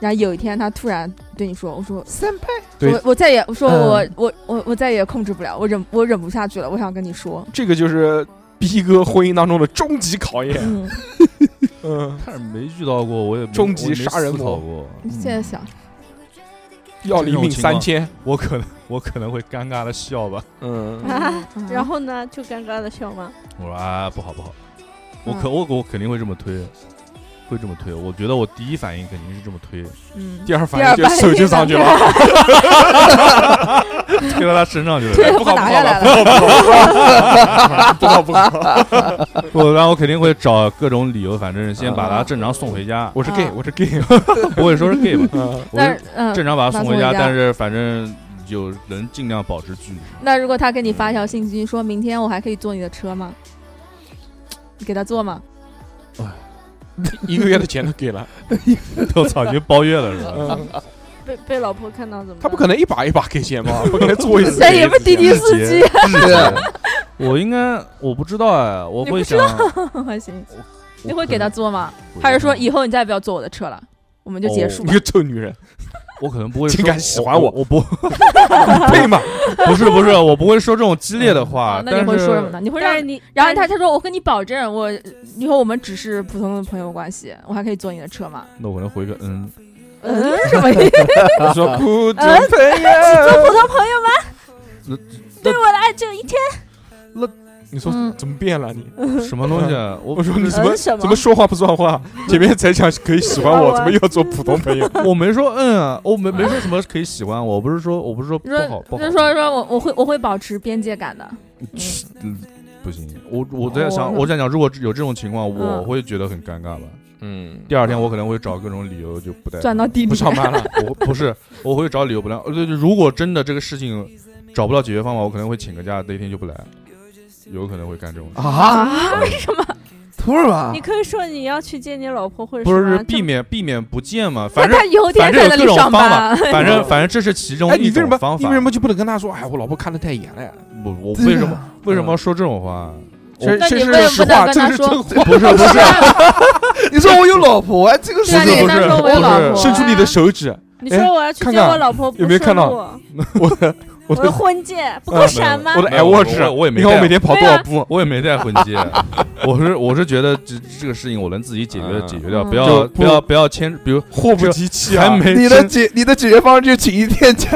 [SPEAKER 5] 然后有一天他突然对你说：“我说
[SPEAKER 2] 三拍，
[SPEAKER 1] 对
[SPEAKER 5] 我我再也我说
[SPEAKER 2] 嗯
[SPEAKER 5] 我、我我我再也控制不了，我忍我忍不下去了，我想跟你说。
[SPEAKER 1] 这个就是逼哥婚姻当中的终极考验。
[SPEAKER 5] 嗯，
[SPEAKER 1] 嗯，
[SPEAKER 3] 但是没遇到过，我也没
[SPEAKER 1] 终极杀人魔
[SPEAKER 3] 我也没思考过， *laughs*
[SPEAKER 5] 你现在想，
[SPEAKER 1] 要你命三千。
[SPEAKER 3] 我可能我可能会尴尬的笑吧，
[SPEAKER 1] 嗯，
[SPEAKER 5] *laughs*
[SPEAKER 4] 啊
[SPEAKER 5] 嗯
[SPEAKER 4] 然后呢，就尴尬的笑吗？
[SPEAKER 3] 我说啊不好不好，我可我我肯定会这么推，会这么推，我觉得我第一反应肯定是这么推，
[SPEAKER 5] 嗯，
[SPEAKER 1] 第二反应就手就上去了，
[SPEAKER 5] *laughs* 了，
[SPEAKER 3] 推到他身上
[SPEAKER 5] *laughs*
[SPEAKER 3] 去
[SPEAKER 5] 推
[SPEAKER 3] 了，不
[SPEAKER 5] 了
[SPEAKER 3] 好不
[SPEAKER 5] 拿
[SPEAKER 3] 好
[SPEAKER 5] 下
[SPEAKER 3] 吧
[SPEAKER 5] 来了，
[SPEAKER 1] 不好不好。
[SPEAKER 3] 我然后我肯定会找各种理由，反正先把他正常送回家，
[SPEAKER 1] 啊我是 gay，
[SPEAKER 5] 啊
[SPEAKER 1] 我是 gay。
[SPEAKER 3] *laughs* 不会说是 gay 吧，
[SPEAKER 1] 嗯
[SPEAKER 3] 我
[SPEAKER 5] 但
[SPEAKER 3] 是
[SPEAKER 5] 是嗯，
[SPEAKER 3] 正常把他送回
[SPEAKER 5] 把他送回家
[SPEAKER 3] 但是反正有能尽量保持距离。 *laughs*
[SPEAKER 5] 那如果他给你发一条信息，说明天我还可以坐你的车吗？你给他坐吗？
[SPEAKER 1] 一个月的钱都给了，
[SPEAKER 3] 我操，已经包月了是吧？
[SPEAKER 1] 嗯
[SPEAKER 4] 被被老婆看到怎么办？
[SPEAKER 1] 他不可能一把一把给钱吧？
[SPEAKER 5] *laughs*
[SPEAKER 1] 不可能做一次
[SPEAKER 5] 这也
[SPEAKER 1] 给
[SPEAKER 5] 不
[SPEAKER 1] 一
[SPEAKER 5] 是
[SPEAKER 1] 次
[SPEAKER 5] 滴
[SPEAKER 1] 钱。
[SPEAKER 5] 滴司机，
[SPEAKER 3] 对， *laughs* 我应该我不知道哎，我会想，
[SPEAKER 5] 啊 *laughs* 还行。
[SPEAKER 3] 我
[SPEAKER 5] 你会给他坐吗？
[SPEAKER 3] 可能
[SPEAKER 5] 还是说以后你再也不要坐我的车了，我们就结束
[SPEAKER 1] 你
[SPEAKER 5] 吧？
[SPEAKER 1] 个臭女
[SPEAKER 5] *laughs*
[SPEAKER 1] 人，
[SPEAKER 3] 我可能不会说
[SPEAKER 1] 竟敢喜欢
[SPEAKER 3] 我
[SPEAKER 1] 我，
[SPEAKER 3] 我不
[SPEAKER 1] *laughs* 配吗？
[SPEAKER 3] 不是不是，我不会说这种激烈的
[SPEAKER 5] 啊
[SPEAKER 3] 话，，
[SPEAKER 5] 那你
[SPEAKER 3] 但
[SPEAKER 5] 会
[SPEAKER 3] 是
[SPEAKER 5] 说什么呢？你会
[SPEAKER 4] 但
[SPEAKER 5] 让
[SPEAKER 4] 是你，
[SPEAKER 5] 然后他他说我跟你保证，我以后我们只是普通的朋友关系，我还可以坐你的车吗？ *laughs*
[SPEAKER 3] 那我可能回个嗯，
[SPEAKER 5] 嗯，什么意思？
[SPEAKER 1] 我说普通
[SPEAKER 5] 嗯
[SPEAKER 1] 朋友，
[SPEAKER 5] 普通朋友
[SPEAKER 3] 那
[SPEAKER 5] 吗？对我的爱只有一天。
[SPEAKER 1] 你说
[SPEAKER 5] 嗯
[SPEAKER 1] 怎么变了你？
[SPEAKER 3] 什么东
[SPEAKER 1] *laughs*
[SPEAKER 3] 西啊？我
[SPEAKER 1] 我说你怎
[SPEAKER 4] 嗯
[SPEAKER 1] 么
[SPEAKER 4] 什么
[SPEAKER 1] 怎么说话不算 *laughs* 话？前面才讲可以喜欢我，
[SPEAKER 4] 喜欢我
[SPEAKER 1] 怎么又要做普通朋 *laughs* 友？
[SPEAKER 3] 我没说嗯啊，我没没说什么可以喜欢啊我，我不是说我不是说
[SPEAKER 5] 你
[SPEAKER 3] 不好
[SPEAKER 5] 说
[SPEAKER 3] 不好
[SPEAKER 5] 就，说说我我会我会保持边界感的。
[SPEAKER 3] 嘘嗯不行，我我在想
[SPEAKER 5] 我
[SPEAKER 3] 我在想，如果有这种情况，
[SPEAKER 5] 哦嗯
[SPEAKER 3] 我会觉得很尴尬吧。
[SPEAKER 1] 嗯，
[SPEAKER 3] 第二天我可能会找各种理由就不带
[SPEAKER 5] 转到
[SPEAKER 1] *laughs*
[SPEAKER 5] 地
[SPEAKER 1] 不
[SPEAKER 5] 里，
[SPEAKER 1] 上班了。
[SPEAKER 3] *laughs* 我不是，我会找理由不来。呃，对对如果真的这个事情找不到解决方法，我可能会请个假，那天就不来，有可能会干这种事。
[SPEAKER 2] 啊，
[SPEAKER 3] 嗯
[SPEAKER 2] 图什么
[SPEAKER 4] 你？可以说你要去见你老婆，或者
[SPEAKER 3] 不
[SPEAKER 4] 什么啊
[SPEAKER 3] 是
[SPEAKER 4] 这
[SPEAKER 3] 避免避免不见嘛，
[SPEAKER 5] 那
[SPEAKER 3] 反正
[SPEAKER 5] 他以后天
[SPEAKER 3] 反
[SPEAKER 5] 天
[SPEAKER 3] 正有
[SPEAKER 5] 在那
[SPEAKER 3] 各
[SPEAKER 5] 里
[SPEAKER 3] 种
[SPEAKER 5] 上
[SPEAKER 3] 方
[SPEAKER 5] 班啊
[SPEAKER 3] 法，，反正反正这是其中
[SPEAKER 1] 哎，你
[SPEAKER 3] 一
[SPEAKER 1] 为什
[SPEAKER 3] 种
[SPEAKER 1] 么
[SPEAKER 3] 方
[SPEAKER 1] 你
[SPEAKER 3] 法
[SPEAKER 1] 为。什么就不能跟他说？哎，我老婆看的太严了。
[SPEAKER 3] 我我
[SPEAKER 1] *laughs*
[SPEAKER 3] 为什么为什么要说这种话？
[SPEAKER 1] 啊其实
[SPEAKER 5] 那
[SPEAKER 1] 这
[SPEAKER 5] 你
[SPEAKER 1] 是
[SPEAKER 5] 为
[SPEAKER 1] 实
[SPEAKER 5] 什
[SPEAKER 1] 话，
[SPEAKER 5] 么不能跟
[SPEAKER 1] 这
[SPEAKER 5] 他
[SPEAKER 1] 是
[SPEAKER 5] 说
[SPEAKER 1] 真话。
[SPEAKER 3] 不是不
[SPEAKER 2] *laughs*
[SPEAKER 3] 是
[SPEAKER 2] 你说我有老婆，哎，这个事
[SPEAKER 5] 对啊，你
[SPEAKER 2] 情
[SPEAKER 5] 跟他说我有老
[SPEAKER 3] 不
[SPEAKER 5] 婆，
[SPEAKER 3] 是
[SPEAKER 1] 伸出你的手指，
[SPEAKER 4] 你说我要去
[SPEAKER 1] 哎看
[SPEAKER 4] 接
[SPEAKER 1] 看
[SPEAKER 4] 我老婆，不
[SPEAKER 1] 有没有
[SPEAKER 4] 顺
[SPEAKER 1] 看到
[SPEAKER 4] 路
[SPEAKER 1] *laughs* 我的我
[SPEAKER 4] 我的
[SPEAKER 1] 的啊
[SPEAKER 4] 婚戒不够闪吗
[SPEAKER 1] 我？的
[SPEAKER 3] 没
[SPEAKER 1] i
[SPEAKER 3] 有
[SPEAKER 1] w
[SPEAKER 3] 我
[SPEAKER 1] a t
[SPEAKER 3] 我我也没
[SPEAKER 1] 你看我
[SPEAKER 3] 带
[SPEAKER 1] 每天跑多
[SPEAKER 4] 对
[SPEAKER 1] 少
[SPEAKER 4] 啊
[SPEAKER 1] 步，
[SPEAKER 3] 我也
[SPEAKER 1] *laughs*
[SPEAKER 3] 没带婚戒，我是我是觉得这这个事情我能自己解决的
[SPEAKER 1] 嗯
[SPEAKER 3] 解决掉，
[SPEAKER 5] 嗯
[SPEAKER 3] 不要
[SPEAKER 1] 就
[SPEAKER 3] 不要不要牵，比如
[SPEAKER 1] 祸不
[SPEAKER 3] 这
[SPEAKER 1] 及妻啊！*laughs*
[SPEAKER 3] 还
[SPEAKER 2] *laughs*
[SPEAKER 3] 没
[SPEAKER 2] 你
[SPEAKER 3] 真
[SPEAKER 2] 的解你的解决方式就是请一天
[SPEAKER 3] *laughs*
[SPEAKER 2] 假，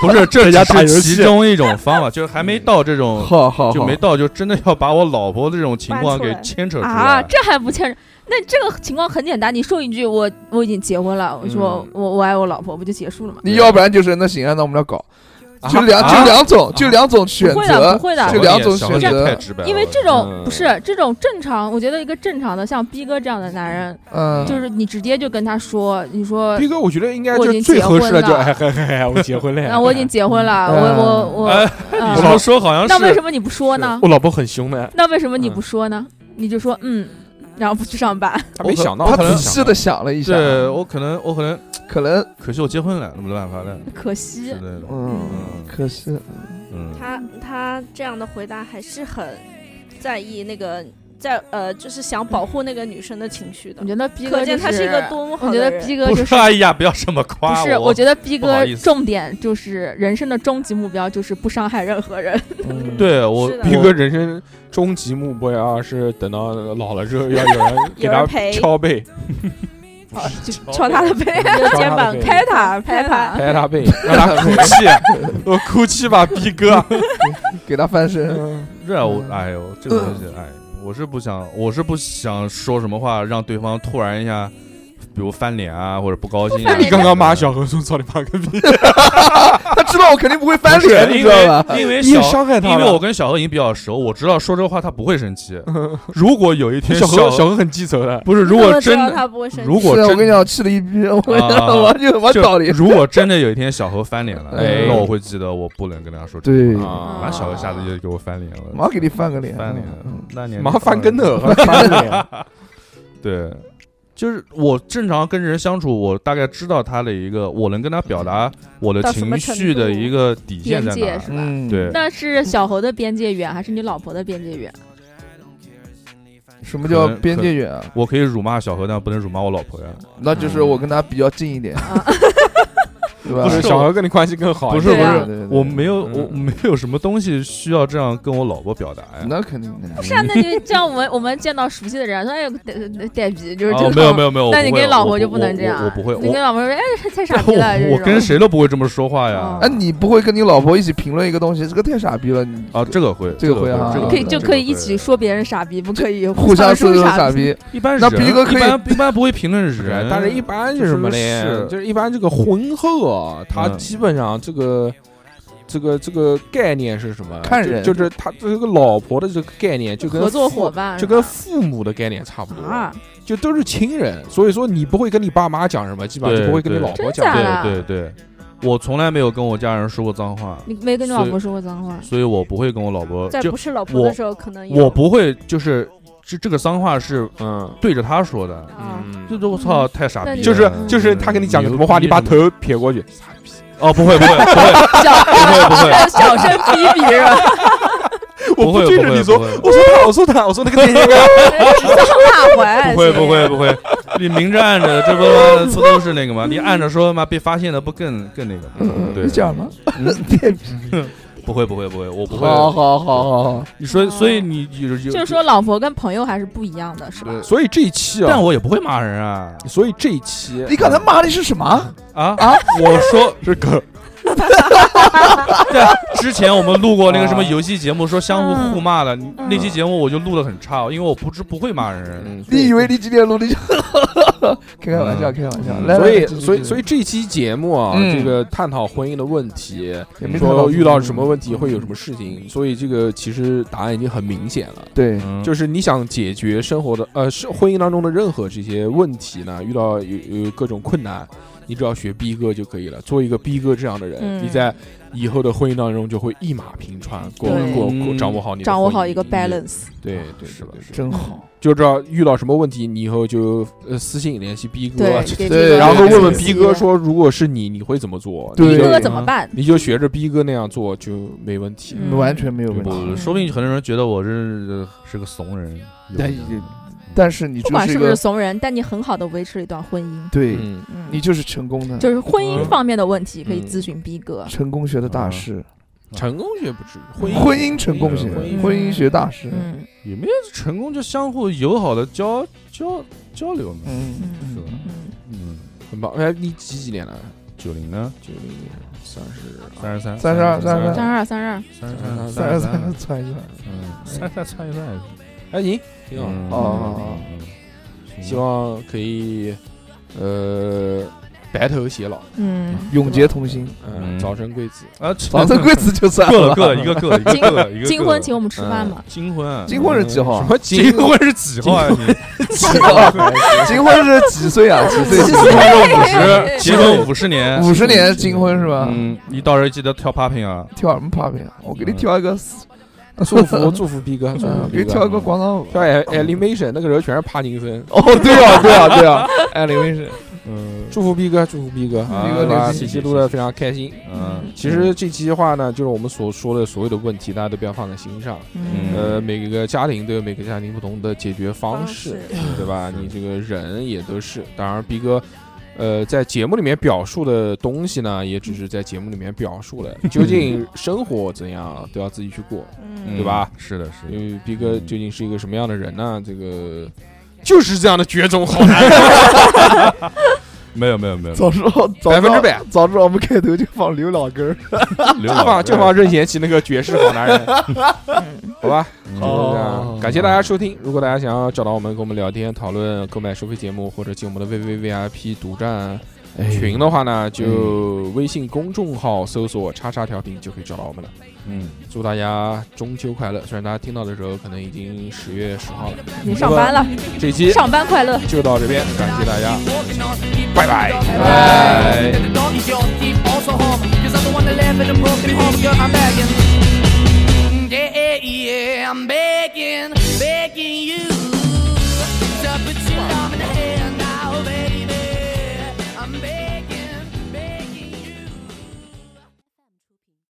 [SPEAKER 3] 不是，这
[SPEAKER 1] 在家打
[SPEAKER 3] 只
[SPEAKER 1] 游
[SPEAKER 3] 是
[SPEAKER 1] 戏
[SPEAKER 3] 其中一种方法，就是还没到这种，
[SPEAKER 2] 好好
[SPEAKER 3] 就
[SPEAKER 2] 好
[SPEAKER 3] 没，到就真的要把我老婆的这种情况给
[SPEAKER 4] 搬出来
[SPEAKER 3] 牵扯出
[SPEAKER 5] 啊，
[SPEAKER 3] 来。
[SPEAKER 5] 这还不欠？那这个情况很简单，你说一句我我已经结婚了，我说
[SPEAKER 1] 嗯
[SPEAKER 5] 我我爱我老婆，不就结束了吗？
[SPEAKER 2] 你要不然就是那行啊，那我们俩搞，
[SPEAKER 1] 啊
[SPEAKER 2] 就两
[SPEAKER 1] 啊
[SPEAKER 2] 就两种就两种选
[SPEAKER 5] 不会的，
[SPEAKER 2] 择
[SPEAKER 5] 不，会的
[SPEAKER 3] 小
[SPEAKER 2] 这
[SPEAKER 3] 何
[SPEAKER 2] 两
[SPEAKER 3] 你
[SPEAKER 2] 种
[SPEAKER 3] 小何你
[SPEAKER 2] 选择
[SPEAKER 3] 太直白了，
[SPEAKER 5] 因为这种
[SPEAKER 1] 嗯
[SPEAKER 5] 不是这种正常，我觉得一个正常的像逼哥这样的男人，
[SPEAKER 2] 嗯，
[SPEAKER 5] 就是你直接就跟他说，你说
[SPEAKER 1] 逼哥，我觉得应该
[SPEAKER 5] 我已
[SPEAKER 1] 就
[SPEAKER 5] 经
[SPEAKER 1] 最
[SPEAKER 5] 结
[SPEAKER 1] 合适的
[SPEAKER 5] 婚
[SPEAKER 1] 就
[SPEAKER 5] 了
[SPEAKER 1] 哎嗨嗨嗨，我结婚
[SPEAKER 5] *laughs*
[SPEAKER 1] 了呀。
[SPEAKER 5] 啊，我已经结婚了，
[SPEAKER 2] 嗯
[SPEAKER 5] 我我我，
[SPEAKER 3] 哎 *laughs*
[SPEAKER 5] 啊
[SPEAKER 3] 你这么说好像
[SPEAKER 5] 那为
[SPEAKER 3] 是嗯
[SPEAKER 5] 什么你不说
[SPEAKER 1] *laughs*
[SPEAKER 5] 呢？
[SPEAKER 1] 我老婆很凶的，
[SPEAKER 5] 那为什么你不说呢？你就说嗯，然后不去上班， *laughs*
[SPEAKER 1] 他没想到，
[SPEAKER 2] 他
[SPEAKER 3] 可能
[SPEAKER 2] 仔细的想了一下，
[SPEAKER 3] 对我可能我可能
[SPEAKER 2] 可能
[SPEAKER 3] 可惜我结婚了，那没办法了
[SPEAKER 5] 可
[SPEAKER 3] 之
[SPEAKER 5] 惜
[SPEAKER 3] 类的。
[SPEAKER 2] 嗯，
[SPEAKER 3] 嗯
[SPEAKER 2] 可是
[SPEAKER 3] 嗯，
[SPEAKER 4] 他他这样的回答还是很在意那个在呃，就是想保护那个女生的情绪的
[SPEAKER 5] 我。觉得逼
[SPEAKER 4] 可
[SPEAKER 5] 哥
[SPEAKER 4] 见
[SPEAKER 5] 就
[SPEAKER 4] 他是一个多么好
[SPEAKER 5] 我
[SPEAKER 4] 的
[SPEAKER 5] 觉
[SPEAKER 4] 人。
[SPEAKER 5] 得逼哥
[SPEAKER 3] 不，
[SPEAKER 5] 就是
[SPEAKER 3] 哎呀，不要这么
[SPEAKER 5] 不
[SPEAKER 3] 夸
[SPEAKER 5] 是，我觉得逼
[SPEAKER 3] 不好
[SPEAKER 5] 哥
[SPEAKER 3] 意思
[SPEAKER 5] 重点就是人生的终极目标就是不伤害任何
[SPEAKER 3] *laughs*
[SPEAKER 5] 人。
[SPEAKER 2] 嗯
[SPEAKER 3] 对我
[SPEAKER 4] 是的
[SPEAKER 1] 逼
[SPEAKER 3] 我
[SPEAKER 1] 哥人生终极目标是等到老了之后要有人给
[SPEAKER 4] 有人
[SPEAKER 1] 他
[SPEAKER 4] 陪
[SPEAKER 1] 敲背，
[SPEAKER 5] 就敲他的背，
[SPEAKER 3] 嗯
[SPEAKER 5] *laughs*
[SPEAKER 4] 就肩
[SPEAKER 1] 敲他
[SPEAKER 4] 膀
[SPEAKER 1] 的背
[SPEAKER 5] 拍他，拍
[SPEAKER 4] 拍他
[SPEAKER 5] 他。
[SPEAKER 1] 拍他 *laughs* 背，让他哭泣，我哭泣吧，逼哥。
[SPEAKER 2] 给他翻身，
[SPEAKER 1] *laughs* 嗯
[SPEAKER 3] 这我
[SPEAKER 2] 嗯
[SPEAKER 3] 哎呦，这个东西哎，我是不想，我是不想说什么话，让对方突然一下，比如翻脸啊，或者不高兴啊。
[SPEAKER 5] 翻脸
[SPEAKER 1] 你刚刚骂小何说操你妈个逼，
[SPEAKER 2] 他知道我肯定不会翻
[SPEAKER 3] 不是
[SPEAKER 2] 脸，你
[SPEAKER 3] 因
[SPEAKER 2] 知道
[SPEAKER 3] 为
[SPEAKER 2] 吧？
[SPEAKER 3] 因为
[SPEAKER 1] 你也
[SPEAKER 3] 小，
[SPEAKER 1] 伤害他
[SPEAKER 3] 因为我
[SPEAKER 1] 了。
[SPEAKER 3] 跟小何已经比较熟，我知道说这话他不会生气。如果有一天
[SPEAKER 1] 小
[SPEAKER 3] 何
[SPEAKER 1] 何小何很记仇的，
[SPEAKER 3] 不是，如
[SPEAKER 4] 我
[SPEAKER 3] 果
[SPEAKER 4] 知
[SPEAKER 3] 真
[SPEAKER 4] 道
[SPEAKER 3] 的，
[SPEAKER 4] 他不会生气，
[SPEAKER 3] 如果
[SPEAKER 2] 是我
[SPEAKER 3] 真
[SPEAKER 2] 跟你讲，气了一逼，我跟你
[SPEAKER 3] 啊
[SPEAKER 2] 讲，我就我
[SPEAKER 3] 就
[SPEAKER 2] 道理，
[SPEAKER 3] 如果真的有一天小何翻脸了，
[SPEAKER 2] 哎
[SPEAKER 3] 那我会记得我不能跟他说这
[SPEAKER 2] 对，
[SPEAKER 1] 啊
[SPEAKER 3] 啊，小何下次就给我翻脸了，
[SPEAKER 2] 马上给你翻个脸，
[SPEAKER 3] 翻脸啊
[SPEAKER 2] 嗯，
[SPEAKER 3] 那年
[SPEAKER 1] 麻翻跟
[SPEAKER 3] 嗯
[SPEAKER 1] 头，
[SPEAKER 3] 对，就是我正常跟人相处，我大概知道他的一个，我能跟他表达我的
[SPEAKER 4] 到什
[SPEAKER 3] 情
[SPEAKER 4] 么
[SPEAKER 3] 绪
[SPEAKER 4] 程度
[SPEAKER 3] 的一个底线
[SPEAKER 5] 边
[SPEAKER 3] 在哪
[SPEAKER 5] 界
[SPEAKER 3] 儿。
[SPEAKER 5] 是吧？
[SPEAKER 2] 嗯，
[SPEAKER 3] 对，
[SPEAKER 5] 那是小猴的边界远，还是你老婆的边界远？
[SPEAKER 2] 什么叫边界远啊？
[SPEAKER 3] 我可以辱骂小何，但不能辱骂我老婆呀。
[SPEAKER 2] 那就是我跟他比较近一点，
[SPEAKER 5] 啊，
[SPEAKER 2] *laughs* 对吧？
[SPEAKER 1] 不是
[SPEAKER 3] 是
[SPEAKER 1] 小何跟你关系更好一
[SPEAKER 3] 不
[SPEAKER 1] 点，
[SPEAKER 3] 是不
[SPEAKER 5] 对啊
[SPEAKER 3] 是，
[SPEAKER 2] 对对对
[SPEAKER 3] 我没有我
[SPEAKER 1] 嗯
[SPEAKER 3] 没有什么东西需要这样跟我老婆表达呀。
[SPEAKER 2] 那肯定的，
[SPEAKER 5] 不是啊，那你
[SPEAKER 3] 嗯
[SPEAKER 5] 这样我们我们见到熟悉的人，说哎带带逼，就是
[SPEAKER 3] 哦
[SPEAKER 5] 这，
[SPEAKER 3] 没有
[SPEAKER 5] 种
[SPEAKER 3] 没。有没有，
[SPEAKER 5] *laughs* 那
[SPEAKER 3] 我
[SPEAKER 5] 你
[SPEAKER 3] 不会
[SPEAKER 5] 跟老婆
[SPEAKER 3] 我
[SPEAKER 5] 就不能这样啊，
[SPEAKER 3] 我我不会，
[SPEAKER 5] 你跟
[SPEAKER 3] 我
[SPEAKER 5] 老婆说哎太傻逼了，
[SPEAKER 3] *laughs* 我我
[SPEAKER 5] 这
[SPEAKER 3] 跟
[SPEAKER 5] 种
[SPEAKER 3] 谁都不会这么说话呀
[SPEAKER 5] 哦。
[SPEAKER 2] 哎，你不会跟你老婆一起评论一个东西，这个太傻逼了，你
[SPEAKER 3] 啊，这个会，
[SPEAKER 2] 这
[SPEAKER 3] 个
[SPEAKER 2] 个会啊
[SPEAKER 3] 这个
[SPEAKER 5] 可以
[SPEAKER 3] 会
[SPEAKER 5] 就
[SPEAKER 3] 这
[SPEAKER 5] 可以
[SPEAKER 3] 个
[SPEAKER 5] 一
[SPEAKER 3] 会
[SPEAKER 5] 起说别人傻逼，不可以
[SPEAKER 2] 互相说都
[SPEAKER 5] 说
[SPEAKER 2] 是
[SPEAKER 5] 傻
[SPEAKER 2] 傻。逼，
[SPEAKER 3] 一般
[SPEAKER 2] 那
[SPEAKER 3] 人
[SPEAKER 2] 逼哥可以
[SPEAKER 3] 一般一般不会评论人，
[SPEAKER 1] 但是一般是什么嘞
[SPEAKER 3] 是？
[SPEAKER 1] 就是一般这个婚后啊，他
[SPEAKER 3] 嗯
[SPEAKER 1] 基本上这个。这个这个概念是什么？
[SPEAKER 2] 看人
[SPEAKER 1] 就就是他这个老婆的这个概念，就跟
[SPEAKER 5] 合作
[SPEAKER 1] 父
[SPEAKER 5] 伙伴
[SPEAKER 1] 就跟父母的概念差不多，
[SPEAKER 5] 啊，
[SPEAKER 1] 就都是亲人，所以说你不会跟你爸妈讲什么，基本上
[SPEAKER 3] 对
[SPEAKER 1] 就不会跟你老婆讲
[SPEAKER 5] 真假
[SPEAKER 1] 什么。
[SPEAKER 5] 的？
[SPEAKER 3] 对对对，我从来没有跟我家人说过脏话，
[SPEAKER 5] 你没跟你
[SPEAKER 3] 所
[SPEAKER 5] 老
[SPEAKER 3] 以
[SPEAKER 5] 婆说过脏话？
[SPEAKER 3] 所以我不会跟我老婆
[SPEAKER 4] 在
[SPEAKER 3] 就
[SPEAKER 4] 不是老婆的
[SPEAKER 3] 我
[SPEAKER 4] 时候，可能有
[SPEAKER 3] 我不会就是这这个脏话是
[SPEAKER 1] 嗯
[SPEAKER 3] 对着他说的，
[SPEAKER 4] 啊，
[SPEAKER 3] 就就我操太傻逼了，
[SPEAKER 1] 就是就是他跟你讲个什么话，你把头撇过去，傻逼！
[SPEAKER 3] 哦不会不会不会
[SPEAKER 5] 小
[SPEAKER 3] 不会不
[SPEAKER 5] *laughs*
[SPEAKER 3] 会
[SPEAKER 5] 啊小声逼逼是吧？
[SPEAKER 1] *laughs* 我
[SPEAKER 3] 不会
[SPEAKER 1] 追着你说，
[SPEAKER 3] 不会
[SPEAKER 1] 我说他，我说他，我说那个电线杆，
[SPEAKER 5] 大环
[SPEAKER 3] 不会不会不会，你明着暗着，这不不都是那个吗？你暗着说嘛，被发现了不更更那
[SPEAKER 1] 嗯
[SPEAKER 3] 个？对
[SPEAKER 2] 你，讲了， *laughs*
[SPEAKER 3] 不会不会不会，我不会。
[SPEAKER 1] 哦
[SPEAKER 2] 好好好好好，
[SPEAKER 3] 你说，所以你有有
[SPEAKER 5] 就是，说老婆跟朋友还是不一样的，是吧？
[SPEAKER 2] 对
[SPEAKER 1] 所以这一期啊
[SPEAKER 3] 但，我也不会骂人啊
[SPEAKER 1] 所以这一期
[SPEAKER 2] 你刚才骂的是什么？
[SPEAKER 3] 啊啊！我 *laughs* 说
[SPEAKER 1] 是狗，
[SPEAKER 3] 对，啊之前我们录过那个什么游戏节目，说相互
[SPEAKER 5] 嗯
[SPEAKER 3] 互骂的，那期节目我就录的很差，因为我不知不会骂人。
[SPEAKER 1] 嗯
[SPEAKER 2] 你以为你今天录的就？ *laughs* 开开玩笑，开开玩笑，来，
[SPEAKER 1] 嗯所以
[SPEAKER 2] 来，
[SPEAKER 1] 所以，所以这期节目啊，
[SPEAKER 2] 嗯
[SPEAKER 1] 这个探讨婚姻的问题，
[SPEAKER 2] 也没看
[SPEAKER 1] 说遇到什么问题
[SPEAKER 2] 嗯
[SPEAKER 1] 会有什么事情，所嗯以这个其实答案已经很明显了。
[SPEAKER 2] 对，
[SPEAKER 3] 嗯就
[SPEAKER 1] 就是你想解决生活的呃是婚姻当中的任何这些问题呢，遇到有有各种困难，你只要学逼哥就可以了，做一个逼哥这样的人，
[SPEAKER 5] 嗯
[SPEAKER 1] 你在以后的婚姻当中就会一马平川，过
[SPEAKER 5] 对
[SPEAKER 1] 过过
[SPEAKER 3] 嗯
[SPEAKER 1] 掌握好你的
[SPEAKER 5] 掌握好
[SPEAKER 1] 婚姻
[SPEAKER 5] 一个
[SPEAKER 1] 嗯
[SPEAKER 5] balance，
[SPEAKER 1] 对对
[SPEAKER 3] 是
[SPEAKER 1] 对
[SPEAKER 3] 的
[SPEAKER 1] 对对，
[SPEAKER 2] 真好，
[SPEAKER 1] 就知道遇到什么问题，你以后就呃私信联系逼哥
[SPEAKER 5] 对，，
[SPEAKER 2] 对
[SPEAKER 5] 给这个
[SPEAKER 1] *laughs* 然后问问
[SPEAKER 5] 信
[SPEAKER 1] 逼
[SPEAKER 5] 息
[SPEAKER 1] 哥，说如果是你，你会怎么做？
[SPEAKER 2] 对
[SPEAKER 1] 你
[SPEAKER 5] 逼
[SPEAKER 1] 就
[SPEAKER 5] 哥怎么办？
[SPEAKER 1] 你就学着逼哥那样做就没问题了。
[SPEAKER 5] 嗯
[SPEAKER 2] 完全没有问
[SPEAKER 3] 不，
[SPEAKER 2] 题。
[SPEAKER 3] 说不定很多人觉得我是是个怂人，
[SPEAKER 2] 但
[SPEAKER 3] 有可能
[SPEAKER 2] 但是你
[SPEAKER 5] 不
[SPEAKER 2] 就
[SPEAKER 5] 管
[SPEAKER 2] 是一
[SPEAKER 5] 是不是
[SPEAKER 2] 个
[SPEAKER 5] 怂人，但你很好的维持了一段婚姻。
[SPEAKER 2] 对，
[SPEAKER 1] 嗯，
[SPEAKER 5] 嗯，
[SPEAKER 2] 你就是成功的，
[SPEAKER 5] 就是婚姻方面的问题可以
[SPEAKER 1] 嗯
[SPEAKER 5] 咨询逼哥。
[SPEAKER 2] 成功学的大师，
[SPEAKER 1] 成功学不至于，婚姻
[SPEAKER 2] 婚姻成功学，
[SPEAKER 1] 婚姻
[SPEAKER 2] 婚姻学大师。
[SPEAKER 5] 嗯
[SPEAKER 3] 也没有成功，就相互友好的交交交流嘛。
[SPEAKER 2] 嗯
[SPEAKER 5] 嗯
[SPEAKER 3] 是吧
[SPEAKER 5] 嗯，
[SPEAKER 3] 嗯，
[SPEAKER 1] 很棒。哎，你几几年了？
[SPEAKER 3] 九零呢，
[SPEAKER 1] 九零年，三十
[SPEAKER 3] 三十三、
[SPEAKER 2] 三十二
[SPEAKER 3] 三
[SPEAKER 5] 三十二三十二，
[SPEAKER 3] 三十三、
[SPEAKER 2] 三十
[SPEAKER 3] 三
[SPEAKER 2] 三，穿一下，
[SPEAKER 1] 嗯，
[SPEAKER 3] 三十三、三十三，
[SPEAKER 1] 还行，哎挺好的。
[SPEAKER 3] 嗯
[SPEAKER 2] 哦，
[SPEAKER 3] 嗯
[SPEAKER 1] 希望可以，呃，白头偕老，
[SPEAKER 5] 嗯，
[SPEAKER 2] 永结同心，
[SPEAKER 1] 嗯，
[SPEAKER 3] 嗯
[SPEAKER 1] 早生贵子。
[SPEAKER 3] 啊，
[SPEAKER 2] 早生贵子就算
[SPEAKER 3] 够了，够了，一个够了，一个够了，一个
[SPEAKER 5] 金
[SPEAKER 3] 够
[SPEAKER 5] 婚
[SPEAKER 3] 了
[SPEAKER 5] 请我们吃饭嘛。
[SPEAKER 3] 金婚啊，
[SPEAKER 2] 金婚是几号
[SPEAKER 1] 嗯什
[SPEAKER 2] 啊？
[SPEAKER 1] 么 *laughs*
[SPEAKER 3] 金
[SPEAKER 1] 金
[SPEAKER 3] 婚是几号啊？你
[SPEAKER 2] 金婚是几岁啊？几岁？
[SPEAKER 5] 几
[SPEAKER 2] 几
[SPEAKER 5] 岁
[SPEAKER 2] 岁？
[SPEAKER 3] 五十，结婚五十年，
[SPEAKER 2] 五十年金婚是吧？
[SPEAKER 3] 嗯，你到时候记得跳 popping 啊，
[SPEAKER 2] 跳什么 popping？我给你跳一个，
[SPEAKER 1] 祝福祝福逼哥，祝
[SPEAKER 2] 嗯
[SPEAKER 1] 福
[SPEAKER 2] 给你
[SPEAKER 1] 逼
[SPEAKER 2] 跳一
[SPEAKER 1] 哥。
[SPEAKER 2] 个广场舞。
[SPEAKER 1] 跳 animation 那个时候全是帕金森，
[SPEAKER 2] 哦，对啊，对啊，
[SPEAKER 1] *laughs*
[SPEAKER 2] 对啊，哎，林卫士，
[SPEAKER 3] 嗯
[SPEAKER 1] 祝福逼哥，祝福逼哥，
[SPEAKER 3] 啊
[SPEAKER 1] 好吧
[SPEAKER 2] 谢谢
[SPEAKER 1] 这期录的非常开心。
[SPEAKER 3] 嗯，
[SPEAKER 1] 其实这期的话呢，就是我们所说的所有的问题，大家都不要放在心上。
[SPEAKER 5] 嗯
[SPEAKER 1] 呃，每个家庭都有每个家庭不同的解决方式，对吧？
[SPEAKER 3] 是
[SPEAKER 1] 你这个人也都是，当然逼哥。呃，在节目里面表述的东西呢，也只是在节目里面表述了，究竟生活怎样都要自己去过，
[SPEAKER 4] 嗯，
[SPEAKER 1] 对吧？
[SPEAKER 3] 是的，是
[SPEAKER 1] 因
[SPEAKER 3] 的，
[SPEAKER 1] 为逼哥究竟是一个什么样的人呢？这个就是这样的绝种好男人。
[SPEAKER 3] 没有没有
[SPEAKER 2] *laughs*
[SPEAKER 3] 没有，
[SPEAKER 2] 早知道，早
[SPEAKER 1] 百分
[SPEAKER 2] 知
[SPEAKER 1] 之
[SPEAKER 2] 道，
[SPEAKER 1] 百
[SPEAKER 2] 早知道我们开头就放刘老根儿。
[SPEAKER 1] 就
[SPEAKER 3] 刘老
[SPEAKER 1] 放
[SPEAKER 3] 师
[SPEAKER 1] 就放任贤齐那个绝世好男人，
[SPEAKER 5] 嗯
[SPEAKER 1] 好吧？
[SPEAKER 3] 嗯
[SPEAKER 1] 就是这样
[SPEAKER 2] 哦
[SPEAKER 1] 感谢大家收听。如果大家想要找到我们，跟我们聊天、讨论、购买收费节目，或者进我们的 VVVIP 独占群的话呢，就微信公众号搜索“叉叉调频”就可以找到我们了。
[SPEAKER 3] 嗯，
[SPEAKER 1] 祝大家中秋快乐！虽然大家听到的时候可能已经十月十号了，
[SPEAKER 5] 你上班了，
[SPEAKER 1] 这期
[SPEAKER 5] 上班快乐。
[SPEAKER 1] 就到这边，感谢大家。
[SPEAKER 6] Bye bye.
[SPEAKER 1] Bye.
[SPEAKER 6] And the dog is yours, keep also home. Cause I'm the one that left in a broken home, girl, I'm begging. Yeah, yeah, yeah, I'm begging, begging you.